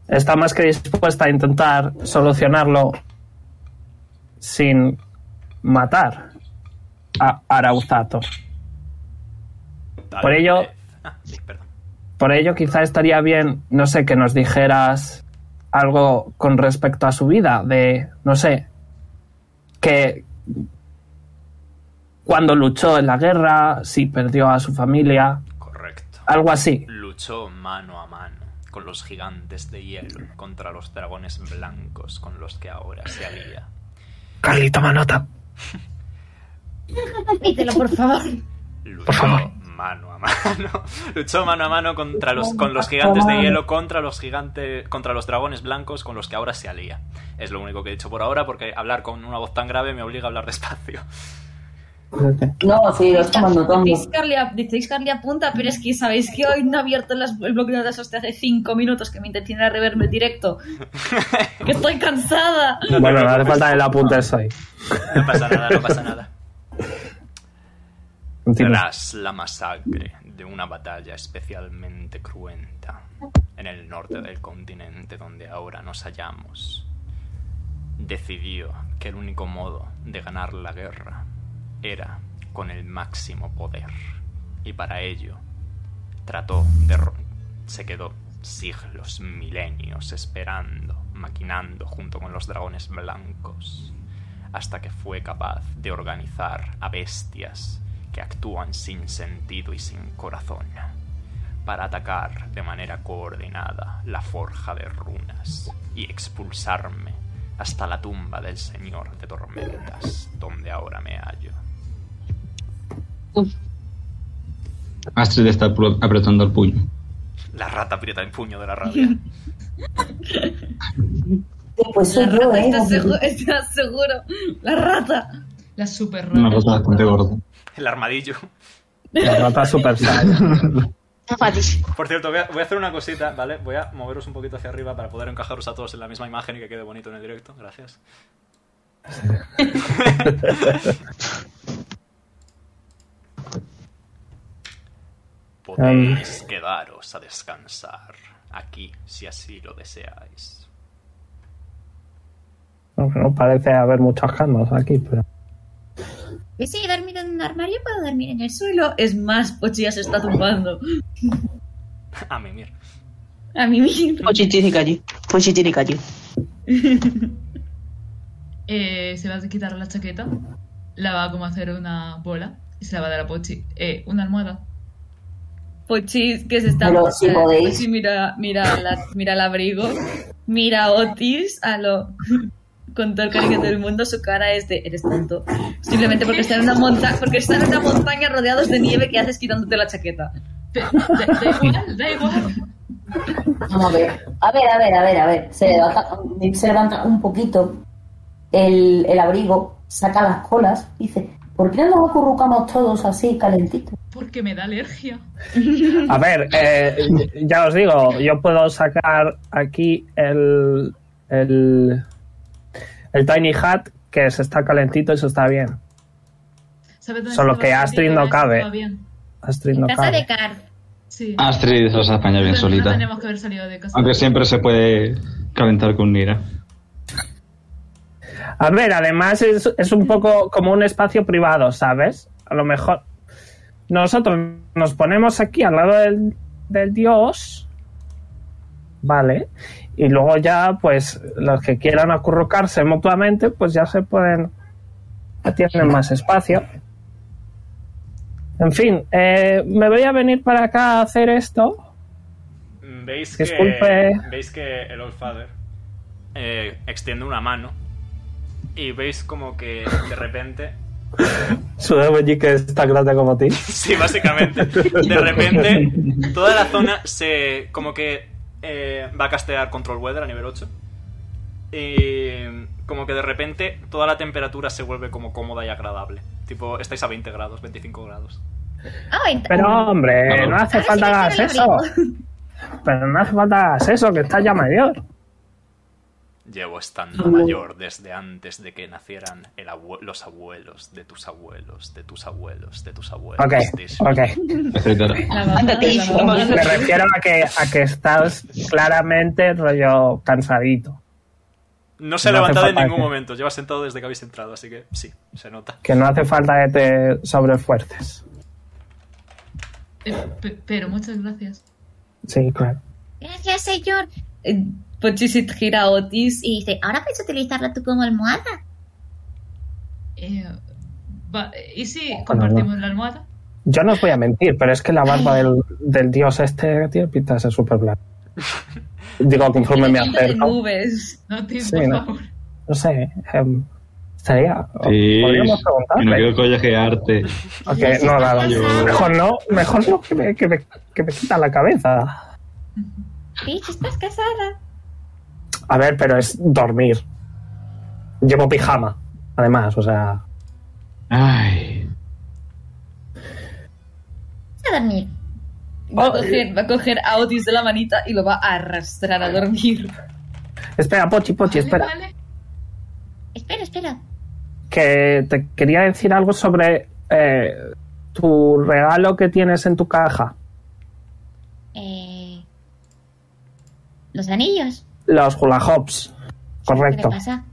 Speaker 10: está más que dispuesta a intentar solucionarlo sin matar a Arauzato.
Speaker 1: Dale,
Speaker 10: Por ello,
Speaker 1: eh, ah, sí, perdón.
Speaker 10: por ello quizá estaría bien, no sé, que nos dijeras algo con respecto a su vida, de, no sé, que cuando luchó en la guerra, si perdió a su familia,
Speaker 1: Correcto.
Speaker 10: algo así.
Speaker 1: Luchó mano a mano con los gigantes de hielo contra los dragones blancos con los que ahora se alía.
Speaker 10: Carly, toma nota.
Speaker 3: Dítelo, por favor.
Speaker 1: Luchó mano a mano. Luchó mano a mano contra los, con los gigantes de hielo, contra los gigantes, contra los dragones blancos con los que ahora se alía. Es lo único que he dicho por ahora porque hablar con una voz tan grave me obliga a hablar despacio.
Speaker 4: No, sí, lo estamos
Speaker 3: Dice
Speaker 4: notando.
Speaker 3: Carly, dice Carly apunta, pero es que sabéis que hoy no he abierto las- el bloque de notas hasta hace 5 minutos que mi intención era reverme el directo. que estoy cansada.
Speaker 10: Bueno, no hace falta el apunte soy.
Speaker 1: No pasa nada, no pasa nada. Tras la masacre de una batalla especialmente cruenta en el norte del continente donde ahora nos hallamos, decidió que el único modo de ganar la guerra era con el máximo poder. Y para ello trató de... ro- se quedó siglos, milenios esperando, maquinando junto con los dragones blancos, hasta que fue capaz de organizar a bestias que actúan sin sentido y sin corazón, para atacar de manera coordinada la forja de runas y expulsarme hasta la tumba del Señor de Tormentas, donde ahora me hallo.
Speaker 2: Astrid está apro- apretando el puño.
Speaker 1: La rata aprieta el puño de la rabia.
Speaker 4: Pues soy
Speaker 3: La
Speaker 4: yo,
Speaker 3: rata,
Speaker 4: ¿eh?
Speaker 3: estás seguro, estás seguro. La rata.
Speaker 7: La super
Speaker 2: Una rata bastante gorda.
Speaker 1: El armadillo.
Speaker 10: La rata super
Speaker 1: Por cierto, voy a, voy a hacer una cosita, ¿vale? Voy a moveros un poquito hacia arriba para poder encajaros a todos en la misma imagen y que quede bonito en el directo. Gracias. Podéis quedaros a descansar aquí si así lo deseáis.
Speaker 10: Aunque No parece haber muchas camas aquí, pero.
Speaker 8: Que sí, he dormido en un armario, puedo dormir en el suelo.
Speaker 3: Suelo es más, Pochi ya se está tumbando.
Speaker 1: A mimir.
Speaker 3: A mí mismo.
Speaker 5: Pochi Pues tiene calle. Pochi tiene calle.
Speaker 7: Eh, se va a quitar la chaqueta, la va a como a hacer una bola y se la va a dar a Pochi. Eh, una almohada.
Speaker 3: Pochi que se está
Speaker 4: Pero si
Speaker 3: eh,
Speaker 4: podéis.
Speaker 3: Pochi mira, mira, la- mira el abrigo, mira a Otis, a lo con todo el cariño del mundo, su cara es de eres tonto. Simplemente porque está en una montaña, porque está en una montaña rodeados de nieve que haces quitándote la chaqueta.
Speaker 7: Da, da- da igual, da igual.
Speaker 4: Vamos a ver. A ver, a ver, a ver, a ver. Se levanta, Nip se levanta un poquito el, el abrigo, saca las colas y dice, ¿por qué no nos acurrucamos todos así calentitos?
Speaker 7: Porque me da alergia.
Speaker 10: A ver, eh, ya os digo, yo puedo sacar aquí el, el. el Tiny Hat que se está calentito y eso está bien.
Speaker 7: ¿Sabes dónde
Speaker 10: Solo
Speaker 7: estaba
Speaker 10: que
Speaker 7: la
Speaker 10: Astrid
Speaker 7: chaqueta?
Speaker 10: no
Speaker 7: Ahí
Speaker 10: cabe.
Speaker 7: estaba bien.
Speaker 10: Astrid no
Speaker 8: Casa de
Speaker 10: cabe.
Speaker 8: Car.
Speaker 7: Sí.
Speaker 2: Astrid se las apaña bien
Speaker 7: Pero No
Speaker 2: Ah, solita.
Speaker 7: tenemos que haber salido de casa.
Speaker 2: Aunque siempre se puede calentar con Nira.
Speaker 10: A ver, además es, es un poco como un espacio privado, ¿sabes? A lo mejor. Nosotros nos ponemos aquí al lado del, del dios. Vale. Y luego ya, pues, los que quieran acurrucarse mutuamente, pues ya se pueden. ya tienen más espacio. En fin, eh, me voy a venir para acá a hacer esto.
Speaker 1: Veis que,
Speaker 10: Disculpe.
Speaker 1: veis que el Old Father eh, extiende una mano y veis como que de repente
Speaker 10: Su dedo que es tan grande como ti.
Speaker 1: Sí, básicamente. De repente, toda la zona se. como que. eh, va a castear Control Weather a nivel 8. Y. como que de repente toda la temperatura se vuelve como cómoda y agradable. Tipo, estáis a 20 grados, 25 grados.
Speaker 8: Ah, ent-
Speaker 10: Pero hombre,
Speaker 2: Claro.
Speaker 10: no hace
Speaker 8: Ahora sí
Speaker 10: falta que
Speaker 8: que
Speaker 10: hagas
Speaker 8: quiero el
Speaker 10: eso. Pero no hace falta que hagas eso, que estás ya mayor.
Speaker 1: Llevo estando mayor desde antes de que nacieran el abue- los abuelos de tus abuelos, de tus abuelos, de tus abuelos. Este
Speaker 10: Ok,
Speaker 1: Tisha.
Speaker 10: ok.
Speaker 5: Ándate,
Speaker 10: Me refiero a que, a que estás claramente rollo cansadito.
Speaker 1: No se ha
Speaker 10: No hace
Speaker 1: levantado en
Speaker 10: falta
Speaker 1: ningún
Speaker 10: que-
Speaker 1: momento, lleva sentado desde que habéis entrado, así que sí, se nota.
Speaker 10: Que no hace falta que te sobrefuerces.
Speaker 7: Eh, pe- pero muchas gracias.
Speaker 10: Sí, claro.
Speaker 15: Gracias, señor.
Speaker 3: Eh, Pochi se gira a Otis.
Speaker 15: Y dice, ¿ahora vais a utilizarla tú como almohada?
Speaker 7: Eh, va- eh, ¿Y si compartimos la almohada?
Speaker 10: Yo no os voy a mentir, pero es que la barba del, del dios este tío pinta ese súper blanco. Digo, conforme me
Speaker 3: Pinta de
Speaker 10: acerco.
Speaker 3: nubes.
Speaker 7: No, Tim,
Speaker 10: Sí,
Speaker 7: por
Speaker 10: ¿no?
Speaker 7: favor.
Speaker 10: No sé, em, estaría.
Speaker 2: Sí,
Speaker 10: Podríamos
Speaker 2: que no
Speaker 10: preguntarle.
Speaker 2: quiero collejearte.
Speaker 10: Ok, no, nada.
Speaker 2: Yo-
Speaker 10: Mejor no, mejor no, que me, que me- que me quita la cabeza.
Speaker 15: Peach, estás casada.
Speaker 10: A ver, pero es dormir. Llevo pijama, además, o sea.
Speaker 2: Ay,
Speaker 15: A dormir.
Speaker 3: Va a, coger, va a coger a Otis de la manita y lo va a arrastrar a dormir.
Speaker 10: Espera, Pochi, Pochi,
Speaker 7: Vale,
Speaker 10: espera.
Speaker 7: vale.
Speaker 15: Espera, espera.
Speaker 10: Que te quería decir algo sobre eh, tu regalo que tienes en tu caja.
Speaker 15: Eh, Los anillos.
Speaker 10: Los hula hoops.
Speaker 15: ¿Qué le
Speaker 10: Correcto.
Speaker 15: pasa?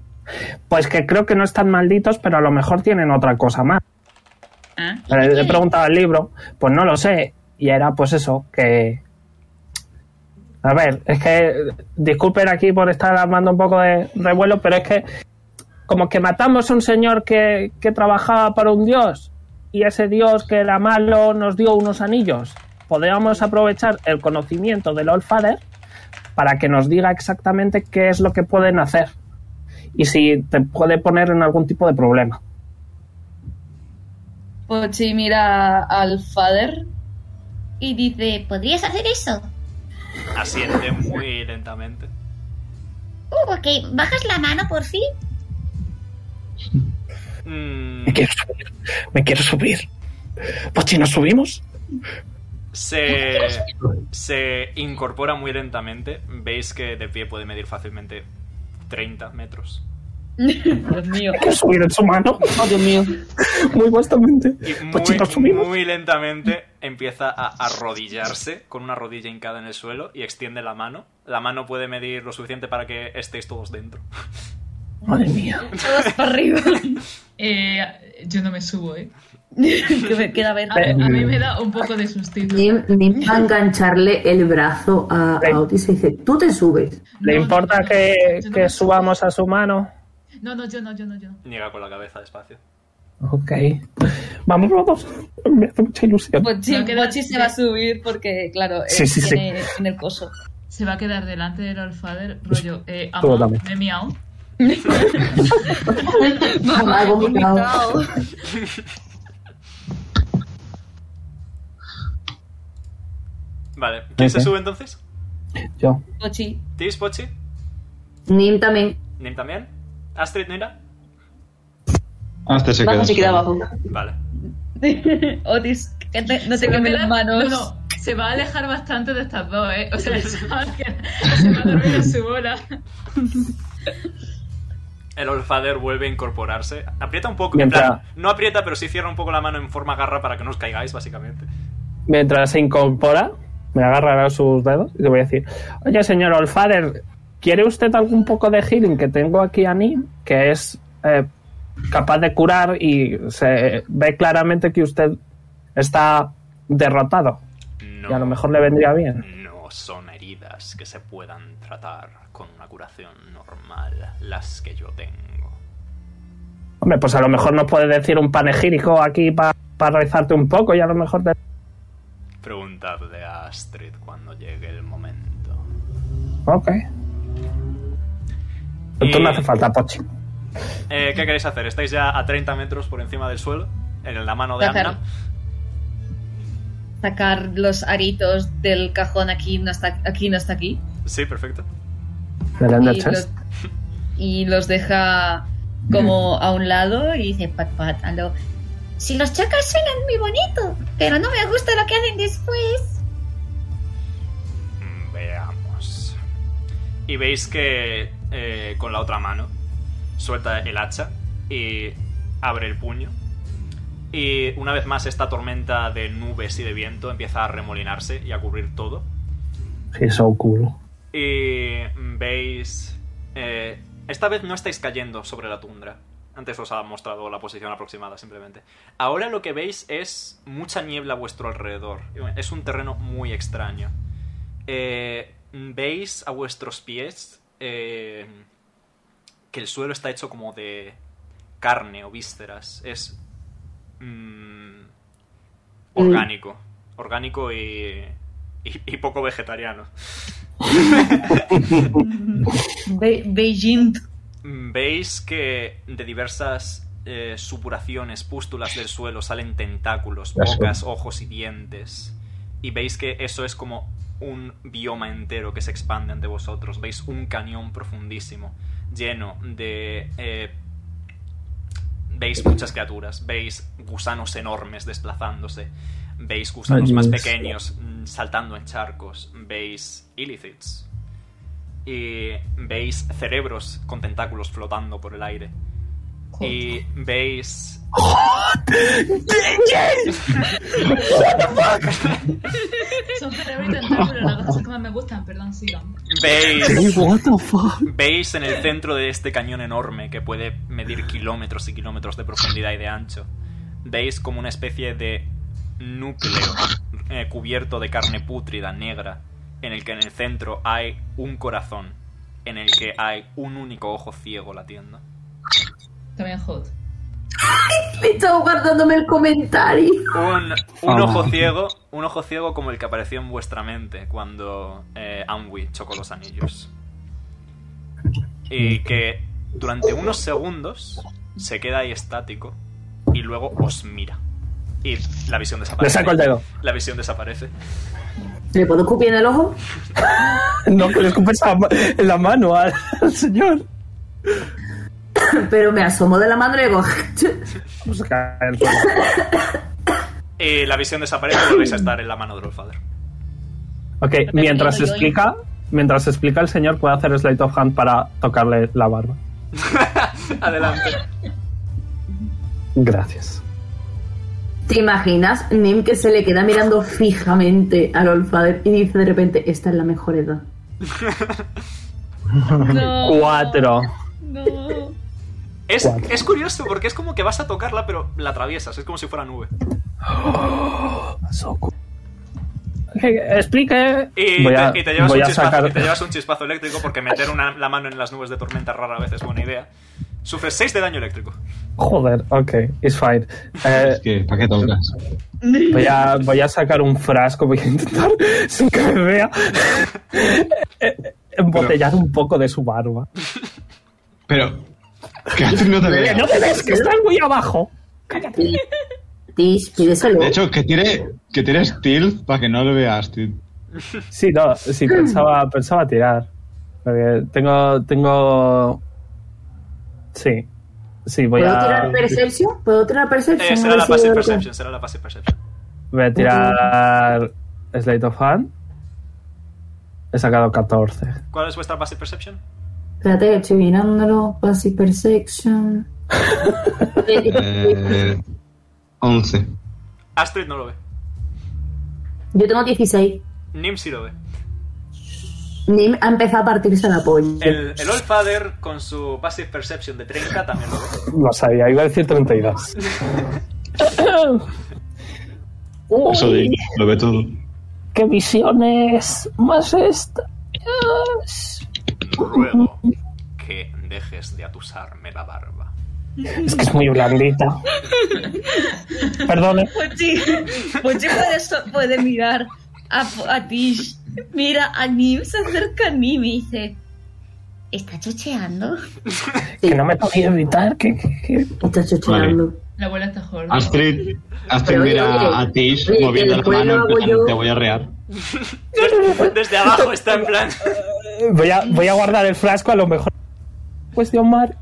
Speaker 10: Pues que creo que no están malditos, pero a lo mejor tienen otra cosa más.
Speaker 7: Ah,
Speaker 10: Eh, Le he preguntado al libro, pues no lo sé. Y era pues eso, que... A ver, es que... eh, Disculpen aquí por estar armando un poco de revuelo, pero es que... Como que matamos a un señor que, que trabajaba para un dios. Y ese dios que era malo nos dio unos anillos. Podríamos aprovechar el conocimiento del Old Father para que nos diga exactamente qué es lo que pueden hacer. Y si te puede poner en algún tipo de problema.
Speaker 3: Pochi mira al father.
Speaker 15: Y dice, ¿podrías hacer eso?
Speaker 1: Asiente muy lentamente.
Speaker 15: Uh, ok. ¿Bajas la mano por fin?
Speaker 1: Mm,
Speaker 16: Me quiero subir. Me quiero subir.
Speaker 10: Pues
Speaker 16: Pochi, ¿nos subimos?
Speaker 1: se, se incorpora muy lentamente. Veis que de pie puede medir fácilmente 30 metros.
Speaker 3: Dios mío.
Speaker 10: Quiero subir en su mano.
Speaker 5: Oh, Dios mío.
Speaker 10: Muy bastante.
Speaker 1: Y
Speaker 10: Pochi,
Speaker 1: muy,
Speaker 10: ¿nos Pues subimos?
Speaker 1: muy lentamente empieza a arrodillarse con una rodilla hincada en el suelo y extiende la mano. La mano puede medir lo suficiente para que estéis todos dentro.
Speaker 10: Madre mía.
Speaker 3: Todos para arriba.
Speaker 7: Eh, yo no me subo, ¿eh?
Speaker 3: que me queda ver.
Speaker 7: A, a mí me da un poco de sustito.
Speaker 4: Nim, Nim va a engancharle el brazo a, a Otis y dice, tú te subes.
Speaker 10: ¿Le
Speaker 7: No,
Speaker 10: importa
Speaker 7: no, no,
Speaker 10: que,
Speaker 7: yo no
Speaker 10: que
Speaker 7: me subo.
Speaker 10: subamos a su mano?
Speaker 7: No, no, yo no, yo no, yo no.
Speaker 1: Niega con la cabeza despacio.
Speaker 10: Ok. Vamos, vamos. Me hace mucha ilusión.
Speaker 3: Pochi,
Speaker 7: No queda-
Speaker 3: Pochi se va a subir porque, claro,
Speaker 10: Sí,
Speaker 3: eh,
Speaker 10: sí, sí.
Speaker 3: tiene, tiene el coso.
Speaker 7: Se va a quedar delante del Old Father, rollo, eh,
Speaker 10: Tú
Speaker 7: amá,
Speaker 10: dame.
Speaker 7: me miau.
Speaker 4: Mamá, he vomitado.
Speaker 1: Vale, ¿quién se
Speaker 10: Ok.
Speaker 1: sube entonces?
Speaker 10: Yo.
Speaker 3: Pochi.
Speaker 1: ¿Tis, Pochi?
Speaker 4: Nim también.
Speaker 1: ¿Nim también? ¿Astrid, Nira?
Speaker 2: hasta Ah, este se queda.
Speaker 5: Baja se queda
Speaker 2: solo.
Speaker 5: abajo.
Speaker 1: Vale.
Speaker 3: Otis, que te- no te
Speaker 7: Se va a
Speaker 3: quemen las
Speaker 7: quedar-
Speaker 3: manos.
Speaker 7: No, no, se va a alejar bastante de estas dos, ¿eh? O sea, se va a, quedar- se va a dormir en su bola.
Speaker 1: El Old Father vuelve a incorporarse. Aprieta un poco.
Speaker 10: Mientras-
Speaker 1: en plan, no aprieta, pero sí cierra un poco la mano en forma garra para que no os caigáis, básicamente.
Speaker 10: Mientras se incorpora, me agarrará sus dedos y le voy a decir, oye, señor Olfader, ¿quiere usted algún poco de healing que tengo aquí a Nim? Que es eh, capaz de curar y se ve claramente que usted está derrotado.
Speaker 1: No,
Speaker 10: Y a lo mejor le vendría bien.
Speaker 1: no son heridas que se puedan tratar con una curación normal, las que yo tengo.
Speaker 10: Hombre, pues a lo mejor nos puede decir un panegírico aquí para rezarte un poco y a lo mejor te...
Speaker 1: Preguntadle a Astrid cuando llegue el momento.
Speaker 10: Ok. Tú
Speaker 1: Y-
Speaker 10: no hace falta, Pochi.
Speaker 1: Eh, ¿Qué queréis hacer? ¿Estáis ya a 30 metros por encima del suelo? En la mano de
Speaker 3: Bajar.
Speaker 1: Amna.
Speaker 3: Sacar los aritos del cajón aquí, no está aquí, no está aquí.
Speaker 1: Sí, perfecto.
Speaker 10: Del Ender
Speaker 3: Y los,
Speaker 10: Chest.
Speaker 3: y los deja como a un lado y dice pat pat a lo-
Speaker 15: Si los chakras suenan muy bonito, pero no me gusta lo que hacen después.
Speaker 1: Mm, Veamos. Y veis que eh, con la otra mano, suelta el hacha y abre el puño. Y una vez más esta tormenta de nubes y de viento empieza a remolinarse y a cubrir todo.
Speaker 10: Sí, so cool.
Speaker 1: Y veis... eh, esta vez no estáis cayendo sobre la tundra. Antes os ha mostrado la posición aproximada simplemente. Ahora lo que veis es mucha niebla a vuestro alrededor. Es un terreno muy extraño. Eh, veis a vuestros pies eh, que el suelo está hecho como de carne o vísceras. Es mm, orgánico. Orgánico y, y- y poco vegetariano.
Speaker 3: Be- Beijing.
Speaker 1: mm, Veis que de diversas eh, supuraciones, pústulas del suelo salen tentáculos,
Speaker 2: Ya sé.
Speaker 1: bocas, ojos y dientes. Y veis que eso es como un bioma entero que se expande ante vosotros. Veis un cañón profundísimo, lleno de... eh, veis muchas criaturas, veis gusanos enormes desplazándose, veis gusanos
Speaker 10: Ay,
Speaker 1: más
Speaker 10: Dios.
Speaker 1: pequeños mm, saltando en charcos, veis illicits, y veis cerebros con tentáculos flotando por el aire. Y veis.
Speaker 7: Son cerebro y tentáculos, las cosas que más me gustan, perdón, sigan.
Speaker 1: Veis.
Speaker 10: what the fuck?
Speaker 1: Veis en el centro de este cañón enorme que puede medir kilómetros y kilómetros de profundidad y de ancho. Veis como una especie de núcleo eh, cubierto de carne pútrida negra en el que en el centro hay un corazón en el que hay un único ojo ciego latiendo.
Speaker 7: También hot.
Speaker 12: Me estaba guardándome el comentario.
Speaker 1: Un, un
Speaker 2: Ah.
Speaker 1: ojo ciego, un ojo ciego como el que apareció en vuestra mente cuando eh, Anwi chocó los anillos. Y que durante unos segundos se queda ahí estático y luego os mira. Y la visión
Speaker 10: Le
Speaker 1: desaparece.
Speaker 10: saco el dedo.
Speaker 1: La visión desaparece.
Speaker 12: ¿Le puedo escupir en el ojo?
Speaker 10: No, que le escupes la ma- en la mano al, al señor.
Speaker 12: Pero me asomo de la mano y digo...
Speaker 10: Vamos a caer Pues al suelo.
Speaker 1: Y la visión desaparece y volvéis a estar en la mano de Rolfader.
Speaker 10: Ok, mientras explica, mientras explica el señor puede hacer slide of hand para tocarle la barba.
Speaker 1: Adelante.
Speaker 10: Gracias.
Speaker 12: ¿Te imaginas, Nim, que se le queda mirando fijamente al olfader y dice de repente, esta es la mejor edad?
Speaker 7: No.
Speaker 10: Cuatro.
Speaker 7: No.
Speaker 1: Es,
Speaker 10: Cuatro.
Speaker 1: es curioso porque es como que vas a tocarla pero la atraviesas. Es como si fuera nube.
Speaker 10: Ok, Eh, explique.
Speaker 1: Y,
Speaker 10: voy a,
Speaker 1: te, y te llevas
Speaker 10: voy
Speaker 1: un
Speaker 10: a
Speaker 1: chispazo,
Speaker 10: sacar.
Speaker 1: y te llevas un chispazo eléctrico porque meter una- la mano en las nubes de tormenta rara vez es buena idea. Sufres 6 de daño eléctrico.
Speaker 10: Joder, ok, it's fine. Eh,
Speaker 2: Es que, ¿para qué tocas?
Speaker 10: Voy a, voy a sacar un frasco, voy a intentar, sin que me vea, eh, embotellar un poco de su barba.
Speaker 2: Pero, que antes no te
Speaker 10: ¡Que
Speaker 2: veía.
Speaker 10: no me ves, que estás muy abajo!
Speaker 12: Tish, pídeselo.
Speaker 2: De hecho, que tire, que tire Steel para que no lo veas, tío.
Speaker 10: Sí, no, sí, pensaba, pensaba tirar. Porque tengo, tengo... Sí, sí, voy
Speaker 12: ¿Puedo
Speaker 10: a...
Speaker 12: tirar Perception? ¿Puedo tirar Perception?
Speaker 1: Eh, será
Speaker 12: A
Speaker 1: la
Speaker 12: ver si
Speaker 1: passive
Speaker 12: veo lo que-
Speaker 1: perception, será la passive perception.
Speaker 10: Voy a tirar Slate of Hand. He sacado 14.
Speaker 1: ¿Cuál es vuestra passive perception?
Speaker 12: Espérate, estoy mirándolo. Passive Perception.
Speaker 2: Eh, 11.
Speaker 1: Astrid no lo ve.
Speaker 12: Yo tengo 16.
Speaker 1: Nim sí lo ve.
Speaker 12: Nim ha empezado a partirse la polla.
Speaker 1: El, el Old Father con su passive perception de 30 también lo ve.
Speaker 10: Lo sabía, iba a decir 32.
Speaker 2: Eso digo, lo ve todo.
Speaker 6: ¿Qué visión es más esta? Yes.
Speaker 1: Ruego que dejes de atusarme la barba.
Speaker 10: Es que es muy blandita. Perdone.
Speaker 3: Pochi, Pochi puede, so- puede mirar a, a Tish. Mira a Nim, se acerca a Nim y dice:
Speaker 8: ¿Está chocheando?
Speaker 10: Que no me podía evitar. Que, que- que-
Speaker 12: Está chocheando.
Speaker 7: La abuela está jorda.
Speaker 2: Astrid, Astrid
Speaker 12: Pero oye,
Speaker 2: mira
Speaker 12: oye,
Speaker 2: a Tish
Speaker 12: oye, que
Speaker 2: moviendo la
Speaker 12: después
Speaker 2: mano en
Speaker 12: lo hago
Speaker 2: plan,
Speaker 12: yo.
Speaker 2: te voy a rear.
Speaker 1: Desde, desde abajo está en plan.
Speaker 10: Voy, a, voy a guardar el frasco, a lo mejor. Pues Cuestión Mark.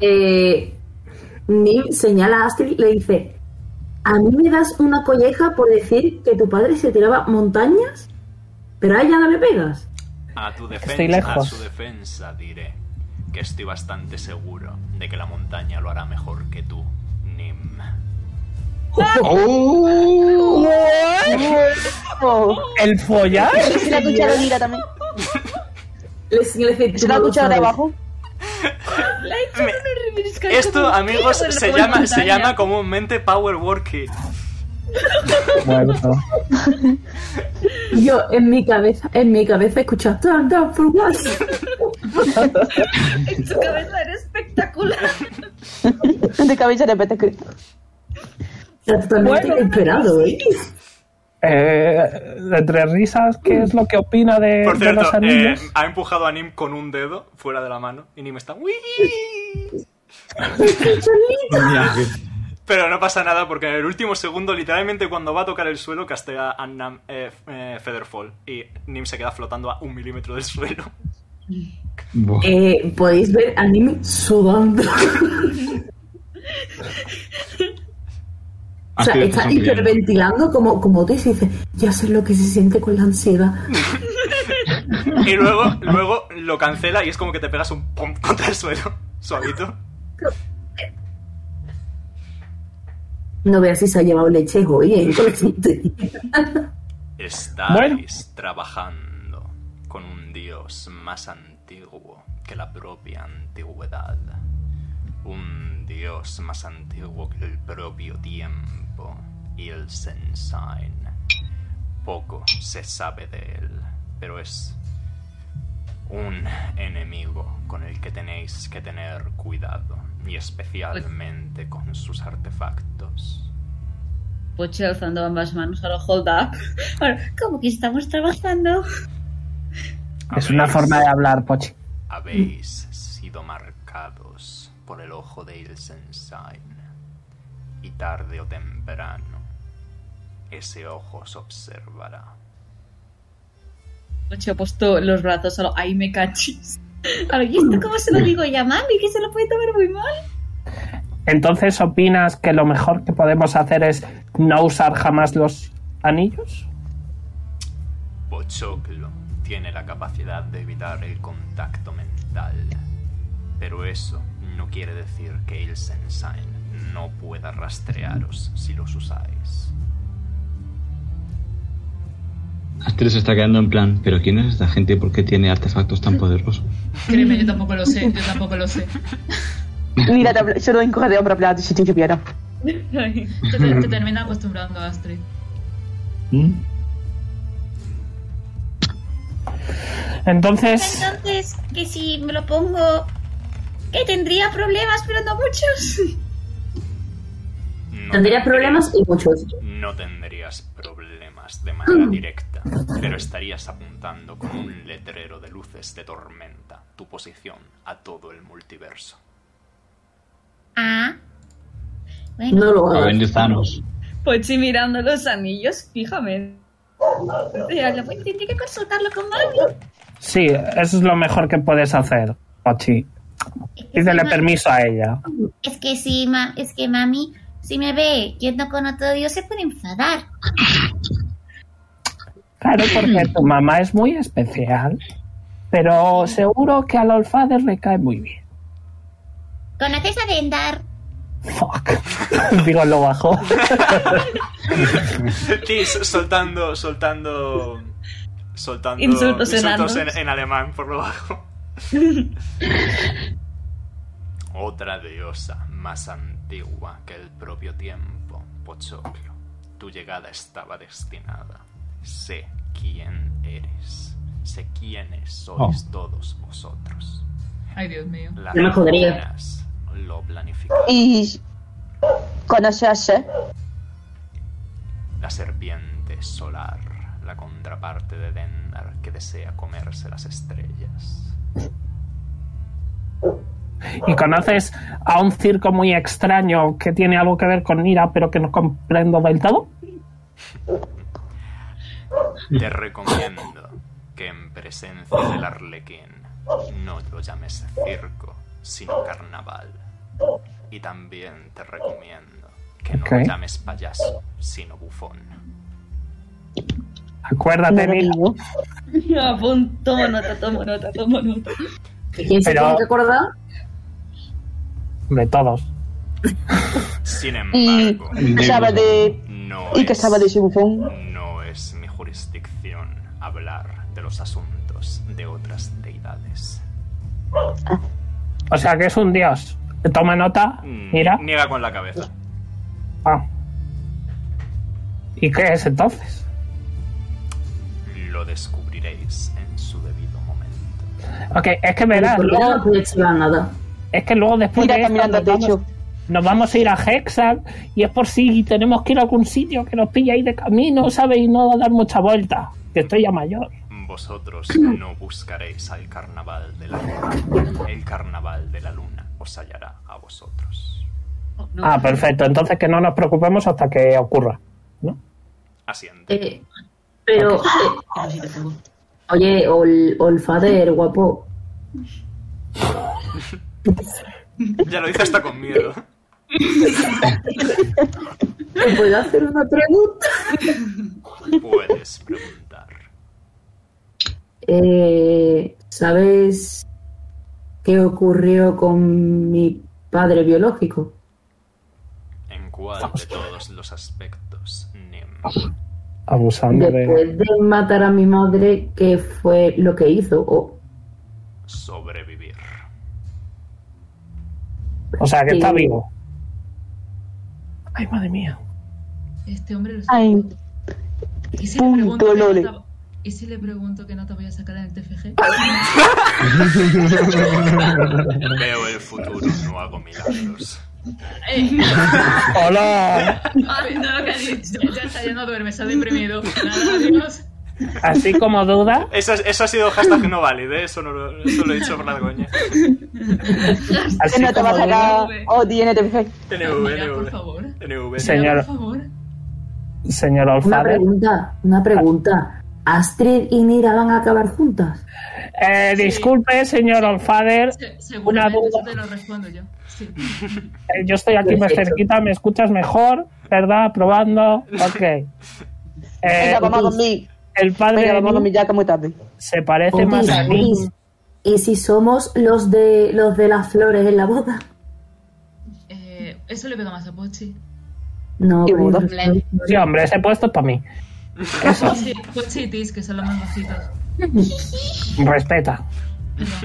Speaker 12: Eh, Nim señala a Astrid y le dice: A mí me das una colleja por decir que tu padre se tiraba montañas, pero a ella no le pegas.
Speaker 1: A tu defensa,
Speaker 10: Estoy lejos.
Speaker 1: a su defensa diré que estoy bastante seguro de que la montaña lo hará mejor que tú, Nim.
Speaker 10: Oh. ¿El follar?
Speaker 5: Es una cucharadita también.
Speaker 4: Les, les,
Speaker 5: Es una cuchara de abajo.
Speaker 1: Esto, amigos, se llama, se llama comúnmente Power Working.
Speaker 10: Eh, Muerto.
Speaker 4: Yo, en mi cabeza, en mi cabeza escuchas down, down for what?
Speaker 3: En su cabeza era espectacular.
Speaker 5: De cabeza de pete Cristo.
Speaker 4: Totalmente
Speaker 10: Bueno.
Speaker 4: inesperado, ¿eh?
Speaker 10: Eh, entre risas, ¿qué es lo que opina de,
Speaker 1: Por
Speaker 10: de
Speaker 1: cierto,
Speaker 10: los anillos?
Speaker 1: eh, ha empujado a Nim con un dedo fuera de la mano y Nim está... "Uy". Pero no pasa nada porque en el último segundo, literalmente cuando va a tocar el suelo, castea a Nam- eh, eh, Featherfall y Nim se queda flotando a un milímetro del suelo.
Speaker 2: Buah.
Speaker 4: Eh, Podéis ver a Nimi sudando. o sea,
Speaker 2: Así es,
Speaker 4: está
Speaker 2: son brillantes.
Speaker 4: hiperventilando como, como tú y dice, ya sé lo que se siente con la ansiedad.
Speaker 1: Y luego, luego lo cancela y es como que te pegas un pum contra el suelo, suavito.
Speaker 4: No veas si se ha llevado leche hoy, ¿eh? Con la gente.
Speaker 1: Estáis
Speaker 10: Bueno.
Speaker 1: trabajando con un dios más antiguo que la propia antigüedad. Un dios más antiguo que el propio tiempo y el Sensain. Poco se sabe de él, pero es un enemigo con el que tenéis que tener cuidado y especialmente con sus artefactos.
Speaker 3: Pochi alzando ambas manos a lo hold up. Ahora, ¿Cómo que estamos trabajando?
Speaker 10: Es una
Speaker 1: Habéis-
Speaker 10: forma de hablar, Pochi.
Speaker 1: Habéis sido marcados por el ojo de Ilsenstein. Y tarde o temprano, ese ojo os observará.
Speaker 3: Pochi ha puesto los brazos a lo. ¡Ay, me cachis! Ahora, ¿y esto cómo se lo digo ya, mami? Que se lo puede tomar muy mal.
Speaker 10: Entonces, ¿opinas que lo mejor que podemos hacer es no usar jamás los anillos?
Speaker 1: Pochoclo tiene la capacidad de evitar el contacto mental. Pero eso no quiere decir que Ilsenstein no pueda rastrearos si los usáis.
Speaker 2: Astrid se está quedando en plan, pero ¿quién es esta gente y por qué tiene artefactos tan poderosos?
Speaker 7: Créeme, yo tampoco lo sé, yo tampoco lo sé.
Speaker 5: Mira, te hablo- yo lo encogeré a otra plata si te quiero.
Speaker 3: Ay,
Speaker 7: Te, te, te termina acostumbrando a Astrid.
Speaker 2: ¿Mm?
Speaker 10: Entonces,
Speaker 8: Entonces, que si me lo pongo, que tendría problemas, pero no muchos.
Speaker 1: No
Speaker 4: Tendría problemas y muchos.
Speaker 1: No tendrías problemas de manera directa, pero estarías apuntando con un letrero de luces de tormenta tu posición a todo el multiverso.
Speaker 8: Ah. Bueno,
Speaker 4: No lo
Speaker 2: A
Speaker 4: hagas.
Speaker 2: venir Thanos.
Speaker 8: Pues
Speaker 3: Pochi mirando los anillos fijamente.
Speaker 8: pero lo voy- tendría que consultarlo con mami.
Speaker 10: sí, eso es lo mejor que puedes hacer, Pochi.
Speaker 8: Es que
Speaker 10: Pídele
Speaker 8: si ma-
Speaker 10: permiso a ella.
Speaker 8: Es que sí, ma, es que mami, si me ve yendo con otro dios, se puede enfadar.
Speaker 10: Claro, porque tu mamá es muy especial, pero seguro que al Olfader le cae muy bien.
Speaker 8: ¿Conoces a Dendar?
Speaker 10: Fuck. Digo, lo bajo.
Speaker 1: Tis soltando, soltando, soltando
Speaker 3: Insultos
Speaker 1: en,
Speaker 3: enanos.
Speaker 1: en alemán por lo bajo. Otra diosa más antigua que el propio tiempo, Pochoclo. Tu llegada estaba destinada. Sé quién eres. Sé quiénes sois todos vosotros.
Speaker 7: Ay, Dios mío.
Speaker 1: Las
Speaker 4: No Oh. me jodería.
Speaker 1: personas lo planificaron.
Speaker 5: Y conoce a She.
Speaker 1: La serpiente solar, la contraparte de Dennar que desea comerse las estrellas.
Speaker 10: Y conoces a un circo muy extraño que tiene algo que ver con Nira, pero que no comprendo del todo.
Speaker 1: Te recomiendo que en presencia del arlequín no lo llames circo, sino carnaval. Y también te recomiendo que no
Speaker 10: Ok.
Speaker 1: lo llames payaso, sino bufón.
Speaker 10: Acuérdate, Mila.
Speaker 3: Apunto, nota, tomo nota, tomo nota.
Speaker 4: ¿Quién se
Speaker 10: Pero-
Speaker 4: tiene que acordar?
Speaker 10: Hombre, todos.
Speaker 1: Sin
Speaker 5: Y
Speaker 1: embargo,
Speaker 5: que sabe de.
Speaker 1: no
Speaker 5: Y que
Speaker 1: es-
Speaker 5: sabe de su bufón.
Speaker 1: No es mi jurisdicción hablar de los asuntos de otras deidades.
Speaker 10: O sea que es un dios. Toma nota,
Speaker 1: Mm,
Speaker 10: mira.
Speaker 1: Niega con la cabeza.
Speaker 10: Ah. ¿Y qué es entonces?
Speaker 1: Lo descubriréis en su debido momento.
Speaker 10: Ok, es que verás,
Speaker 4: Porque no
Speaker 10: luego,
Speaker 4: puede chivar nada.
Speaker 10: es que luego después
Speaker 5: Mira,
Speaker 10: de
Speaker 5: está
Speaker 10: esto
Speaker 5: mirando
Speaker 10: nos
Speaker 5: al techo.
Speaker 10: vamos, nos vamos a ir a Hexag y es por si tenemos que ir a algún sitio que nos pille ahí de camino, ¿sabes? Y no dar mucha vuelta, que estoy ya mayor.
Speaker 1: Vosotros no buscaréis al carnaval de la luna. El carnaval de la luna os hallará a vosotros.
Speaker 10: Ah, perfecto, entonces que no nos preocupemos hasta que ocurra.
Speaker 1: Asiente.
Speaker 4: Eh, pero, eh, oye, ol, Olfader, guapo.
Speaker 1: Ya lo dice hasta con miedo.
Speaker 4: ¿Te puedo hacer una pregunta?
Speaker 1: Puedes preguntar.
Speaker 4: Eh, ¿Sabes qué ocurrió con mi padre biológico?
Speaker 1: ¿En cuál de todos los aspectos, Nim?
Speaker 10: Abusando de...
Speaker 4: Después de matar a mi madre, ¿qué fue lo que hizo? O-
Speaker 1: Sobrevivir.
Speaker 10: O sea, que está
Speaker 4: Sí.
Speaker 10: vivo. Ay, madre mía.
Speaker 7: Este hombre lo
Speaker 5: Ay.
Speaker 7: viendo. ¿Y si, le
Speaker 5: Punto
Speaker 7: pregunto que
Speaker 5: Lole.
Speaker 7: no te- ¿Y si le pregunto que no te voy a sacar en el TFG?
Speaker 1: Veo el futuro, no hago milagros.
Speaker 7: ¡Ey!
Speaker 10: ¡Hola!
Speaker 7: Eh, Ay, no, que ha dicho. Ya está, ya no duerme, se ha deprimido. Nada, adiós.
Speaker 10: Así como duda,
Speaker 1: Eso, es- eso ha sido hashtag no válido, ¿eh? eso, no lo, eso lo he dicho por la coña.
Speaker 5: Que
Speaker 10: así
Speaker 5: no te va a
Speaker 10: como duda,
Speaker 5: sacar. Oh, DNTPG.
Speaker 1: NV,
Speaker 7: Mira, por
Speaker 1: NV,
Speaker 7: favor.
Speaker 1: NV.
Speaker 10: Sí.
Speaker 7: Mira,
Speaker 10: Señora.
Speaker 7: Por favor.
Speaker 10: señor
Speaker 4: Una
Speaker 10: Olfader.
Speaker 4: pregunta, una pregunta. ¿Astrid y Nira van a acabar juntas?
Speaker 10: Eh, disculpe, señor Olfader,
Speaker 7: Se- seguramente
Speaker 10: duda.
Speaker 7: eso te lo respondo yo. Sí.
Speaker 10: eh, yo estoy aquí más
Speaker 4: Perfecto.
Speaker 10: cerquita, me escuchas mejor, ¿verdad? Probando, ok. Eh,
Speaker 5: Venga,
Speaker 10: Otis,
Speaker 5: vamos a dormir.
Speaker 10: el padre
Speaker 5: Venga, vamos a
Speaker 10: de
Speaker 5: dormir
Speaker 10: Nick
Speaker 5: ya que es muy tarde.
Speaker 10: se parece más a mí.
Speaker 4: Otis, ¿Y si somos los de los de las flores en la boda?
Speaker 7: Eh, eso le pega más a Pochi.
Speaker 4: No,
Speaker 5: Y
Speaker 4: pero
Speaker 5: boda.
Speaker 4: no soy-
Speaker 10: Sí, hombre, ese puesto es para mí.
Speaker 7: Sí, Pochitis, que son los más bajitos.
Speaker 10: Respeta.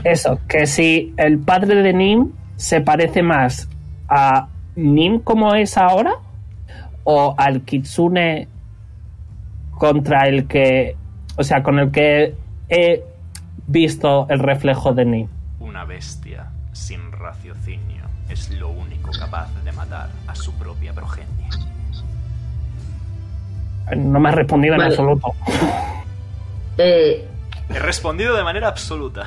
Speaker 10: Eso, que si el padre de Nim se parece más a Nim como es ahora o al Kitsune contra el que, o sea, con el que he visto el reflejo de Nim.
Speaker 1: Una bestia sin raciocinio es lo único capaz de matar a su propia progenie.
Speaker 10: No me ha respondido en
Speaker 4: Vale.
Speaker 10: absoluto.
Speaker 4: Eh,
Speaker 1: He respondido de manera absoluta.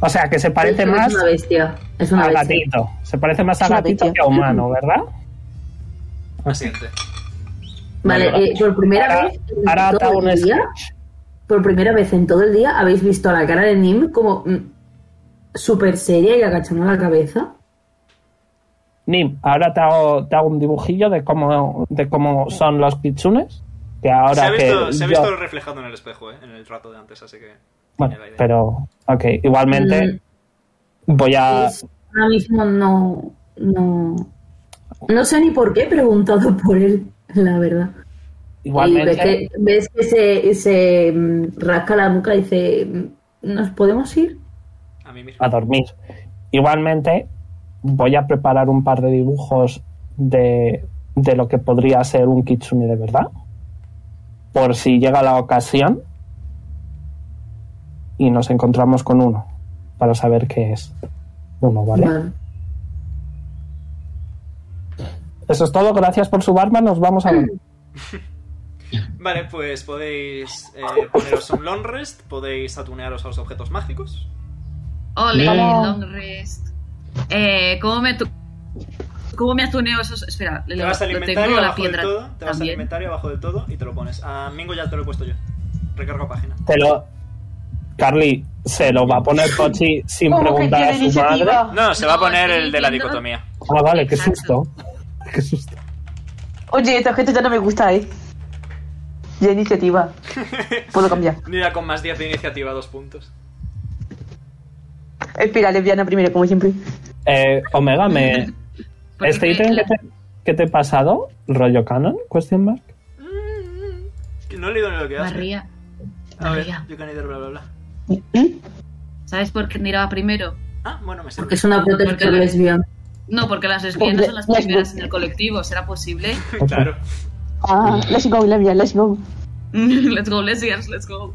Speaker 10: O sea, que se parece
Speaker 4: es
Speaker 10: más
Speaker 4: una bestia. Es una
Speaker 10: a
Speaker 4: bestia.
Speaker 10: gatito. Se parece más a
Speaker 5: Es una
Speaker 10: gatito
Speaker 5: bestia.
Speaker 10: que a humano, ¿verdad?
Speaker 1: Asiente.
Speaker 4: Vale,
Speaker 10: Vale,
Speaker 4: eh, por primera
Speaker 10: Ahora,
Speaker 4: vez en
Speaker 10: ahora
Speaker 4: todo
Speaker 10: ata
Speaker 4: el
Speaker 10: un
Speaker 4: día,
Speaker 10: sketch.
Speaker 4: por primera vez en todo el día habéis visto a la cara de Nim como mm, súper seria y agachando la cabeza.
Speaker 10: Nim, ahora te hago, te hago un dibujillo de cómo, de cómo son los kitsunes. Que ahora
Speaker 1: se ha visto,
Speaker 10: que
Speaker 1: se ha
Speaker 10: yo-
Speaker 1: visto reflejado en el espejo, ¿eh? en el rato de antes, así que.
Speaker 10: Bueno,
Speaker 1: la idea.
Speaker 10: pero. Ok, igualmente voy a.
Speaker 4: Es- ahora mismo no, no. No sé ni por qué he preguntado por él, la verdad. Y ves
Speaker 10: Igualmente.
Speaker 4: que, ves que se, se mm, rasca la nuca y dice: mm, ¿Nos podemos ir?
Speaker 1: A mí mismo.
Speaker 10: A dormir. Igualmente, voy a preparar un par de dibujos de, de lo que podría ser un kitsune de verdad. Por si llega la ocasión y nos encontramos con uno. Para saber qué es uno, ¿vale?
Speaker 4: Vale.
Speaker 10: Eso es todo. Gracias por su barba. Nos vamos a ver.
Speaker 1: Vale, pues podéis eh, poneros un long rest, podéis atunearos a los objetos mágicos.
Speaker 3: Ole,
Speaker 5: Vamos.
Speaker 3: long rest. Eh, ¿Cómo me tu- ¿Cómo me atuneo esos? Espera, le
Speaker 1: Te vas al
Speaker 3: le tengo
Speaker 1: inventario
Speaker 3: la
Speaker 1: abajo del
Speaker 3: piedra
Speaker 1: todo. Te vas al
Speaker 3: también.
Speaker 1: inventario abajo del todo y te lo pones. A Mingo ya te lo he puesto yo. Recargo página.
Speaker 10: Te lo. Carly, se lo va a poner Pochi sin preguntar a su madre.
Speaker 1: No, se va a
Speaker 3: Ah, No,
Speaker 1: poner
Speaker 3: estoy
Speaker 1: el de la
Speaker 3: diciendo-
Speaker 1: dicotomía.
Speaker 10: Ah, vale, qué
Speaker 3: Exacto.
Speaker 10: susto. Qué susto.
Speaker 5: Oye, este objeto ya no me gusta, ¿eh? Y iniciativa. Puedo cambiar.
Speaker 1: Mira, con más 10 de iniciativa, dos puntos.
Speaker 5: Espera, lesbiana primero, como siempre.
Speaker 10: Eh, Omega, me. Este
Speaker 7: me-
Speaker 10: ítem que
Speaker 7: la-
Speaker 10: te, que te he pasado, rollo canon, question mark.
Speaker 1: No he leído ni lo que hace.
Speaker 8: Barría.
Speaker 1: A ver,
Speaker 8: María.
Speaker 1: you can either bla bla bla.
Speaker 5: ¿Mm?
Speaker 8: ¿Sabes por qué tiraba primero?
Speaker 1: Ah, bueno, me sirve.
Speaker 4: Porque es una protector
Speaker 8: Porque-
Speaker 4: lesbiana.
Speaker 8: No, porque las lesbianas
Speaker 5: Hombre,
Speaker 8: son las
Speaker 5: las
Speaker 8: primeras
Speaker 5: lesbianas.
Speaker 8: en el colectivo. ¿Será posible?
Speaker 1: claro.
Speaker 5: Ah, let's go, lesbian, let's go.
Speaker 8: let's go, lesbians, let's go.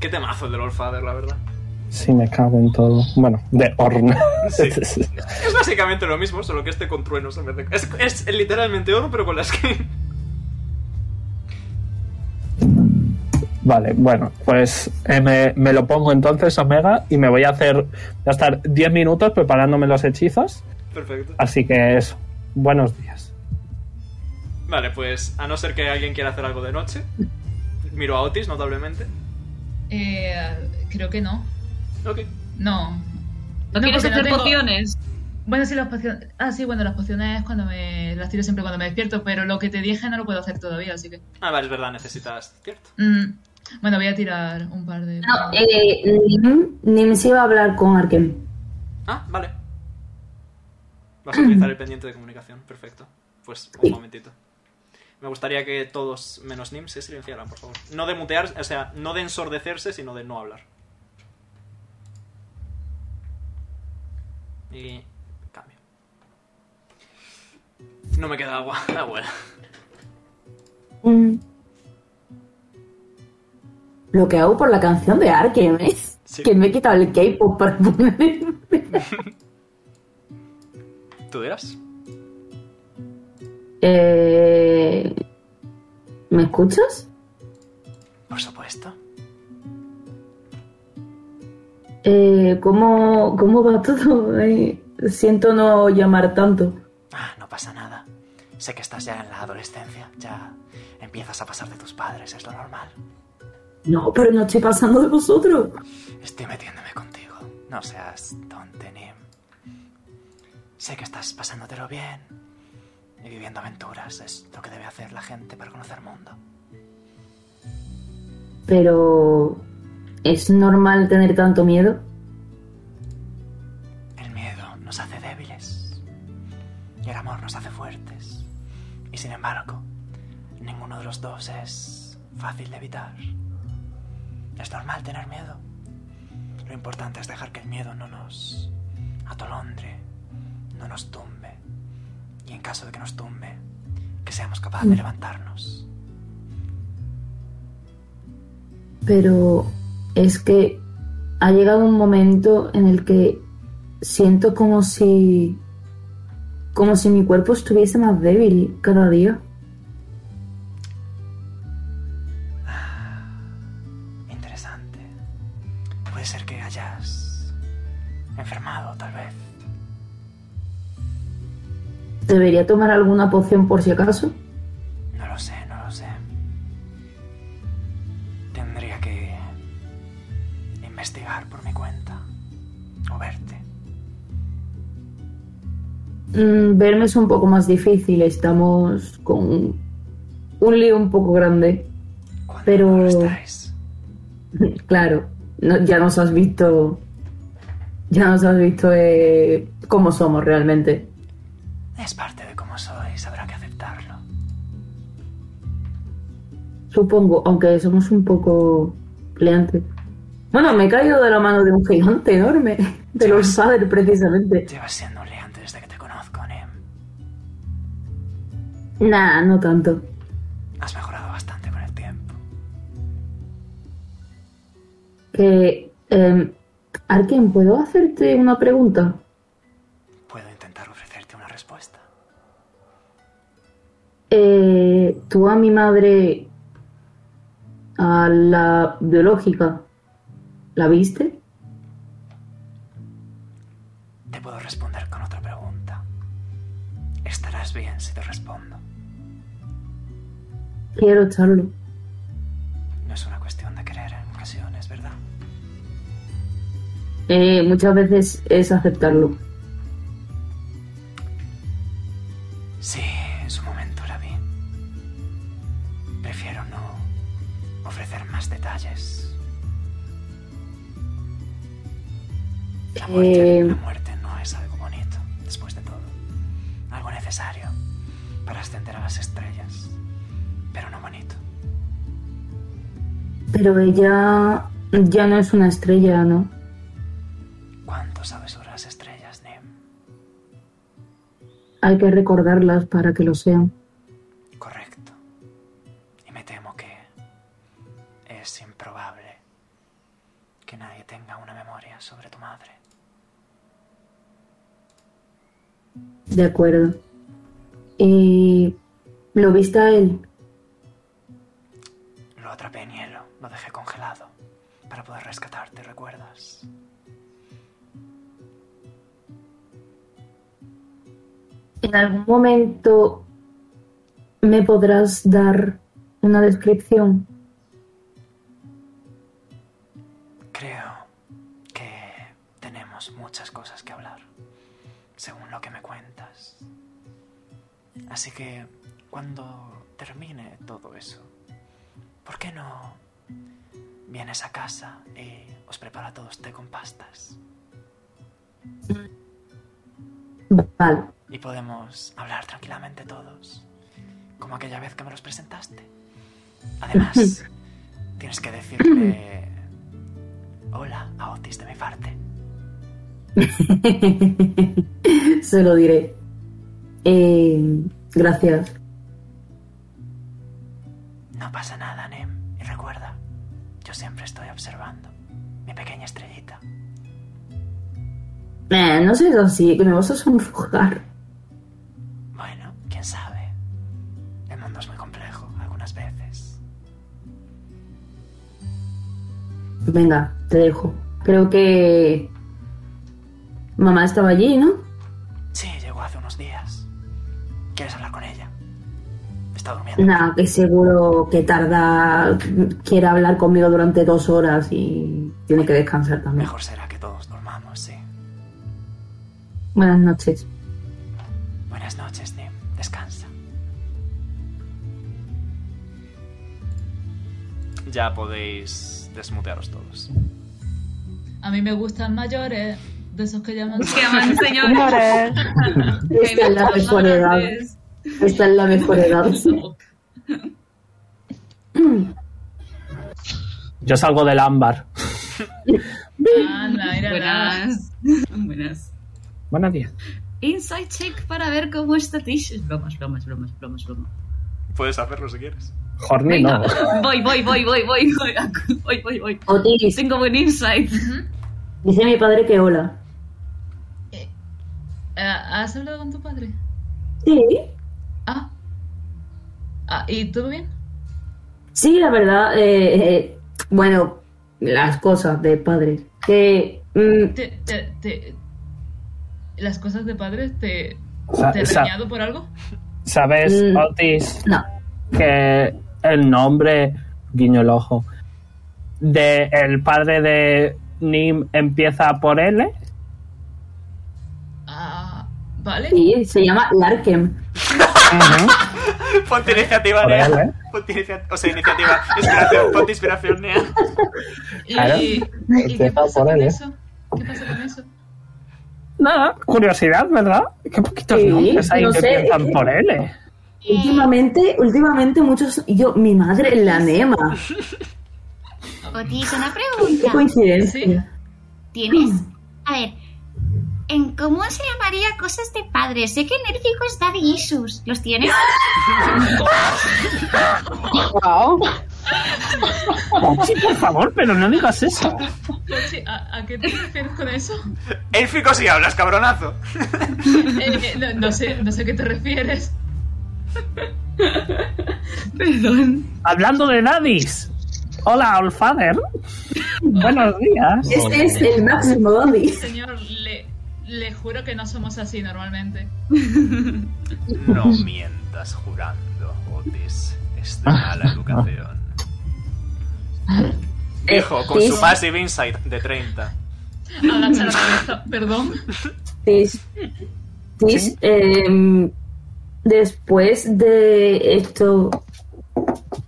Speaker 1: Qué temazo el del All Father, la verdad.
Speaker 10: Sí, me cago en todo. Bueno, de horno.
Speaker 1: Sí. Es básicamente lo mismo, solo que este con truenos en vez de. Es, es literalmente oro, pero con las que.
Speaker 10: Vale, bueno, pues eh, me, me lo pongo entonces, Omega, y me voy a hacer. Voy a estar 10 minutos preparándome los hechizos.
Speaker 1: Perfecto.
Speaker 10: Así que eso. Buenos días.
Speaker 1: Vale, pues a no ser que alguien quiera hacer algo de noche. Miro a Otis, notablemente.
Speaker 7: Eh, creo que no.
Speaker 1: Ok.
Speaker 7: No.
Speaker 8: ¿No, quieres
Speaker 7: porque
Speaker 8: hacer
Speaker 7: tengo-
Speaker 8: pociones?
Speaker 7: Bueno, sí, las pociones. Ah, sí, bueno, las pociones cuando me. Las tiro siempre cuando me despierto, pero lo que te dije no lo puedo hacer todavía, así que.
Speaker 1: Ah, vale, es verdad, necesitas. Cierto.
Speaker 7: Mm, Bueno, voy a tirar un par de.
Speaker 4: No, eh, Nim, Nim sí va a hablar con Arkem.
Speaker 1: Ah, vale. Vas a utilizar el pendiente de comunicación. Perfecto. Pues un momentito. Me gustaría que todos, menos Nim, se silenciaran, por favor. No de mutear, o sea, no de ensordecerse, sino de no hablar. Y cambio. No me queda agua. Da igual.
Speaker 5: Mm,
Speaker 4: Lo que hago por la canción de Arkham es
Speaker 1: Sí.
Speaker 4: que me he quitado el K-pop para poner.
Speaker 1: ¿Tú dirás?
Speaker 4: Eh, ¿Me escuchas?
Speaker 1: Por supuesto.
Speaker 4: Eh, ¿cómo, ¿Cómo va todo? Eh, siento no llamar tanto.
Speaker 1: Ah, no pasa nada. Sé que estás ya en la adolescencia. Ya empiezas a pasar de tus padres, es lo normal.
Speaker 4: No, pero no estoy pasando de vosotros.
Speaker 1: Estoy metiéndome contigo. No seas tonte, Nim. Sé que estás pasándotelo bien y viviendo aventuras. Es lo que debe hacer la gente para conocer mundo.
Speaker 4: Pero es normal tener tanto miedo.
Speaker 1: El miedo nos hace débiles y el amor nos hace fuertes. Y sin embargo, ninguno de los dos es fácil de evitar. Es normal tener miedo. Lo importante es dejar que el miedo no nos atolondre, no nos tumbe. Y en caso de que nos tumbe, que seamos capaces de levantarnos.
Speaker 4: Pero es que ha llegado un momento en el que siento como si. como si mi cuerpo estuviese más débil cada día.
Speaker 1: Interesante. Puede ser que hayas enfermado, tal vez.
Speaker 4: ¿Debería tomar alguna poción por si acaso?
Speaker 1: No lo sé, no lo sé. Tendría que investigar por mi cuenta. O verte.
Speaker 4: Mm, verme es un poco más difícil, estamos con un lío un poco grande.
Speaker 1: Cuando
Speaker 4: Pero-
Speaker 1: no lo estáis.
Speaker 4: Claro, no- ya nos has visto. Ya nos has visto eh, cómo somos realmente.
Speaker 1: Es parte de cómo sois, habrá que aceptarlo.
Speaker 4: Supongo, aunque somos un poco leantes. Bueno, me he caído de la mano de un gigante enorme, de los Fader precisamente.
Speaker 1: Llevas siendo un liante desde que te conozco, Nim.
Speaker 4: Nah, no tanto.
Speaker 1: Has mejorado bastante con el tiempo.
Speaker 4: Que, eh, Arken, ¿puedo hacerte una pregunta?
Speaker 1: Puedo intentar ofrecerte una respuesta.
Speaker 4: Eh, tú a mi madre, a la biológica, ¿la viste?
Speaker 1: Te puedo responder con otra pregunta. Estarás bien si te respondo.
Speaker 4: Quiero echarlo.
Speaker 1: No es una cuestión de querer en ocasiones, ¿verdad?
Speaker 4: Eh, muchas veces es aceptarlo.
Speaker 1: Sí, en su momento la vi. La muerte,
Speaker 4: Eh,
Speaker 1: la muerte no es algo bonito, después de todo. Algo necesario para ascender a las estrellas, pero no bonito.
Speaker 4: Pero ella ya no es una estrella, ¿no?
Speaker 1: ¿Cuánto sabes sobre las estrellas, Nem?
Speaker 4: Hay que recordarlas para que lo sean.
Speaker 1: Correcto. Y me temo que es improbable que nadie tenga una memoria sobre tu madre.
Speaker 4: De acuerdo. ¿Y lo viste a él?
Speaker 1: Lo atrapé en hielo, lo dejé congelado para poder rescatarte, ¿recuerdas?
Speaker 4: ¿En algún momento me podrás dar una descripción?
Speaker 1: Creo que tenemos muchas cosas que hablar, según lo que me cuentas. Así que cuando termine todo eso, ¿por qué no vienes a casa y os preparo a todos té con pastas?
Speaker 4: Vale.
Speaker 1: Y podemos hablar tranquilamente todos, como aquella vez que me los presentaste. Además, tienes que decirle hola a Otis de mi parte.
Speaker 4: Se lo diré. Eh, gracias.
Speaker 1: No pasa nada, Nem. Y recuerda, yo siempre estoy observando. Mi pequeña estrellita.
Speaker 4: Eh, no seas así, que me vas a sonrojar.
Speaker 1: Bueno, quién sabe. El mundo es muy complejo algunas veces.
Speaker 4: Venga, te dejo. Creo que mamá estaba allí, ¿no?
Speaker 1: Sí, llegó hace unos días. ¿Quieres hablar con ella? Está durmiendo.
Speaker 4: Nada, que seguro que tarda, quiere hablar conmigo durante dos horas y tiene que descansar también.
Speaker 1: Mejor será que todos dormamos, sí.
Speaker 4: Buenas noches.
Speaker 1: Buenas noches, Nem. Descansa. Ya podéis desmutearos todos.
Speaker 7: A mí me gustan mayores, de esos que llaman.
Speaker 3: Que llaman señores.
Speaker 4: Esta es la mejor edad. Esta es la mejor edad.
Speaker 10: Yo salgo del ámbar.
Speaker 3: Anda, era Buenas. Buenas.
Speaker 10: Buenos días.
Speaker 3: Inside check para ver cómo está Tish. Es Bromas, bromas, bromas, bromas, bromas.
Speaker 1: Puedes hacerlo si quieres.
Speaker 10: Horny no.
Speaker 3: Voy, voy, voy, voy, voy, voy, voy, voy, voy.
Speaker 4: Otis.
Speaker 3: Tengo buen insight.
Speaker 4: Dice mi padre que hola.
Speaker 7: Eh, ¿Has hablado con tu padre?
Speaker 4: Sí.
Speaker 7: Ah. ah ¿Y todo bien?
Speaker 4: Sí, la verdad, eh, eh, bueno, las cosas de padres. Que mm,
Speaker 7: ¿Te, te, te- las cosas de padres te,
Speaker 10: Sa-
Speaker 7: te he
Speaker 10: sa-
Speaker 7: regañado por algo?
Speaker 10: ¿Sabes,
Speaker 4: Mm.
Speaker 10: Otis?
Speaker 4: No.
Speaker 10: Que el nombre, guiño el ojo, de el padre de Nim empieza por L.
Speaker 7: Ah, vale.
Speaker 4: sí, se llama Larkem.
Speaker 1: Ponte iniciativa,
Speaker 10: Por
Speaker 1: Nea.
Speaker 10: él, ¿eh?
Speaker 1: Ponte inicia- O sea, iniciativa. Inspiración, ponte inspiración, Nea.
Speaker 7: ¿Y,
Speaker 10: Claro.
Speaker 7: ¿y qué
Speaker 10: Empieza
Speaker 7: pasa
Speaker 10: por
Speaker 7: con
Speaker 10: él, ¿eh?
Speaker 7: eso? ¿Qué pasa con eso?
Speaker 10: Nada, curiosidad, ¿verdad? Qué poquitos
Speaker 4: Sí,
Speaker 10: nombres hay
Speaker 4: no
Speaker 10: que
Speaker 4: sé.
Speaker 10: empiezan por L.
Speaker 4: Últimamente, últimamente muchos. Yo, mi madre, la NEMA.
Speaker 8: Otis, una
Speaker 4: Qué
Speaker 8: pregunta.
Speaker 4: coincidencia.
Speaker 8: ¿Tienes? A ver, ¿en cómo se llamaría cosas de padres? Sé que enérgico es Daddy Issues. ¿Los tienes?
Speaker 17: Wow.
Speaker 10: Ochi, Oh, por favor, pero no digas eso.
Speaker 7: Pochi, ¿a, a qué te refieres con eso?
Speaker 1: Élfico si hablas, cabronazo.
Speaker 7: Eh, eh, no, no sé, no sé a qué te refieres. Perdón.
Speaker 10: Hablando de daddies. Hola, Olfader. Buenos días.
Speaker 4: Este es el máximo Daddy.
Speaker 7: Señor, le, le juro que no somos así normalmente.
Speaker 1: No mientas jurando, Otis. Es de mala educación. Hijo, con su
Speaker 4: Otis.
Speaker 1: Massive Insight de 30.
Speaker 7: Agacha la cabeza, perdón.
Speaker 4: Tis. Tis, em, después de esto,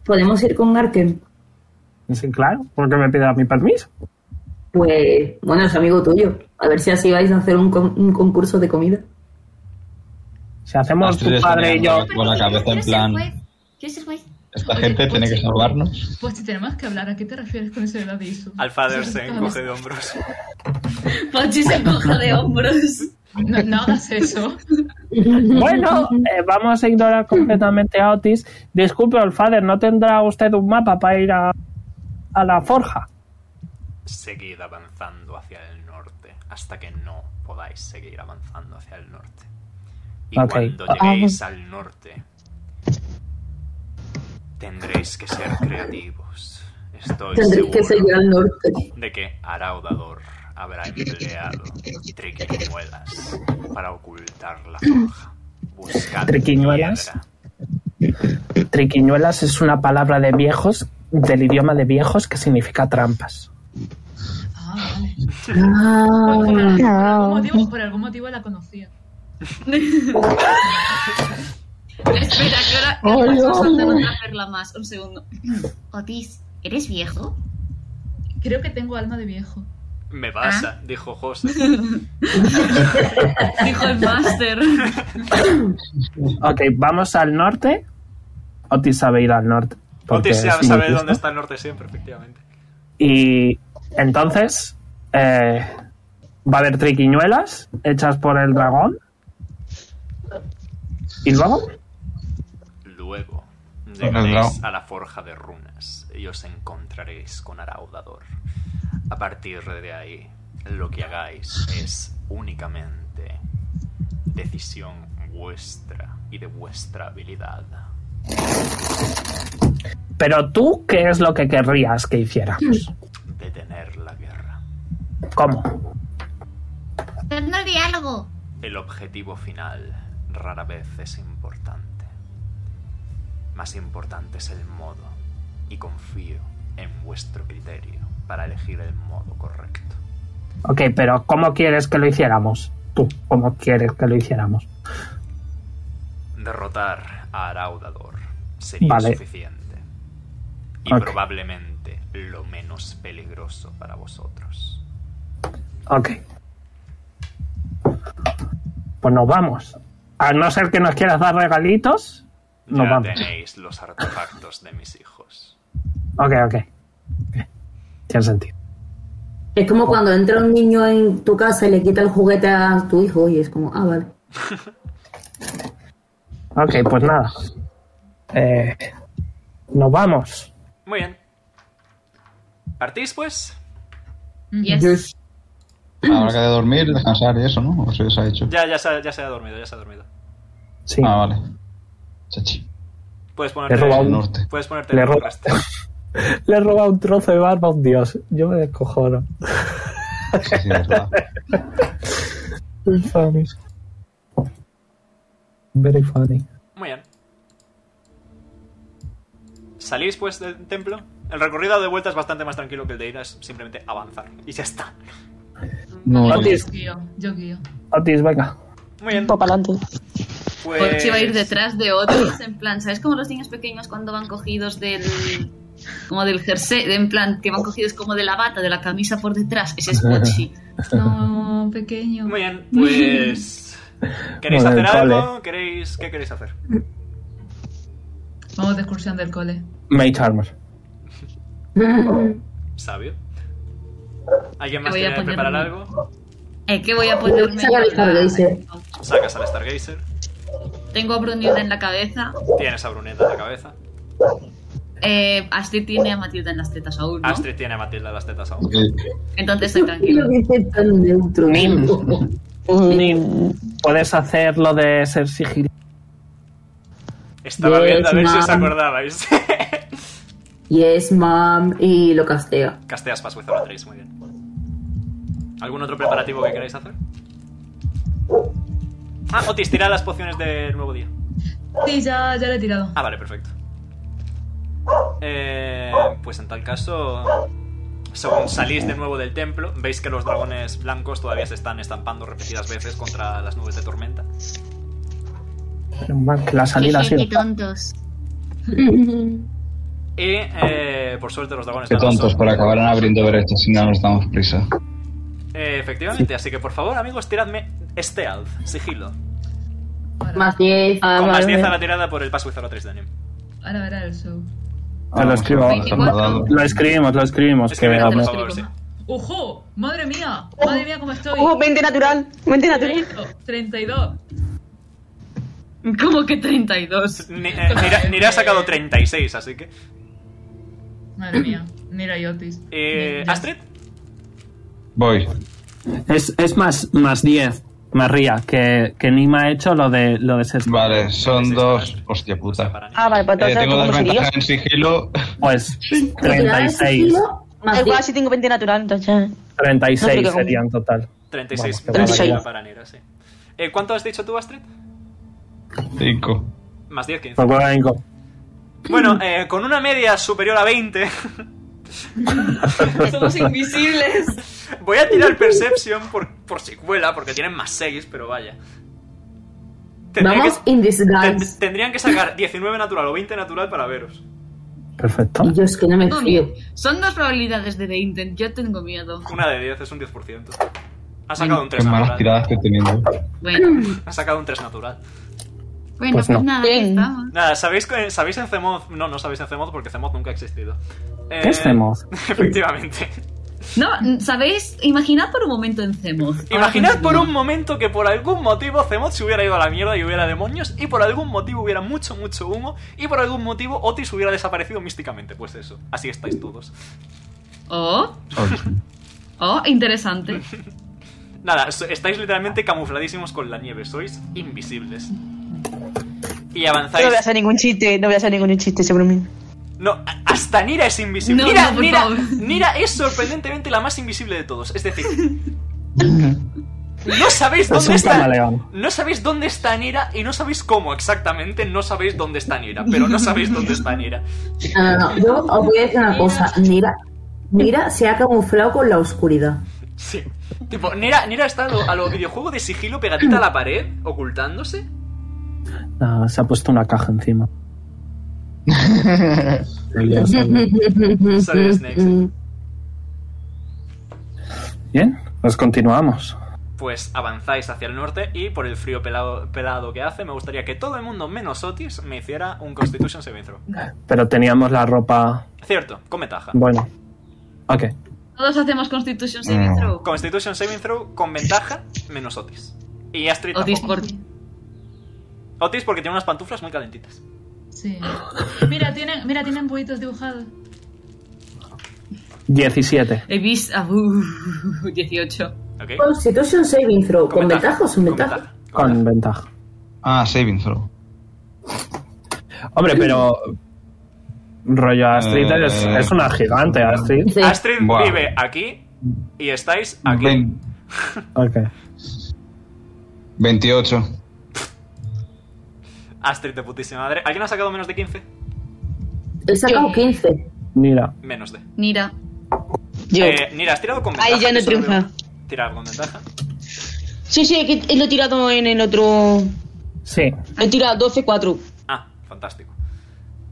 Speaker 4: ¿podemos ir con Arkem?
Speaker 10: Sí, claro, porque me pidas mi permiso.
Speaker 4: Pues, bueno, es amigo tuyo.
Speaker 12: A ver si así vais a hacer un, con- un concurso de comida.
Speaker 10: Si hacemos tu
Speaker 2: Astrid está
Speaker 10: padre y yo.
Speaker 2: mirando Con la cabeza en plan,
Speaker 7: ¿Qué es el güey?
Speaker 2: esta gente tiene que salvarnos.
Speaker 7: Pues si tenemos que hablar, ¿a qué te refieres con eso de la Isu?
Speaker 1: Al father se encoge de hombros.
Speaker 3: Pochi Pues se coge de hombros.
Speaker 7: No, no hagas eso.
Speaker 10: Bueno, eh, vamos a ignorar completamente a Otis. Disculpe, Olfader, ¿no tendrá usted un mapa para ir a, a la forja?
Speaker 1: Seguid avanzando hacia el norte hasta que no podáis seguir avanzando hacia el norte. Y
Speaker 10: Ok.
Speaker 12: Ah,
Speaker 1: cuando lleguéis al norte, tendréis que ser creativos. Estoy
Speaker 12: Tendréis que
Speaker 1: seguro
Speaker 12: seguir al norte.
Speaker 1: de que Araudador habrá empleado triquiñuelas para ocultar la forja. Buscad
Speaker 10: Triquiñuelas.
Speaker 1: piedra.
Speaker 10: Triquiñuelas es una palabra de viejos, del idioma de viejos, que significa trampas.
Speaker 7: Ah, Por algún,
Speaker 12: Ah,
Speaker 7: motivo, por algún motivo la conocía.
Speaker 18: Espera, que ahora
Speaker 12: Oh,
Speaker 18: vamos
Speaker 12: no.
Speaker 18: a soltar otra perla más. Un segundo.
Speaker 8: Otis, ¿eres viejo?
Speaker 7: Creo que tengo alma de viejo.
Speaker 1: Me pasa, dijo José.
Speaker 18: Dijo el máster.
Speaker 10: Ok, vamos al norte. Otis sabe ir al norte. porque
Speaker 1: Otis sabe
Speaker 10: es muy
Speaker 1: sabe dónde
Speaker 10: listo.
Speaker 1: está el norte siempre, efectivamente.
Speaker 10: Y entonces eh, va a haber triquiñuelas hechas por el dragón. Y luego
Speaker 1: Luego
Speaker 2: Bueno,
Speaker 1: llegaréis a la forja de runas y os encontraréis con Araudador. A partir de ahí, lo que hagáis es únicamente decisión vuestra y de vuestra habilidad.
Speaker 10: Pero tú, ¿qué es lo que querrías que hiciéramos?
Speaker 1: Detener la guerra.
Speaker 10: ¿Cómo?
Speaker 8: Dando el diálogo.
Speaker 1: El objetivo final rara vez es importante. Más importante es el modo y confío en vuestro criterio para elegir el modo correcto.
Speaker 10: Ok, pero ¿cómo quieres que lo hiciéramos? Tú, ¿cómo quieres que lo hiciéramos?
Speaker 1: Derrotar a Araudador sería
Speaker 10: Vale.
Speaker 1: suficiente. Y
Speaker 10: Ok.
Speaker 1: probablemente lo menos peligroso para vosotros.
Speaker 10: Ok. Pues nos vamos. A no ser que nos quieras dar regalitos,
Speaker 1: Ya
Speaker 10: nos vamos.
Speaker 1: tenéis los artefactos de mis hijos.
Speaker 10: Ok, ok. Ok. Tiene sentido.
Speaker 12: es como cuando entra un niño en tu casa y le quita el juguete a tu hijo y es como, ah, vale.
Speaker 10: Ok, pues nada. Eh, nos vamos.
Speaker 1: Muy bien. ¿Partís pues?
Speaker 18: Yes.
Speaker 2: Habrá que dormir, descansar y eso, ¿no? O se se ha hecho.
Speaker 1: Ya, ya se, ha- ya se ha dormido, ya se ha dormido.
Speaker 10: Sí.
Speaker 2: Ah, vale. Chachi.
Speaker 1: Puedes ponerte,
Speaker 10: He robado un-
Speaker 2: norte.
Speaker 1: puedes ponerte
Speaker 10: Le
Speaker 1: en
Speaker 10: robo-
Speaker 1: rest.
Speaker 10: Le he robado un trozo de barba a un dios. Yo me descojono.
Speaker 2: Sí, sí, verdad.
Speaker 10: Very funny. Very funny.
Speaker 1: Muy bien. ¿Salís pues del templo? El recorrido de vuelta es bastante más tranquilo que el de ida, es simplemente avanzar. Y ya está.
Speaker 2: No,
Speaker 10: Otis,
Speaker 7: Yo guío, yo guío.
Speaker 10: Otis, venga.
Speaker 1: Muy bien.
Speaker 5: para adelante.
Speaker 1: Pues...
Speaker 18: Pochi va a ir detrás de
Speaker 5: Pues
Speaker 18: otros. En plan, ¿sabes como los niños pequeños cuando van cogidos del. como del jersey? de- En plan, que van cogidos como de la bata, de la camisa por detrás. Ese es Pochi.
Speaker 7: No, Oh, pequeño.
Speaker 1: Muy bien, pues. ¿Queréis
Speaker 10: Bueno,
Speaker 1: hacer
Speaker 10: vale.
Speaker 1: algo? ¿Queréis... ¿Qué queréis hacer?
Speaker 7: Vamos de excursión del cole.
Speaker 10: Mage Armor.
Speaker 12: Oh.
Speaker 1: Sabio. ¿Alguien más
Speaker 18: Voy a
Speaker 1: quiere
Speaker 18: ponerme-
Speaker 1: preparar algo?
Speaker 18: Eh, que voy a ponerme.
Speaker 12: Saca el
Speaker 18: yo la-
Speaker 12: Stargazer.
Speaker 1: Sacas al Stargazer.
Speaker 18: Tengo a Brunilda en la cabeza.
Speaker 1: Tienes a Bruneta en la cabeza.
Speaker 18: Eh, Astrid tiene a Matilda en las tetas aún. ¿no?
Speaker 1: Astrid tiene a Matilda en las tetas aún.
Speaker 2: sí.
Speaker 18: Entonces estoy
Speaker 12: Y
Speaker 18: tranquila.
Speaker 12: lo dice tan neutro.
Speaker 10: Nim.
Speaker 5: Mm,
Speaker 10: Puedes hacer lo de ser sigilo.
Speaker 1: Estaba viendo a ver si os
Speaker 12: ma'am.
Speaker 1: acordabais.
Speaker 12: Yes, mom. Y lo castea.
Speaker 1: Casteas Pass with Oratrice, muy bien. ¿Algún otro preparativo que queráis hacer? Ah, Otis, tira las pociones del nuevo día.
Speaker 7: Sí, ya, ya lo he tirado.
Speaker 1: Ah, vale, perfecto. Eh, pues en tal caso, según salís de nuevo del templo, veis que los dragones blancos todavía se están estampando repetidas veces contra las nubes de tormenta.
Speaker 10: Menos mal que la salida ha
Speaker 8: Qué
Speaker 10: sido.
Speaker 8: gente tontos.
Speaker 1: Y eh, por suerte los dragones
Speaker 2: Qué
Speaker 1: blancos
Speaker 2: tontos,
Speaker 1: son-
Speaker 2: pero acabarán abriendo brechas si no nos damos prisa.
Speaker 1: Eh, efectivamente, así que por favor, amigos, tiradme Stealth, sigilo.
Speaker 12: Más 10.
Speaker 4: Ah,
Speaker 1: Con más 10 a la tirada por el Pass Wizard 3 Denim.
Speaker 7: Ahora verá el show.
Speaker 2: Ah,
Speaker 10: lo escribo.
Speaker 7: 24.
Speaker 10: Lo escribimos, lo escribimos. Que
Speaker 1: Escríbete, por
Speaker 10: veamos.
Speaker 1: favor, sí.
Speaker 7: ¡Ojo! ¡Madre mía! ¡Madre mía, cómo estoy!
Speaker 5: ¡Oh, mente natural! ¡Mente natural!
Speaker 7: Perfecto, 32.
Speaker 18: ¿Cómo que 32?
Speaker 1: Ni, eh, Nira- Nira ha sacado 36, así que.
Speaker 7: Madre mía. Nira y Otis.
Speaker 1: Eh, Astrid,
Speaker 2: Voy.
Speaker 10: Es, es más, más 10, me ría, que, que Nima ha hecho lo de, lo de ser.
Speaker 2: Vale, son dos. Hostia puta.
Speaker 5: Ah, vale, pues
Speaker 2: Eh,
Speaker 5: entonces,
Speaker 2: tengo
Speaker 5: ¿cómo sería?
Speaker 2: desventaja en sigilo.
Speaker 10: Pues
Speaker 12: Natural,
Speaker 10: 36.
Speaker 12: sigilo, más
Speaker 5: Igual
Speaker 12: 10.
Speaker 5: si tengo 20 natural, entonces. No creo
Speaker 10: 36
Speaker 5: que-
Speaker 10: sería en total.
Speaker 1: 36
Speaker 10: Vamos, que
Speaker 1: para
Speaker 5: vale.
Speaker 1: Nira, para Nira, sí. Eh, ¿Cuánto has dicho tú, Astrid?
Speaker 2: Cinco.
Speaker 1: Más 10, 15.
Speaker 10: Por cuatro, cinco.
Speaker 1: Bueno, eh, con una media superior a 20,
Speaker 18: Somos invisibles.
Speaker 1: voy a tirar Perception por, por si cuela, porque tienen más 6, pero vaya. Tendría
Speaker 12: Vamos
Speaker 1: que-
Speaker 12: in disguise.
Speaker 1: ten- tendrían que sacar 19 natural o 20 natural para veros.
Speaker 10: Perfecto.
Speaker 12: Y Yo es que no me fío.
Speaker 18: Son dos probabilidades de 20. Yo tengo miedo.
Speaker 1: Una de 10 es un 10%. Ha sacado un
Speaker 2: Qué
Speaker 1: 3
Speaker 2: malas
Speaker 1: natural.
Speaker 2: tiradas que he tenido.
Speaker 18: Bueno,
Speaker 1: Ha sacado un 3 natural.
Speaker 18: bueno,
Speaker 10: Pues
Speaker 18: pues,
Speaker 10: no.
Speaker 18: nada, aquí
Speaker 5: Bien.
Speaker 18: estamos.
Speaker 1: Nada, ¿sabéis, que- ¿sabéis en Zemoz? No, no sabéis en Zemoz porque Zemoz nunca ha existido. Eh,
Speaker 10: ¿Qué es Zemoz?
Speaker 1: Efectivamente.
Speaker 18: No, ¿sabéis? Imaginad por un momento en Zemoz. Ahora
Speaker 1: Imaginad por
Speaker 18: continúo.
Speaker 1: un momento que por algún motivo Zemoz se hubiera ido a la mierda y hubiera demonios, y por algún motivo hubiera mucho, mucho humo, y por algún motivo Otis hubiera desaparecido místicamente. Pues eso, así estáis todos.
Speaker 18: Oh, oh, interesante.
Speaker 1: Nada, so- estáis literalmente camufladísimos con la nieve, sois invisibles. Y
Speaker 5: No voy a
Speaker 1: avanzáis.
Speaker 5: hacer ningún chiste, no voy a hacer ningún chiste sobre mí.
Speaker 1: No, a- hasta Nira es invisible.
Speaker 18: No,
Speaker 1: Nira,
Speaker 18: no, por
Speaker 1: Nira,
Speaker 18: favor.
Speaker 1: Nira es sorprendentemente la más invisible de todos. Es decir, no sabéis
Speaker 10: Es
Speaker 1: dónde
Speaker 10: un
Speaker 1: está.
Speaker 10: camaleón.
Speaker 1: No sabéis dónde está Nira y no sabéis cómo exactamente, no sabéis dónde está Nira, pero no sabéis dónde está Nira.
Speaker 12: No, no, no. Yo os voy a decir una cosa. Mira, mira, se ha camuflado con la oscuridad.
Speaker 1: Sí. Tipo, Nira, Nira está a lo, a lo videojuego de sigilo pegadita a la pared, ocultándose.
Speaker 10: No, Ah, se ha puesto una caja encima.
Speaker 1: Sorry,
Speaker 12: Mm,
Speaker 1: Snakes.
Speaker 10: Bien, pues continuamos.
Speaker 1: Pues avanzáis hacia el norte y por el frío pelado, pelado que hace, me gustaría que todo el mundo menos Otis me hiciera un Constitution Saving Throw.
Speaker 10: Pero teníamos la ropa.
Speaker 1: Cierto, con ventaja.
Speaker 10: Bueno. Ok.
Speaker 18: Todos hacemos Constitution Saving
Speaker 2: Mm.
Speaker 18: Throw.
Speaker 1: Constitution Saving Throw con ventaja menos Otis. Y Astrid
Speaker 18: Otis,
Speaker 1: tampoco.
Speaker 18: ¿por qué?
Speaker 1: Otis porque tiene unas pantuflas muy calentitas.
Speaker 7: Sí. Mira, tienen, mira, tienen pollitos dibujados.
Speaker 10: 17.
Speaker 18: He visto... ah, uh, 18.
Speaker 1: ¿Ok?
Speaker 12: Constitution Saving Throw. ¿Con ventaja o sin
Speaker 1: con
Speaker 12: ventaja?
Speaker 1: ventaja, con
Speaker 10: Con
Speaker 1: ventaja.
Speaker 10: ventaja.
Speaker 2: Ah, saving throw.
Speaker 10: Hombre, pero. Rollo Astrid
Speaker 2: Eh,
Speaker 10: es, es una gigante, Astrid.
Speaker 12: Dice,
Speaker 1: Astrid
Speaker 2: Buah.
Speaker 1: vive aquí y estáis aquí.
Speaker 2: Vein-
Speaker 10: Ok.
Speaker 2: 28.
Speaker 1: Astrid de putísima madre. ¿Alguien ha sacado menos de 15?
Speaker 12: He sacado 15.
Speaker 10: Mira.
Speaker 1: Menos de.
Speaker 18: Mira,
Speaker 5: Yo.
Speaker 1: Eh, Nira, has tirado con ventaja.
Speaker 5: Ahí ya no
Speaker 1: que solo
Speaker 5: triunfa.
Speaker 1: veo- Tirar con ventaja.
Speaker 5: Sí, sí, que lo he tirado en el otro.
Speaker 10: Sí.
Speaker 5: Lo he tirado 12-4.
Speaker 1: Ah, fantástico.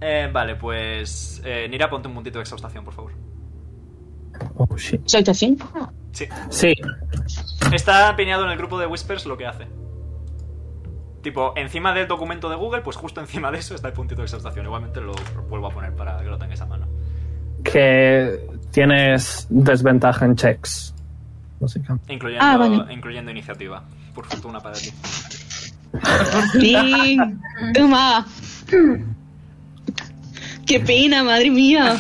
Speaker 1: Eh, vale, pues. eh, Nira, ponte un puntito de exhaustación, por favor.
Speaker 10: Oh, shit.
Speaker 5: ¿Soy así?
Speaker 1: Sí.
Speaker 10: Sí.
Speaker 1: Está pineado en el grupo de Whispers lo que hace. Tipo, encima del documento de Google, pues justo encima de eso está el puntito de exhaustación. Igualmente lo vuelvo a poner para que lo tengáis a mano.
Speaker 10: Que tienes desventaja en checks. Básicamente.
Speaker 1: Incluyendo,
Speaker 5: Ah, vale.
Speaker 1: incluyendo iniciativa. Por fortuna para ti.
Speaker 5: Bien. Toma. Qué pena, madre mía.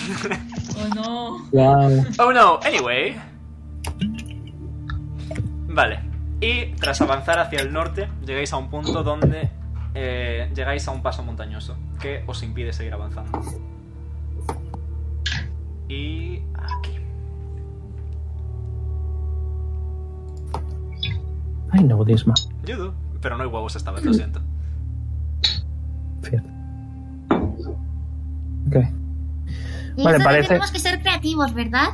Speaker 7: Oh no.
Speaker 1: Oh no, anyway. Vale. Y tras avanzar hacia el norte, llegáis a un punto donde eh, llegáis a un paso montañoso que os impide seguir avanzando. Y aquí.
Speaker 10: I know this map.
Speaker 1: Yudu. Pero no hay huevos esta vez, lo siento.
Speaker 10: Fíjate.
Speaker 8: Y
Speaker 10: Ok. Vale,
Speaker 8: es donde
Speaker 10: parece-
Speaker 8: tenemos que ser creativos, ¿verdad?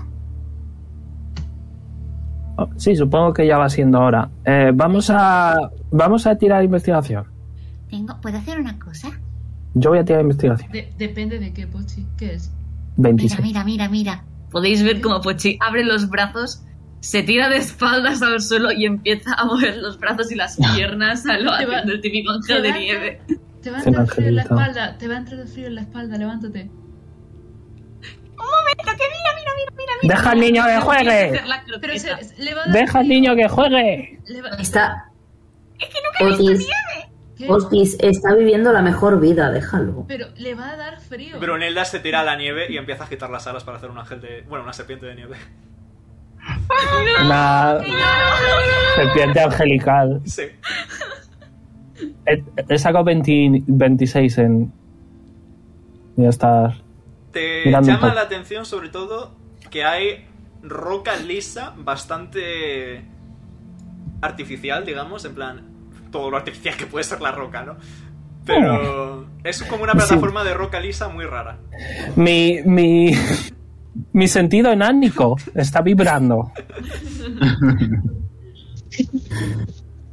Speaker 10: Oh, Sí, supongo que ya va siendo hora. Eh, vamos a vamos a tirar investigación.
Speaker 8: Tengo, ¿Puedo hacer una cosa?
Speaker 10: Yo voy a tirar investigación.
Speaker 7: De- depende de qué pochi. ¿Qué es?
Speaker 8: Mira,
Speaker 10: 26.
Speaker 8: mira, mira, mira.
Speaker 18: podéis ver cómo Pochi abre los brazos
Speaker 3: se tira de espaldas al suelo y empieza a mover los brazos y las piernas a lo
Speaker 7: Te va-
Speaker 3: haciendo el típico ángel de
Speaker 7: levanta-
Speaker 3: nieve.
Speaker 7: Te va a entrar
Speaker 10: El
Speaker 7: frío en la
Speaker 10: angelito.
Speaker 7: espalda, te va a entrar frío en la espalda, levántate.
Speaker 8: Un momento, que mira, mira, mira, mira, mira.
Speaker 10: ¡Deja al niño que juegue!
Speaker 7: Pero se, se- le va a dar
Speaker 10: ¡Deja al niño que juegue!
Speaker 7: le va-
Speaker 4: Está,
Speaker 8: Es que nunca he visto
Speaker 4: Otis,
Speaker 8: nieve.
Speaker 7: ¿qué?
Speaker 4: Otis está viviendo la mejor vida, déjalo.
Speaker 7: Pero le va a dar frío.
Speaker 1: Brunilda se tira a la nieve y empieza a agitar las alas para hacer un ángel de. Bueno, una serpiente de nieve.
Speaker 10: Una serpiente angelical.
Speaker 1: Sí.
Speaker 10: He, he sacado 20 26 en. Ya está.
Speaker 1: Te
Speaker 10: Mirando un
Speaker 1: llama
Speaker 10: poco.
Speaker 1: la atención, sobre todo, que hay roca lisa bastante artificial, digamos, en plan. Todo lo artificial que puede ser la roca, ¿no? Pero es como una
Speaker 10: Sí.
Speaker 1: plataforma de roca lisa muy rara.
Speaker 10: Mi, mi, mi sentido enánico está vibrando.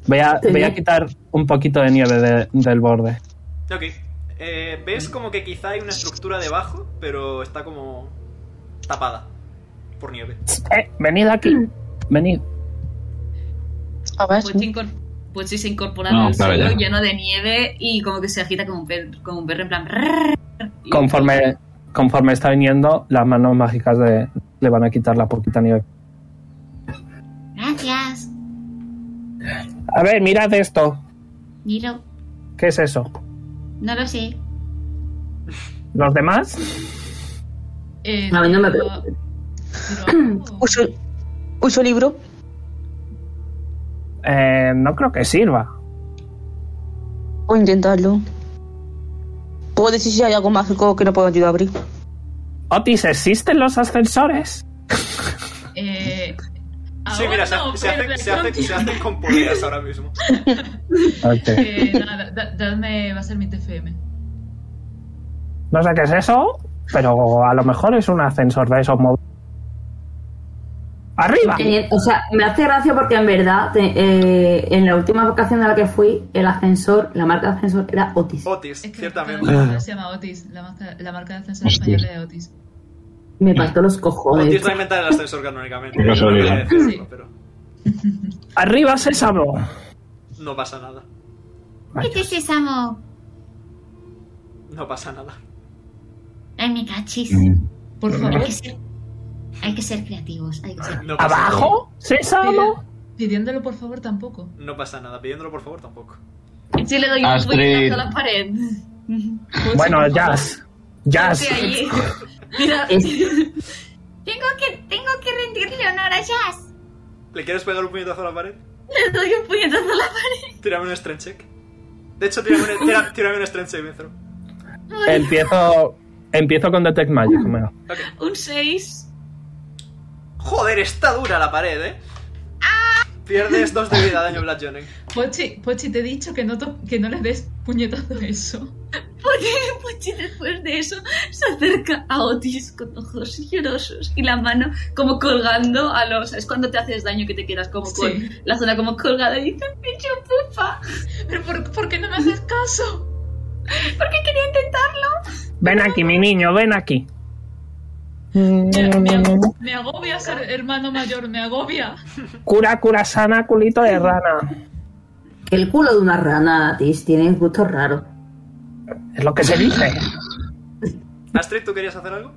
Speaker 10: Voy a, voy a quitar un poquito de nieve de- del borde.
Speaker 1: Ok. Eh, ves como que quizá hay una estructura debajo, pero está como tapada por nieve.
Speaker 10: Eh, venid aquí. Venid.
Speaker 5: A ver,
Speaker 3: Pochi, incor- Pochi se incorpora
Speaker 2: No,
Speaker 3: en el
Speaker 2: claro,
Speaker 3: suelo
Speaker 2: ya.
Speaker 3: lleno de nieve y como que se agita como un perro, como un perro en plan... "Rrrr". Y-
Speaker 10: Conforme, conforme está viniendo, las manos mágicas de- le van a quitar la poquita nieve.
Speaker 8: Gracias.
Speaker 10: A ver, mirad esto.
Speaker 8: Miro.
Speaker 10: ¿Qué es eso?
Speaker 8: No lo sé.
Speaker 10: ¿Los demás?
Speaker 7: Eh,
Speaker 4: A mí no me
Speaker 7: pero-
Speaker 4: preguntes.
Speaker 7: pero-
Speaker 5: uso, uso libro.
Speaker 10: Eh, no creo que sirva.
Speaker 5: Voy a intentarlo. Puedo decir si hay algo mágico que no puedo ayudar a abrir.
Speaker 10: Otis, ¿existen los ascensores?
Speaker 7: eh,
Speaker 1: Sí,
Speaker 7: ahora
Speaker 1: mira, se,
Speaker 7: no,
Speaker 1: se hacen,
Speaker 7: pero-
Speaker 1: se hacen- se hacen con poleas ahora mismo.
Speaker 10: Ok.
Speaker 7: Eh, nada, da- dadme, va a ser mi TFM.
Speaker 10: No sé qué es eso, pero a lo mejor es un ascensor de esos modos. ¡Arriba!
Speaker 4: Eh, o sea, me hace gracia porque en verdad, te- eh, en la última vacación a la que fui, el ascensor, la marca de ascensor era Otis.
Speaker 1: Otis,
Speaker 7: Es que
Speaker 1: ciertamente.
Speaker 7: la marca se llama Otis, la marca, la marca de ascensor
Speaker 2: Hostias.
Speaker 7: española de Otis.
Speaker 4: Me partió los
Speaker 1: Otis
Speaker 4: cojones.
Speaker 1: va a inventar el ascensor canónicamente.
Speaker 2: Qué
Speaker 1: no
Speaker 2: casualidad.
Speaker 1: quería decirlo,
Speaker 7: Sí.
Speaker 1: pero
Speaker 10: ¡Arriba, sésamo!
Speaker 1: no pasa nada.
Speaker 8: ¿Qué te sésamo?
Speaker 1: No pasa nada.
Speaker 8: Ay, me cachis.
Speaker 7: Por
Speaker 8: Hay
Speaker 7: favor,
Speaker 8: que ser, hay que ser creativos. Hay que ser
Speaker 1: No pasa
Speaker 10: ¿Abajo?
Speaker 7: pida-
Speaker 10: ¡Sésamo!
Speaker 7: pidiéndolo por favor tampoco.
Speaker 1: nada. No pasa nada. Pidiéndolo, por favor, tampoco.
Speaker 3: Sí, le doy un
Speaker 2: Mm. Astrid.
Speaker 3: puñetazo a la pared.
Speaker 10: Bueno, jazz. Jazz.
Speaker 3: Sí, ahí. Mira,
Speaker 8: Tengo que, tengo que rendirle honor a Jazz.
Speaker 1: ¿Le quieres pegar un puñetazo a la pared?
Speaker 3: le doy un puñetazo a la
Speaker 1: Tírame un strength check. De hecho, tírame un, tira- tírame un strength saving throw.
Speaker 10: Empiezo, empiezo con Detect Magic. bueno.
Speaker 3: pared. Un 6.
Speaker 1: Joder, está dura la pared, eh. Pierdes dos de vida, daño bludgeoning.
Speaker 7: Pochi, Pochi, te he dicho que no, to- que no les des puñetazo a eso.
Speaker 3: Porque Pochi después de eso se acerca a Otis con ojos llorosos y la mano como colgando a los... Es cuando te haces daño que te quedas como
Speaker 7: Sí.
Speaker 3: con la zona como colgada y dice, me he hecho pupa.
Speaker 7: Pero ¿por, por qué no me haces caso?
Speaker 3: Porque quería intentarlo.
Speaker 10: Ven aquí, mi niño, ven aquí.
Speaker 7: Me, me ag- me agobia ser hermano mayor, me agobia.
Speaker 10: Cura, cura sana, culito de rana.
Speaker 4: Que el culo de una rana, Otis, tiene gustos raros.
Speaker 10: Es lo que se dice.
Speaker 1: Astrid, ¿tú querías hacer algo?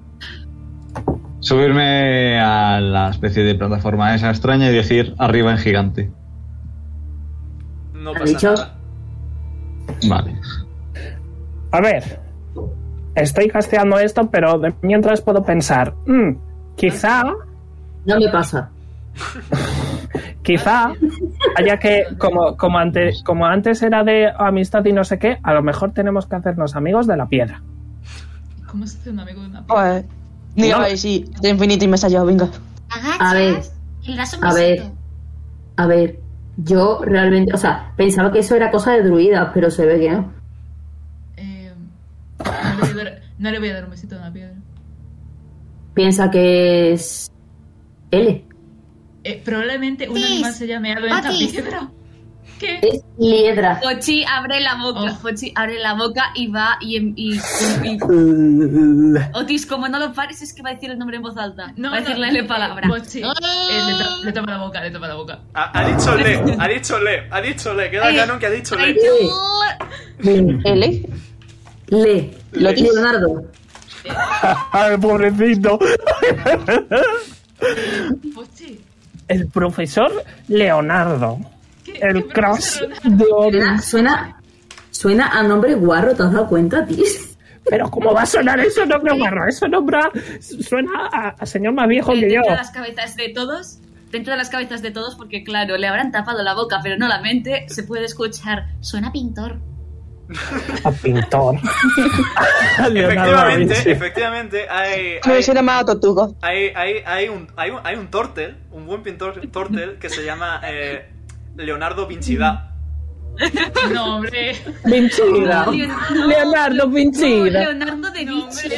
Speaker 2: Subirme a la especie de plataforma esa extraña y decir arriba en gigante.
Speaker 1: No
Speaker 4: ¿Has
Speaker 1: pasa
Speaker 4: dicho?
Speaker 1: nada.
Speaker 2: Vale.
Speaker 10: A ver. Estoy casteando esto, pero de- mientras puedo pensar. mm, quizá,
Speaker 4: No me pasa.
Speaker 10: quizá haya que, como, como, ante- como antes era de amistad y no sé qué, a lo mejor tenemos que hacernos amigos de la piedra.
Speaker 7: ¿Cómo se hace un amigo de una p-
Speaker 5: Pues, dígame si de infinito y más allá, venga.
Speaker 8: Agachas.
Speaker 4: A ver.
Speaker 8: Y le das un
Speaker 4: A ver.
Speaker 8: besito.
Speaker 4: A ver, yo realmente, o sea, pensaba que eso era cosa de druidas, pero se ve que no.
Speaker 7: Eh, no, le voy a dar, no le voy a dar un besito a una piedra.
Speaker 4: Piensa que es L.
Speaker 7: Eh, probablemente un
Speaker 8: Otis.
Speaker 7: animal se llame Alo en la
Speaker 8: Otis.
Speaker 7: piedra.
Speaker 12: Es hiedra.
Speaker 18: Pochi abre la boca,
Speaker 2: Oh.
Speaker 18: Pochi abre la boca y va y, em, y- y- Otis, como no lo pares, es que va a decir el nombre en voz alta. va a decir la L palabra.
Speaker 2: Pues
Speaker 7: Pochi, eh, le, to- le tapa la boca, le tapa la boca.
Speaker 1: Ha, ha dicho le, ha dicho le, ha dicho le. Queda
Speaker 7: Eh,
Speaker 1: canon que ha dicho le.
Speaker 12: ¿L? Le.
Speaker 1: Le.
Speaker 12: Leonardo.
Speaker 10: Ay, pobrecito.
Speaker 7: Pochi,
Speaker 10: El profesor Leonardo. El cross
Speaker 12: Suena, suena, suena a nombre guarro, ¿te has dado cuenta, tío?
Speaker 10: Pero ¿cómo va a sonar eso? Nombre guarro. Eso nombra, suena a, a señor más viejo que yo.
Speaker 18: Dentro de las cabezas de todos, dentro de las cabezas de todos, porque claro, le habrán tapado la boca, pero no la mente, se puede escuchar. Suena pintor.
Speaker 10: A pintor. Leonardo da Vinci.
Speaker 1: Efectivamente, efectivamente, hay,
Speaker 5: Me
Speaker 1: hay,
Speaker 5: suena más a tortuga.
Speaker 1: hay, hay- hay un, hay, un, hay un tortel, un buen pintor tortel que se llama eh, Leonardo Vincida.
Speaker 7: no, hombre.
Speaker 10: Vencida. Leonardo Vencida.
Speaker 18: Leonardo de Vinci.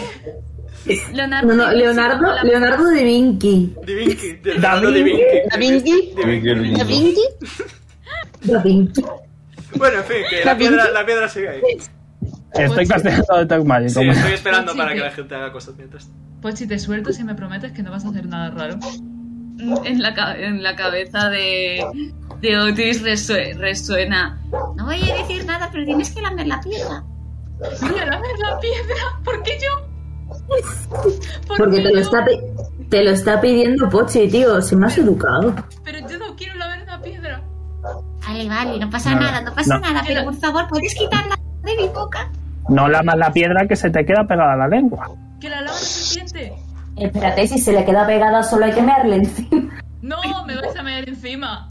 Speaker 18: Leonardo,
Speaker 12: No, no,
Speaker 18: de Vinci
Speaker 12: Leonardo,
Speaker 18: con la-
Speaker 12: Leonardo de Vinci.
Speaker 1: Da Vinci. Leonardo Da Vinci.
Speaker 5: Da Vinci.
Speaker 1: Da Vinci.
Speaker 5: Da Vinci.
Speaker 12: De Vinci.
Speaker 1: Bueno, en fin, que la
Speaker 5: Da Vinci.
Speaker 1: piedra, la piedra sigue ahí.
Speaker 10: Estoy casteando de Tag Magic.
Speaker 1: Sí,
Speaker 10: hombre.
Speaker 1: estoy esperando para que la gente haga cosas mientras.
Speaker 7: Pochi, te suelto Pues si me prometes que no vas a hacer nada raro.
Speaker 18: en la, ca- en la cabeza de, de Otis resue- resuena.
Speaker 8: No voy a decir nada, pero tienes que lamer la piedra.
Speaker 7: Mira, la la piedra. ¿Por qué yo? ¿Por
Speaker 12: Porque
Speaker 7: qué
Speaker 12: te lo,
Speaker 7: yo?
Speaker 12: está, pi- te lo está pidiendo Pochi, tío. Se me has educado.
Speaker 7: Pero yo no quiero lavar una piedra.
Speaker 8: Vale, vale, no pasa
Speaker 10: Nada,
Speaker 8: nada, no pasa
Speaker 10: no.
Speaker 8: nada, pero por favor, ¿puedes quitarla de mi boca?
Speaker 10: No lamas la piedra que se te queda pegada a la lengua.
Speaker 7: Que la lava no se siente.
Speaker 4: Espérate, si se le queda pegada solo hay que mearle encima.
Speaker 7: No, me vais a meter encima.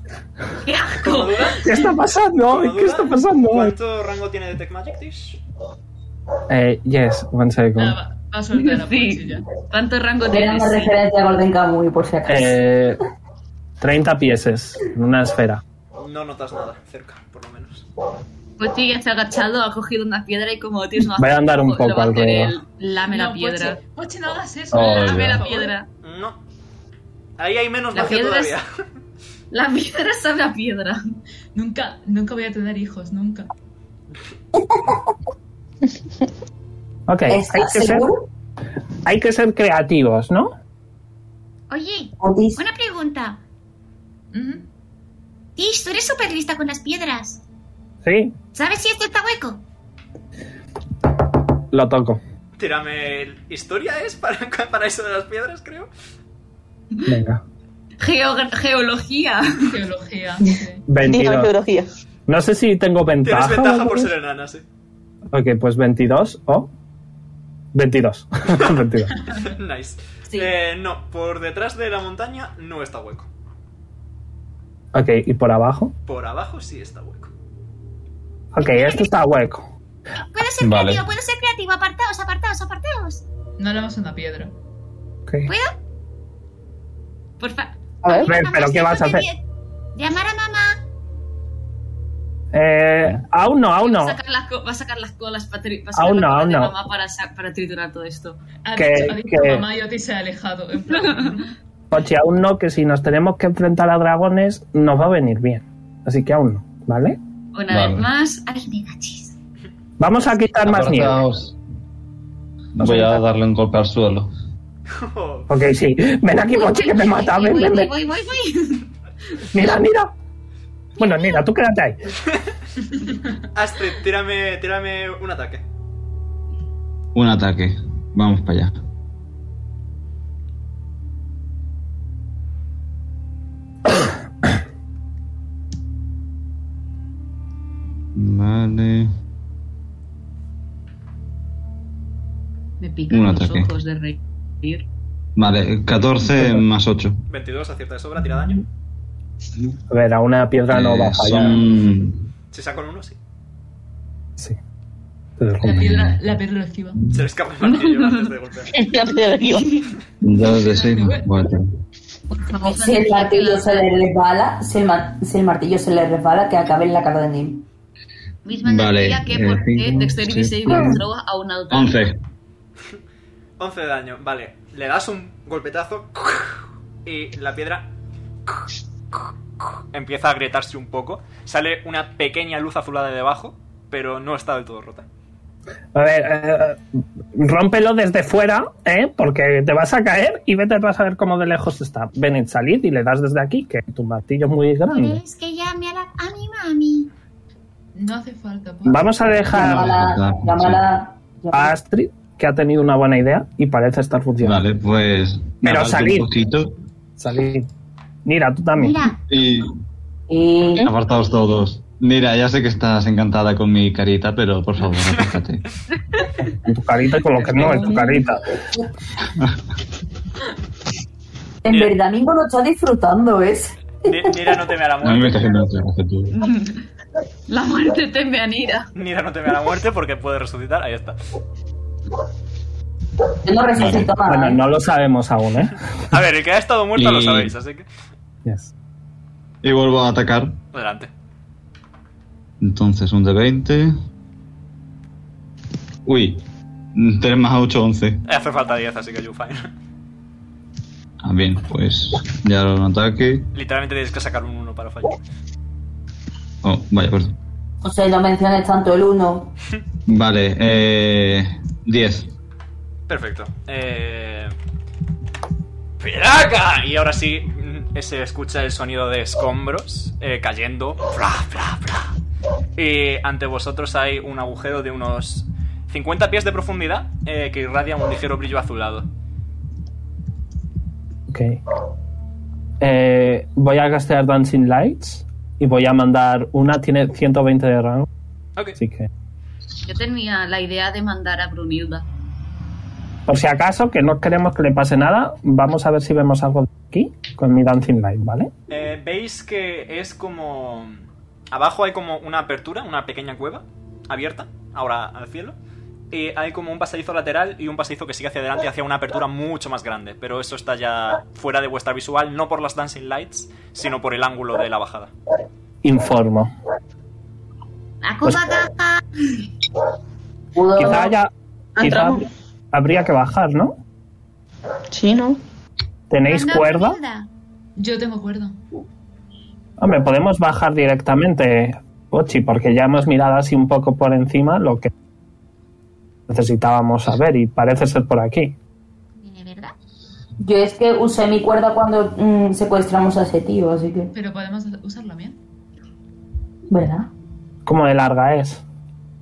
Speaker 18: ¡Qué
Speaker 1: ¿Cómo
Speaker 18: asco!
Speaker 1: duda?
Speaker 10: ¿Qué está pasando?
Speaker 1: ¿Cómo
Speaker 10: ¿Qué está pasando?
Speaker 1: ¿Cuánto rango tiene de Tech Magic, Tish?
Speaker 10: Eh, yes, one second.
Speaker 7: Nada, va, va a soltar a Pochi
Speaker 18: Sí.
Speaker 7: ya.
Speaker 18: ¿Cuánto rango
Speaker 4: Era
Speaker 18: tienes?
Speaker 4: una referencia a Golden Kamuy, por si acaso.
Speaker 10: Eh, 30 piezas en una esfera.
Speaker 1: No notas nada cerca, por lo menos.
Speaker 18: Pochi ya se ha agachado, ha cogido una piedra y como Otis no hace
Speaker 10: Voy a andar un
Speaker 18: lo
Speaker 10: poco
Speaker 18: va a hacer
Speaker 10: alrededor.
Speaker 18: él. Lame la
Speaker 7: No, pues
Speaker 18: piedra.
Speaker 7: Pochi, Pochi, no hagas eso.
Speaker 2: Oh,
Speaker 7: lame
Speaker 18: Lame
Speaker 2: Dios.
Speaker 18: la piedra.
Speaker 1: No. Ahí hay menos
Speaker 18: La
Speaker 1: magia
Speaker 18: piedra es-
Speaker 1: todavía.
Speaker 18: La piedra sabe a piedra.
Speaker 7: Nunca, nunca voy a tener hijos, nunca.
Speaker 10: Ok, hay
Speaker 4: ¿Estás
Speaker 10: que, ser,
Speaker 4: seguro?
Speaker 10: hay que ser creativos, ¿no?
Speaker 8: Oye,
Speaker 4: Otis,
Speaker 8: una pregunta.
Speaker 7: Ujú.
Speaker 8: Tish, tú eres súper lista con las piedras.
Speaker 10: Sí,
Speaker 8: ¿Sabes si esto está hueco?
Speaker 10: lo toco.
Speaker 1: Tírame. el- ¿Historia es para, para eso de las piedras, creo?
Speaker 10: Venga.
Speaker 18: Geo- geología.
Speaker 7: Geología. sí.
Speaker 10: 22.
Speaker 5: geología.
Speaker 10: No sé si tengo ventaja.
Speaker 1: Tienes ventaja
Speaker 10: ¿no?
Speaker 1: por ser enana, sí.
Speaker 10: Ok, pues 22 o... 22. 22.
Speaker 1: nice.
Speaker 18: Sí.
Speaker 1: Eh, no, por detrás de la montaña no está hueco.
Speaker 10: Ok, ¿y por abajo?
Speaker 1: Por abajo sí está hueco.
Speaker 10: Ok, este está hueco.
Speaker 8: Puedo ser
Speaker 2: Vale.
Speaker 8: creativo, puedo ser creativo. Apartaos, apartaos, apartaos.
Speaker 7: No lavas una piedra.
Speaker 10: Ok.
Speaker 18: Por fa-
Speaker 5: A ver.
Speaker 10: Ven,
Speaker 8: Mamá,
Speaker 10: pero
Speaker 8: estoy
Speaker 10: ¿qué vas a hacer?
Speaker 8: protegida. Llamar a mamá.
Speaker 10: Eh, aún no, aún no.
Speaker 18: Va a sacar las, co- va a sacar las colas para, tri- va a sacar las
Speaker 10: Aún no,
Speaker 18: colas
Speaker 10: aún
Speaker 18: de
Speaker 10: no.
Speaker 18: mamá para, sa- para triturar todo esto.
Speaker 7: Ha
Speaker 10: Que-
Speaker 7: dicho, ha dicho
Speaker 10: que-
Speaker 7: mamá y Otis se ha alejado. En plan,
Speaker 10: Pochi, aún no, que si nos tenemos que enfrentar a dragones, nos va a venir bien. Así que aún no, ¿vale?
Speaker 18: Una
Speaker 2: Vale.
Speaker 18: vez más,
Speaker 8: Ay, me da chis.
Speaker 10: Vamos a quitar más nieve.
Speaker 2: Apartaos. Voy a darle un golpe al suelo.
Speaker 10: Ok, sí. Ven aquí, Pochi, que me mata. Ven,
Speaker 8: voy,
Speaker 10: ven,
Speaker 8: voy,
Speaker 10: ven.
Speaker 8: voy, voy, voy.
Speaker 10: Mira, mira. Bueno, mira, tú quédate ahí.
Speaker 1: Astrid, tírame, tírame un ataque.
Speaker 2: Un ataque. Vamos para allá. Vale.
Speaker 18: me pican
Speaker 2: Un
Speaker 18: los
Speaker 2: ataque.
Speaker 18: ojos de reír.
Speaker 2: Vale, 14 más 8.
Speaker 1: 22, acierta de sobra, tira daño.
Speaker 10: A ver, a una piedra no va a fallar.
Speaker 2: Eh, son...
Speaker 1: Si saco un uno, sí.
Speaker 10: Sí.
Speaker 7: la, piedra, la piedra lo esquiva.
Speaker 1: Se le escapa el martillo antes de golpear.
Speaker 5: La geología.
Speaker 2: 2 de 6 más 4.
Speaker 4: si el martillo se le resbala, si el, ma- si el martillo se le resbala, que acabe en la cara de Nim.
Speaker 18: Misma
Speaker 2: Vale,
Speaker 18: energía que
Speaker 2: eh,
Speaker 18: por qué
Speaker 2: cinco,
Speaker 18: Dexterity
Speaker 2: seis,
Speaker 18: Saving
Speaker 2: siete.
Speaker 18: Throw a un adulto.
Speaker 2: 11.
Speaker 1: 11 de daño, vale. Le das un golpetazo y la piedra empieza a agrietarse un poco. Sale una pequeña luz azulada de debajo, pero no está del todo rota.
Speaker 10: A ver, eh, rómpelo desde fuera, ¿eh? Porque te vas a caer y vete atrás a ver cómo de lejos está. Ven, salid y le das desde aquí, que tu martillo es muy grande.
Speaker 8: ¿Quieres que llame a, la- a mi mami?
Speaker 7: No hace falta. pues. por-
Speaker 10: Vamos a dejar
Speaker 2: Llámala,
Speaker 4: llámala.
Speaker 10: a Astrid, que ha tenido una buena idea y parece estar funcionando.
Speaker 2: Vale, pues. me
Speaker 10: Pero
Speaker 2: aparto
Speaker 10: salid.
Speaker 2: Un poquito
Speaker 10: Salid. Mira, tú también.
Speaker 8: Mira,
Speaker 2: y
Speaker 4: Y
Speaker 2: apartaos todos. Mira, ya sé que estás encantada con mi carita, pero por favor, acércate.
Speaker 10: En tu carita y con lo que no, en tu carita.
Speaker 4: en
Speaker 1: Mira.
Speaker 4: verdad ninguno está disfrutando, ¿es?
Speaker 1: Ni- Nira no teme a la
Speaker 2: A mí me está
Speaker 1: muerte.
Speaker 2: haciendo mucha gracia tú.
Speaker 19: La muerte teme a Nira.
Speaker 1: Nira no teme a la muerte porque puede resucitar. Ahí está.
Speaker 4: Yo no resucito ¿eh? nada.
Speaker 10: Bueno, no lo sabemos aún, ¿eh?
Speaker 1: A ver, el que ha estado muerto lo
Speaker 2: Y-
Speaker 1: sabéis, así que.
Speaker 10: Yes.
Speaker 2: Y vuelvo a atacar.
Speaker 1: Adelante.
Speaker 2: Entonces, un de 20. Uy, 3 más 8, 11.
Speaker 1: Eh, Hace falta 10, así que you fine.
Speaker 2: Ah, bien, pues ya lo ataque.
Speaker 1: Literalmente tienes que sacar un 1 para fallar.
Speaker 2: Oh, vaya, perdón.
Speaker 4: José, no menciones tanto el uno.
Speaker 2: Vale, eh. 10.
Speaker 1: Perfecto. Eh... ¡Piraca! Y ahora sí mm, se escucha el sonido de escombros eh, cayendo. ¡Fra, fra, fra! Y ante vosotros hay un agujero de unos 50 pies de profundidad eh, que irradia un ligero brillo azulado.
Speaker 10: Ok. Eh, voy a gastar Dancing Lights y voy a mandar una. Tiene 120 de rango,
Speaker 1: Ok.
Speaker 10: así que.
Speaker 19: Yo tenía la idea de mandar a Brunilda.
Speaker 10: Por si acaso, que no queremos que le pase nada, vamos a ver si vemos algo aquí con mi Dancing Light, ¿vale?
Speaker 1: Eh, Veis que es como... Abajo hay como una apertura, una pequeña cueva abierta, ahora al cielo. Y hay como un pasadizo lateral y un pasadizo que sigue hacia adelante hacia una apertura mucho más grande. Pero eso está ya fuera de vuestra visual, no por las dancing lights, sino por el ángulo de la bajada.
Speaker 10: Informo.
Speaker 8: Akuba Gaga.
Speaker 4: Pudo-
Speaker 10: Quizá haya. Quizá
Speaker 5: Entramos.
Speaker 10: habría que bajar, ¿no?
Speaker 5: Sí, ¿no?
Speaker 10: ¿Tenéis
Speaker 8: Anda,
Speaker 10: cuerda?
Speaker 8: Brunilda.
Speaker 7: Yo tengo cuerda.
Speaker 10: Hombre, podemos bajar directamente, Ochi, porque ya hemos mirado así un poco por encima lo que necesitábamos saber y parece ser por aquí.
Speaker 8: Viene, ¿verdad?
Speaker 4: Yo es que usé mi cuerda cuando mm, secuestramos a ese tío, así que.
Speaker 7: Pero podemos usarla bien.
Speaker 4: ¿Verdad?
Speaker 10: ¿Cómo de larga es?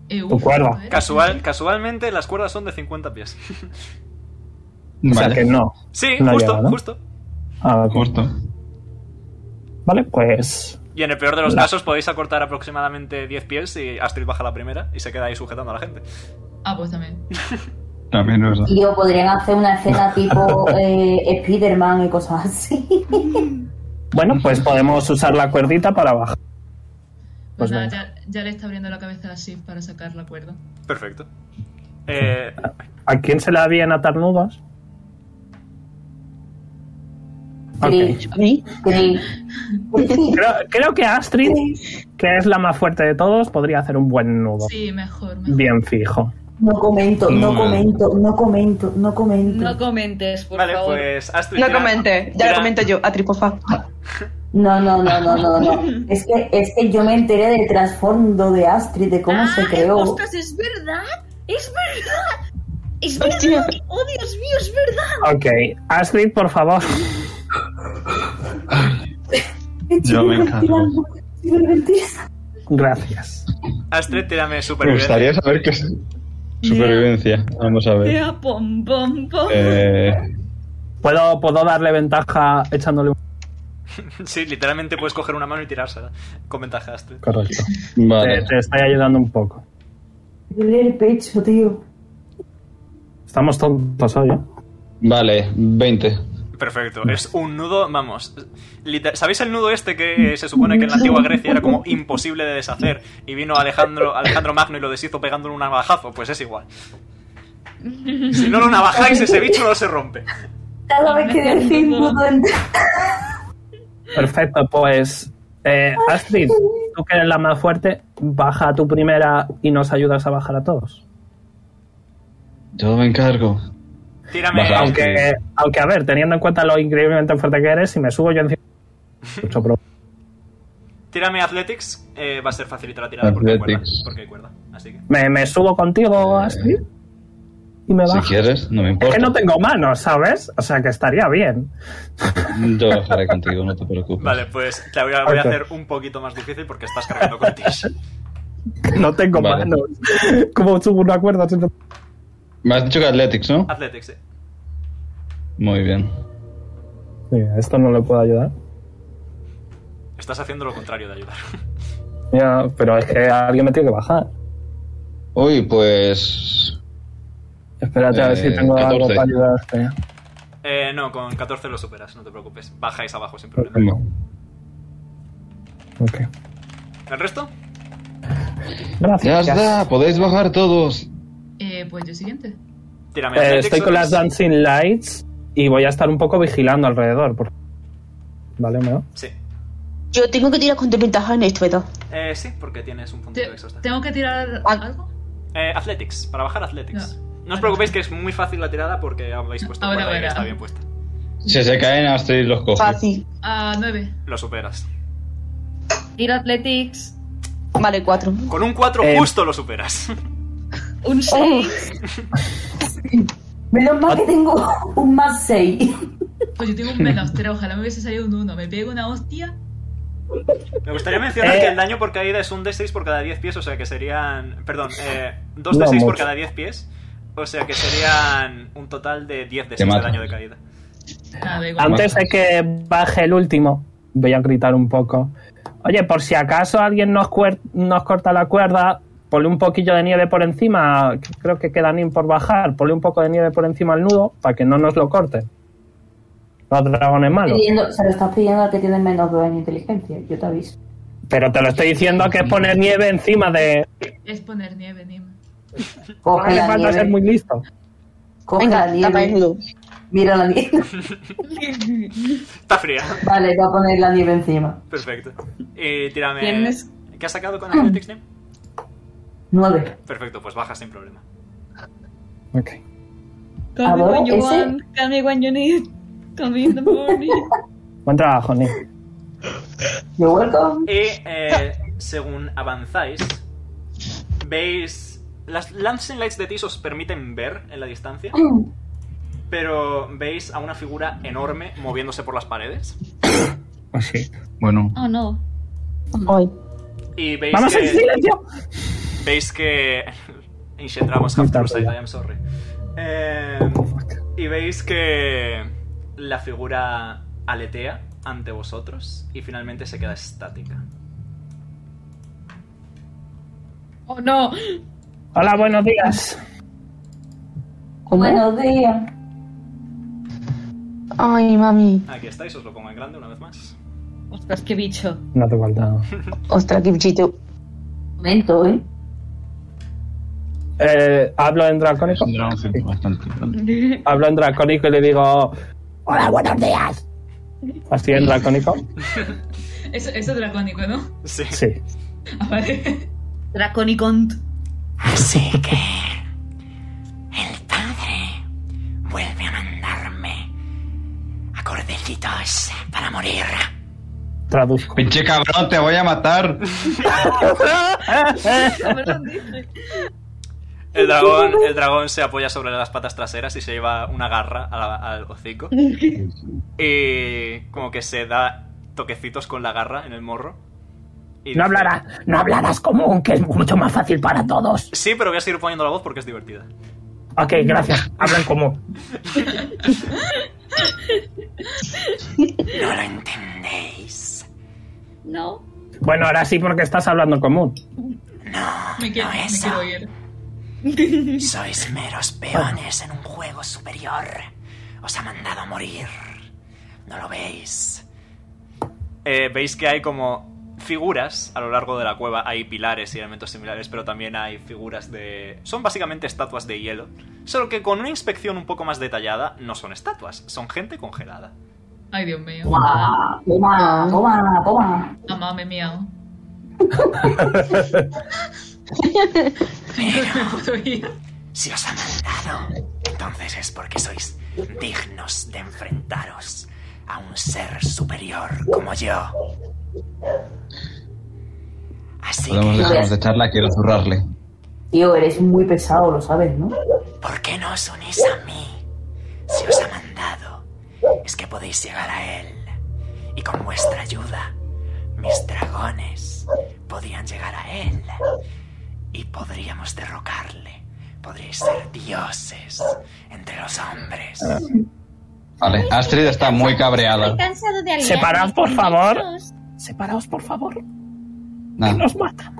Speaker 7: Eh,
Speaker 10: Tu cuerda.
Speaker 7: joder.
Speaker 1: Casual, casualmente las cuerdas son de 50 pies.
Speaker 10: O
Speaker 2: Vale,
Speaker 10: sea que no.
Speaker 1: Sí,
Speaker 10: No
Speaker 1: justo,
Speaker 10: llega, ¿no?
Speaker 1: justo.
Speaker 10: Ah, ok.
Speaker 2: corto.
Speaker 10: vale, pues
Speaker 1: Y en el peor de los
Speaker 10: La-
Speaker 1: casos podéis acortar aproximadamente 10 pies si Astrid baja la primera y se queda ahí sujetando a la gente.
Speaker 7: Ah, pues también.
Speaker 2: También es verdad.
Speaker 4: Y yo podrían hacer una escena tipo eh, Spider-Man y cosas así.
Speaker 10: bueno, pues podemos usar la cuerdita para bajar. Pues
Speaker 7: Pues nada,
Speaker 10: venga.
Speaker 7: ya, ya le está abriendo la cabeza a Shiv para sacar la cuerda.
Speaker 1: Perfecto. Eh,
Speaker 10: ¿A quién se le habían atar nudos? Ok.
Speaker 4: Cri,
Speaker 5: ¿A mí?
Speaker 4: cri. Pues
Speaker 10: Creo, creo que Astrid, que es la más fuerte de todos, podría hacer un buen nudo.
Speaker 7: Sí, mejor, mejor.
Speaker 10: Bien fijo.
Speaker 20: No comento, no
Speaker 2: Mm.
Speaker 20: comento, no comento, no comento.
Speaker 3: No comentes, por
Speaker 1: vale,
Speaker 3: favor.
Speaker 1: pues Astrid...
Speaker 5: No
Speaker 1: tira-
Speaker 5: comente, ya
Speaker 1: tira-
Speaker 5: lo comento yo, a Tripofa.
Speaker 4: No, no, no, no, no, no. Es que, es que yo me enteré del trasfondo de Astrid, de cómo se
Speaker 3: Ay,
Speaker 4: creó.
Speaker 3: Ah, ostras, es verdad! ¡Es verdad! ¡Es
Speaker 5: Hostia.
Speaker 3: verdad! ¡Oh, Dios mío, es verdad!
Speaker 10: Ok, Astrid, por favor.
Speaker 2: Yo me encargo.
Speaker 10: Gracias.
Speaker 1: Astrid, tírame
Speaker 2: Me
Speaker 1: supervivencia.
Speaker 2: gustaría saber qué es. Supervivencia. Vamos a ver.
Speaker 3: Ea, pom, pom, pom.
Speaker 2: Eh,
Speaker 10: ¿Puedo, puedo darle ventaja echándole un...
Speaker 1: Sí, literalmente puedes coger una mano y tirársela. Con ventaja, Astrid.
Speaker 10: Correcto. Te,
Speaker 2: vale.
Speaker 10: te estoy ayudando un poco.
Speaker 20: Duele el pecho, tío.
Speaker 10: Estamos tontos hoy, ¿eh?
Speaker 2: Vale, 20.
Speaker 1: Perfecto. Es un nudo, vamos. liter- ¿Sabéis el nudo este que eh, se supone que en la antigua Grecia era como imposible de deshacer? Y vino Alejandro, Alejandro Magno y lo deshizo pegándole un navajazo. Pues es igual. Si no lo navajáis, ese bicho no se rompe.
Speaker 4: Cada vez que decís puto entrar.
Speaker 10: Perfecto, pues... eh, Astrid, tú que eres la más fuerte, baja a tu primera y nos ayudas a bajar a todos.
Speaker 2: Yo me encargo.
Speaker 1: Tírame.
Speaker 2: Vale.
Speaker 10: Aunque, aunque a ver, teniendo en cuenta lo increíblemente fuerte que eres, si me subo yo encima... Mucho problema.
Speaker 1: Tírame Athletics, eh, va a ser facilita la tirada porque hay, cuerda,
Speaker 2: Athletics.
Speaker 1: porque hay cuerda. Así que.
Speaker 10: Me, me subo contigo, Astrid. Y me
Speaker 2: Eh. Si
Speaker 10: bajo.
Speaker 2: quieres, no me
Speaker 10: es
Speaker 2: importa.
Speaker 10: que no tengo manos, ¿sabes? O sea que estaría bien.
Speaker 2: Yo bajaré contigo, no te preocupes.
Speaker 1: Vale, pues te la voy a, voy a
Speaker 10: Ok.
Speaker 1: hacer un poquito más difícil porque estás cargando con Tish.
Speaker 10: No tengo
Speaker 2: Vale.
Speaker 10: manos. ¿Cómo subo una cuerda? si no-
Speaker 2: Me has dicho que Athletics, ¿no?
Speaker 1: Athletics, eh.
Speaker 2: Muy bien.
Speaker 10: Mira, esto no le puedo ayudar.
Speaker 1: Estás haciendo lo contrario de ayudar.
Speaker 10: Ya, pero es que alguien me tiene que bajar.
Speaker 2: Uy, pues.
Speaker 10: Espérate a ver
Speaker 2: Eh,
Speaker 10: si tengo algo
Speaker 2: 14.
Speaker 10: para ayudarte.
Speaker 1: Eh, no, con 14 lo superas, no te preocupes. Bajáis abajo sin problema.
Speaker 10: Ok.
Speaker 1: ¿El resto?
Speaker 10: Gracias.
Speaker 2: Ya está, podéis bajar todos.
Speaker 7: Eh, pues yo siguiente.
Speaker 1: Tírame
Speaker 10: Eh,
Speaker 1: Athletics.
Speaker 10: estoy con las Dancing Lights y voy a estar un poco vigilando alrededor. por- Vale, me
Speaker 1: Sí.
Speaker 5: Yo tengo que tirar con desventaja en esto, ¿verdad?
Speaker 1: Eh, sí, porque tienes un puntito
Speaker 7: Te-
Speaker 1: extra.
Speaker 7: ¿Tengo que tirar algo?
Speaker 1: Eh, athletics, para bajar Athletics. No, os preocupéis que es muy fácil la tirada porque habéis puesto
Speaker 7: Ahora,
Speaker 1: cuerda y
Speaker 7: ahora.
Speaker 1: está bien puesta.
Speaker 2: Si se caen, Astrid los coge.
Speaker 5: Fácil.
Speaker 7: Ah, nueve.
Speaker 1: Lo superas.
Speaker 3: Tira Athletics.
Speaker 5: Vale, cuatro.
Speaker 1: Con un 4
Speaker 10: Eh,
Speaker 1: justo lo superas.
Speaker 3: Un 6.
Speaker 4: Menos mal que tengo un más 6.
Speaker 7: Pues yo tengo un menos tres. Ojalá me hubiese salido un uno. Me pego una hostia.
Speaker 1: Me gustaría mencionar
Speaker 10: Eh.
Speaker 1: que el daño por caída es un D6 por cada 10 pies, o sea que serían. Perdón, eh, 2
Speaker 10: No,
Speaker 1: D6 por
Speaker 10: mucho.
Speaker 1: cada 10 pies. O sea que serían un total de 10 D6
Speaker 2: Te
Speaker 1: de
Speaker 2: mata.
Speaker 1: daño de caída.
Speaker 7: Nada, da igual.
Speaker 10: Antes de que baje el último, voy a gritar un poco. Oye, por si acaso alguien nos, cuer- nos corta la cuerda, ponle un poquillo de nieve por encima. que Creo que queda ni por bajar. Ponle un poco de nieve por encima al nudo para que no nos lo corten. Los dragones malos.
Speaker 4: Pidiendo- se lo estás pidiendo a que tienen menos 2 en inteligencia, yo te aviso.
Speaker 10: Pero te lo estoy diciendo que es poner nieve encima de.
Speaker 7: Es poner nieve, Nima.
Speaker 10: No
Speaker 4: Coge
Speaker 10: hace
Speaker 4: la
Speaker 10: falta
Speaker 4: nieve,
Speaker 10: ser muy listo.
Speaker 4: coge la
Speaker 5: Venga, tapa el
Speaker 4: nieve,
Speaker 5: nudo.
Speaker 4: mira la nieve.
Speaker 1: Está fría.
Speaker 4: vale, va a poner la nieve encima.
Speaker 1: Perfecto. Y tírame.
Speaker 3: Tienes-
Speaker 1: ¿Qué has sacado con Athletics, Nim?
Speaker 4: 9.
Speaker 1: Perfecto, pues bajas sin problema.
Speaker 10: Ok.
Speaker 3: Call me
Speaker 4: ¿Ahora
Speaker 3: when you
Speaker 4: ese?
Speaker 3: want. Call me when you need. Call me in the morning.
Speaker 10: Buen trabajo, Nick.
Speaker 4: Yo welcome.
Speaker 1: Y eh, según avanzáis, veis. Las Lancing Lights de Tis os permiten ver en la distancia, pero veis a una figura enorme moviéndose por las paredes.
Speaker 10: Así.
Speaker 2: Bueno,
Speaker 3: Oh no.
Speaker 5: Ay.
Speaker 1: Y veis
Speaker 10: ¡Vamos
Speaker 1: que.
Speaker 10: en silencio!
Speaker 1: Veis que. Ancient Dragons have
Speaker 10: Está
Speaker 1: true sight,
Speaker 10: bien.
Speaker 1: I am sorry. Eh,
Speaker 10: fuck.
Speaker 1: y veis que. La figura aletea ante vosotros y finalmente se queda estática.
Speaker 18: ¡Oh, no!
Speaker 10: Hola, buenos días.
Speaker 4: Buenos días.
Speaker 5: Ay, mami.
Speaker 1: Aquí estáis, os lo pongo en grande una vez más.
Speaker 3: Ostras, qué bicho.
Speaker 10: No hace falta.
Speaker 5: Ostras, qué bichito.
Speaker 4: Momento, ¿eh?
Speaker 10: Eh, hablo en
Speaker 2: es
Speaker 10: dracónico.
Speaker 2: un dragón que es bastante grande.
Speaker 10: Hablo en dracónico y le digo: Hola, buenos días. Así en dracónico.
Speaker 7: Eso, eso es dracónico, ¿no?
Speaker 1: Sí.
Speaker 10: Sí.
Speaker 7: Ah, vale.
Speaker 3: Draconicont.
Speaker 1: Así que el padre vuelve a mandarme a cordelitos para morir.
Speaker 10: Traduzco.
Speaker 2: Pinche cabrón, te voy a matar.
Speaker 1: El dragón, el dragón se apoya sobre las patas traseras y se lleva una garra a la- al hocico. Y como que se da toquecitos con la garra en el morro. Y dice,
Speaker 6: No hablarás, no hablarás común, que es mucho más fácil para todos.
Speaker 1: Sí, pero voy a seguir poniendo la voz porque es divertida.
Speaker 6: Ok, gracias. Hablan común.
Speaker 1: No lo entendéis.
Speaker 3: No.
Speaker 10: Bueno, ahora sí, porque estás hablando común.
Speaker 7: Me quiero, me quiero ir.
Speaker 1: Sois meros peones en un juego superior. Os ha mandado a morir. ¿No lo veis? Eh, Veis que hay como figuras a lo largo de la cueva. Hay pilares y elementos similares, pero también hay figuras de... Son básicamente estatuas de hielo. Solo que con una inspección un poco más detallada, no son estatuas, son gente congelada.
Speaker 7: Ay, Dios mío.
Speaker 4: Toma, toma, toma, toma.
Speaker 7: Mamá, me miau. me puedo ir.
Speaker 1: Si os ha mandado, entonces es porque sois dignos de enfrentaros a un ser superior como yo.
Speaker 2: Podemos dejarnos de charla, quiero zurrarle.
Speaker 4: Tío, eres muy pesado, lo sabes, ¿no?
Speaker 21: ¿Por qué no os unís a mí? Si os ha mandado, es que podéis llegar a él. Y con vuestra ayuda, mis dragones podrían llegar a él. Y podríamos derrocarle. Podríais ser dioses entre los hombres.
Speaker 2: Vale, Astrid está muy cabreada.
Speaker 3: Estoy cansado de aliarme
Speaker 10: Separad, por
Speaker 3: con
Speaker 10: favor.
Speaker 3: ellos.
Speaker 10: Separaos, por favor.
Speaker 2: Nah.
Speaker 10: Nos mata.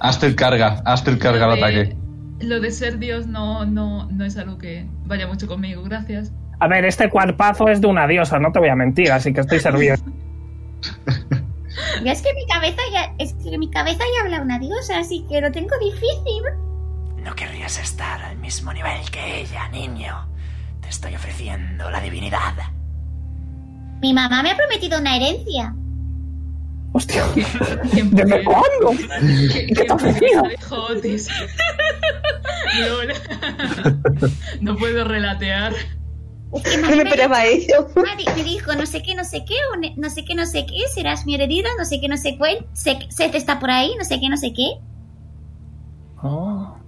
Speaker 2: Astrid carga, Astrid carga el ataque.
Speaker 7: Eh, Lo de ser Dios no, no, no es algo que vaya mucho conmigo, gracias.
Speaker 10: A ver, este cuerpazo es de una diosa, no te voy a mentir, así que estoy servido.
Speaker 3: Ya es que mi cabeza ya es que mi cabeza ya habla una diosa, así que lo tengo difícil.
Speaker 21: No querrías estar al mismo nivel que ella, niño. Te estoy ofreciendo la divinidad.
Speaker 3: Mi mamá me ha prometido una herencia.
Speaker 10: Hostia. ¿Desde cuándo? ¿Qué te has metido?
Speaker 7: Dijo Otis. Lol. no puedo relatear.
Speaker 3: Es que
Speaker 5: No me esperaba eso.
Speaker 3: mamá di- me dijo no sé qué, no sé qué, o ne- no sé qué, no sé qué, serás mi heredera, no sé qué, no sé cuál, Se- Seth está por ahí, no sé qué, no sé qué.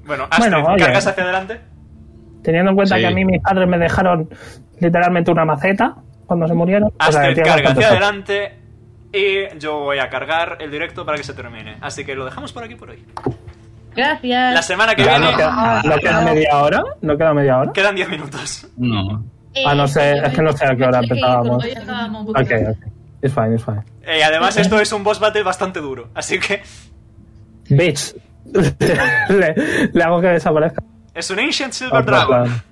Speaker 1: Bueno, Astrid,
Speaker 10: Bueno, oye.
Speaker 1: cargas hacia adelante.
Speaker 10: Teniendo en cuenta
Speaker 2: Sí.
Speaker 10: que a mí mis padres me dejaron literalmente una maceta cuando se murieron. o sea,
Speaker 1: Astrid
Speaker 10: tiene
Speaker 1: carga
Speaker 10: bastante
Speaker 1: hacia
Speaker 10: fe.
Speaker 1: adelante. Y yo voy a cargar el directo para que se termine. Así que lo dejamos por aquí por hoy.
Speaker 22: Gracias.
Speaker 1: La semana que
Speaker 10: Ya, Ah, ¿No
Speaker 1: viene
Speaker 10: queda, no queda media hora? ¿No queda media hora?
Speaker 1: quedan 10 minutos.
Speaker 2: No.
Speaker 10: Ah, no sé, es que no sé a qué hora empezábamos.
Speaker 7: Hoy acabamos un
Speaker 10: Ok,
Speaker 7: poquito.
Speaker 10: ok. It's fine, it's fine.
Speaker 1: Eh, además, esto es un boss battle bastante duro. Así que
Speaker 10: Bitch. le, le hago que desaparezca.
Speaker 1: es un Ancient Silver Dragon.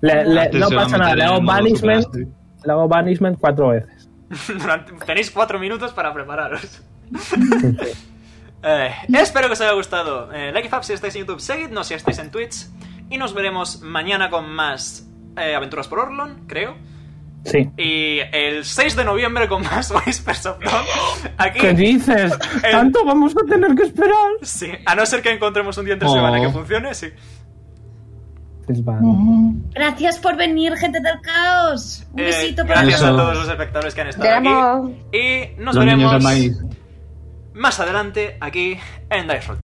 Speaker 10: Le- le-
Speaker 2: Astrid
Speaker 10: no
Speaker 2: se va a
Speaker 10: pasa
Speaker 2: meter
Speaker 10: nada, le
Speaker 2: en
Speaker 10: hago
Speaker 2: el modo
Speaker 10: banishment.
Speaker 2: Super Astrid.
Speaker 10: Le hago banishment cuatro veces.
Speaker 1: Durante- tenéis cuatro minutos para prepararos. Eh, espero que os haya gustado. Eh, like y fab si estáis en YouTube, seguidnos si estáis en Twitch. Y nos veremos mañana con más eh, aventuras por Orlon, creo.
Speaker 10: Sí.
Speaker 1: Y el 6 de noviembre con más Whispers of Dawn. Aquí.
Speaker 10: ¿Qué dices?
Speaker 1: El-
Speaker 10: ¿Tanto vamos a tener que esperar?
Speaker 1: Sí, a no ser que encontremos un día entre
Speaker 2: Oh.
Speaker 1: semana que funcione, sí.
Speaker 10: It's bad.
Speaker 22: Gracias por venir, gente del caos. Un
Speaker 1: Eh,
Speaker 22: besito para
Speaker 1: gracias a
Speaker 2: Eso.
Speaker 1: todos los espectadores que han estado
Speaker 5: Veremos.
Speaker 1: aquí. Y nos
Speaker 2: Los niños
Speaker 1: veremos
Speaker 2: de maíz.
Speaker 1: más adelante aquí en Dice Roll.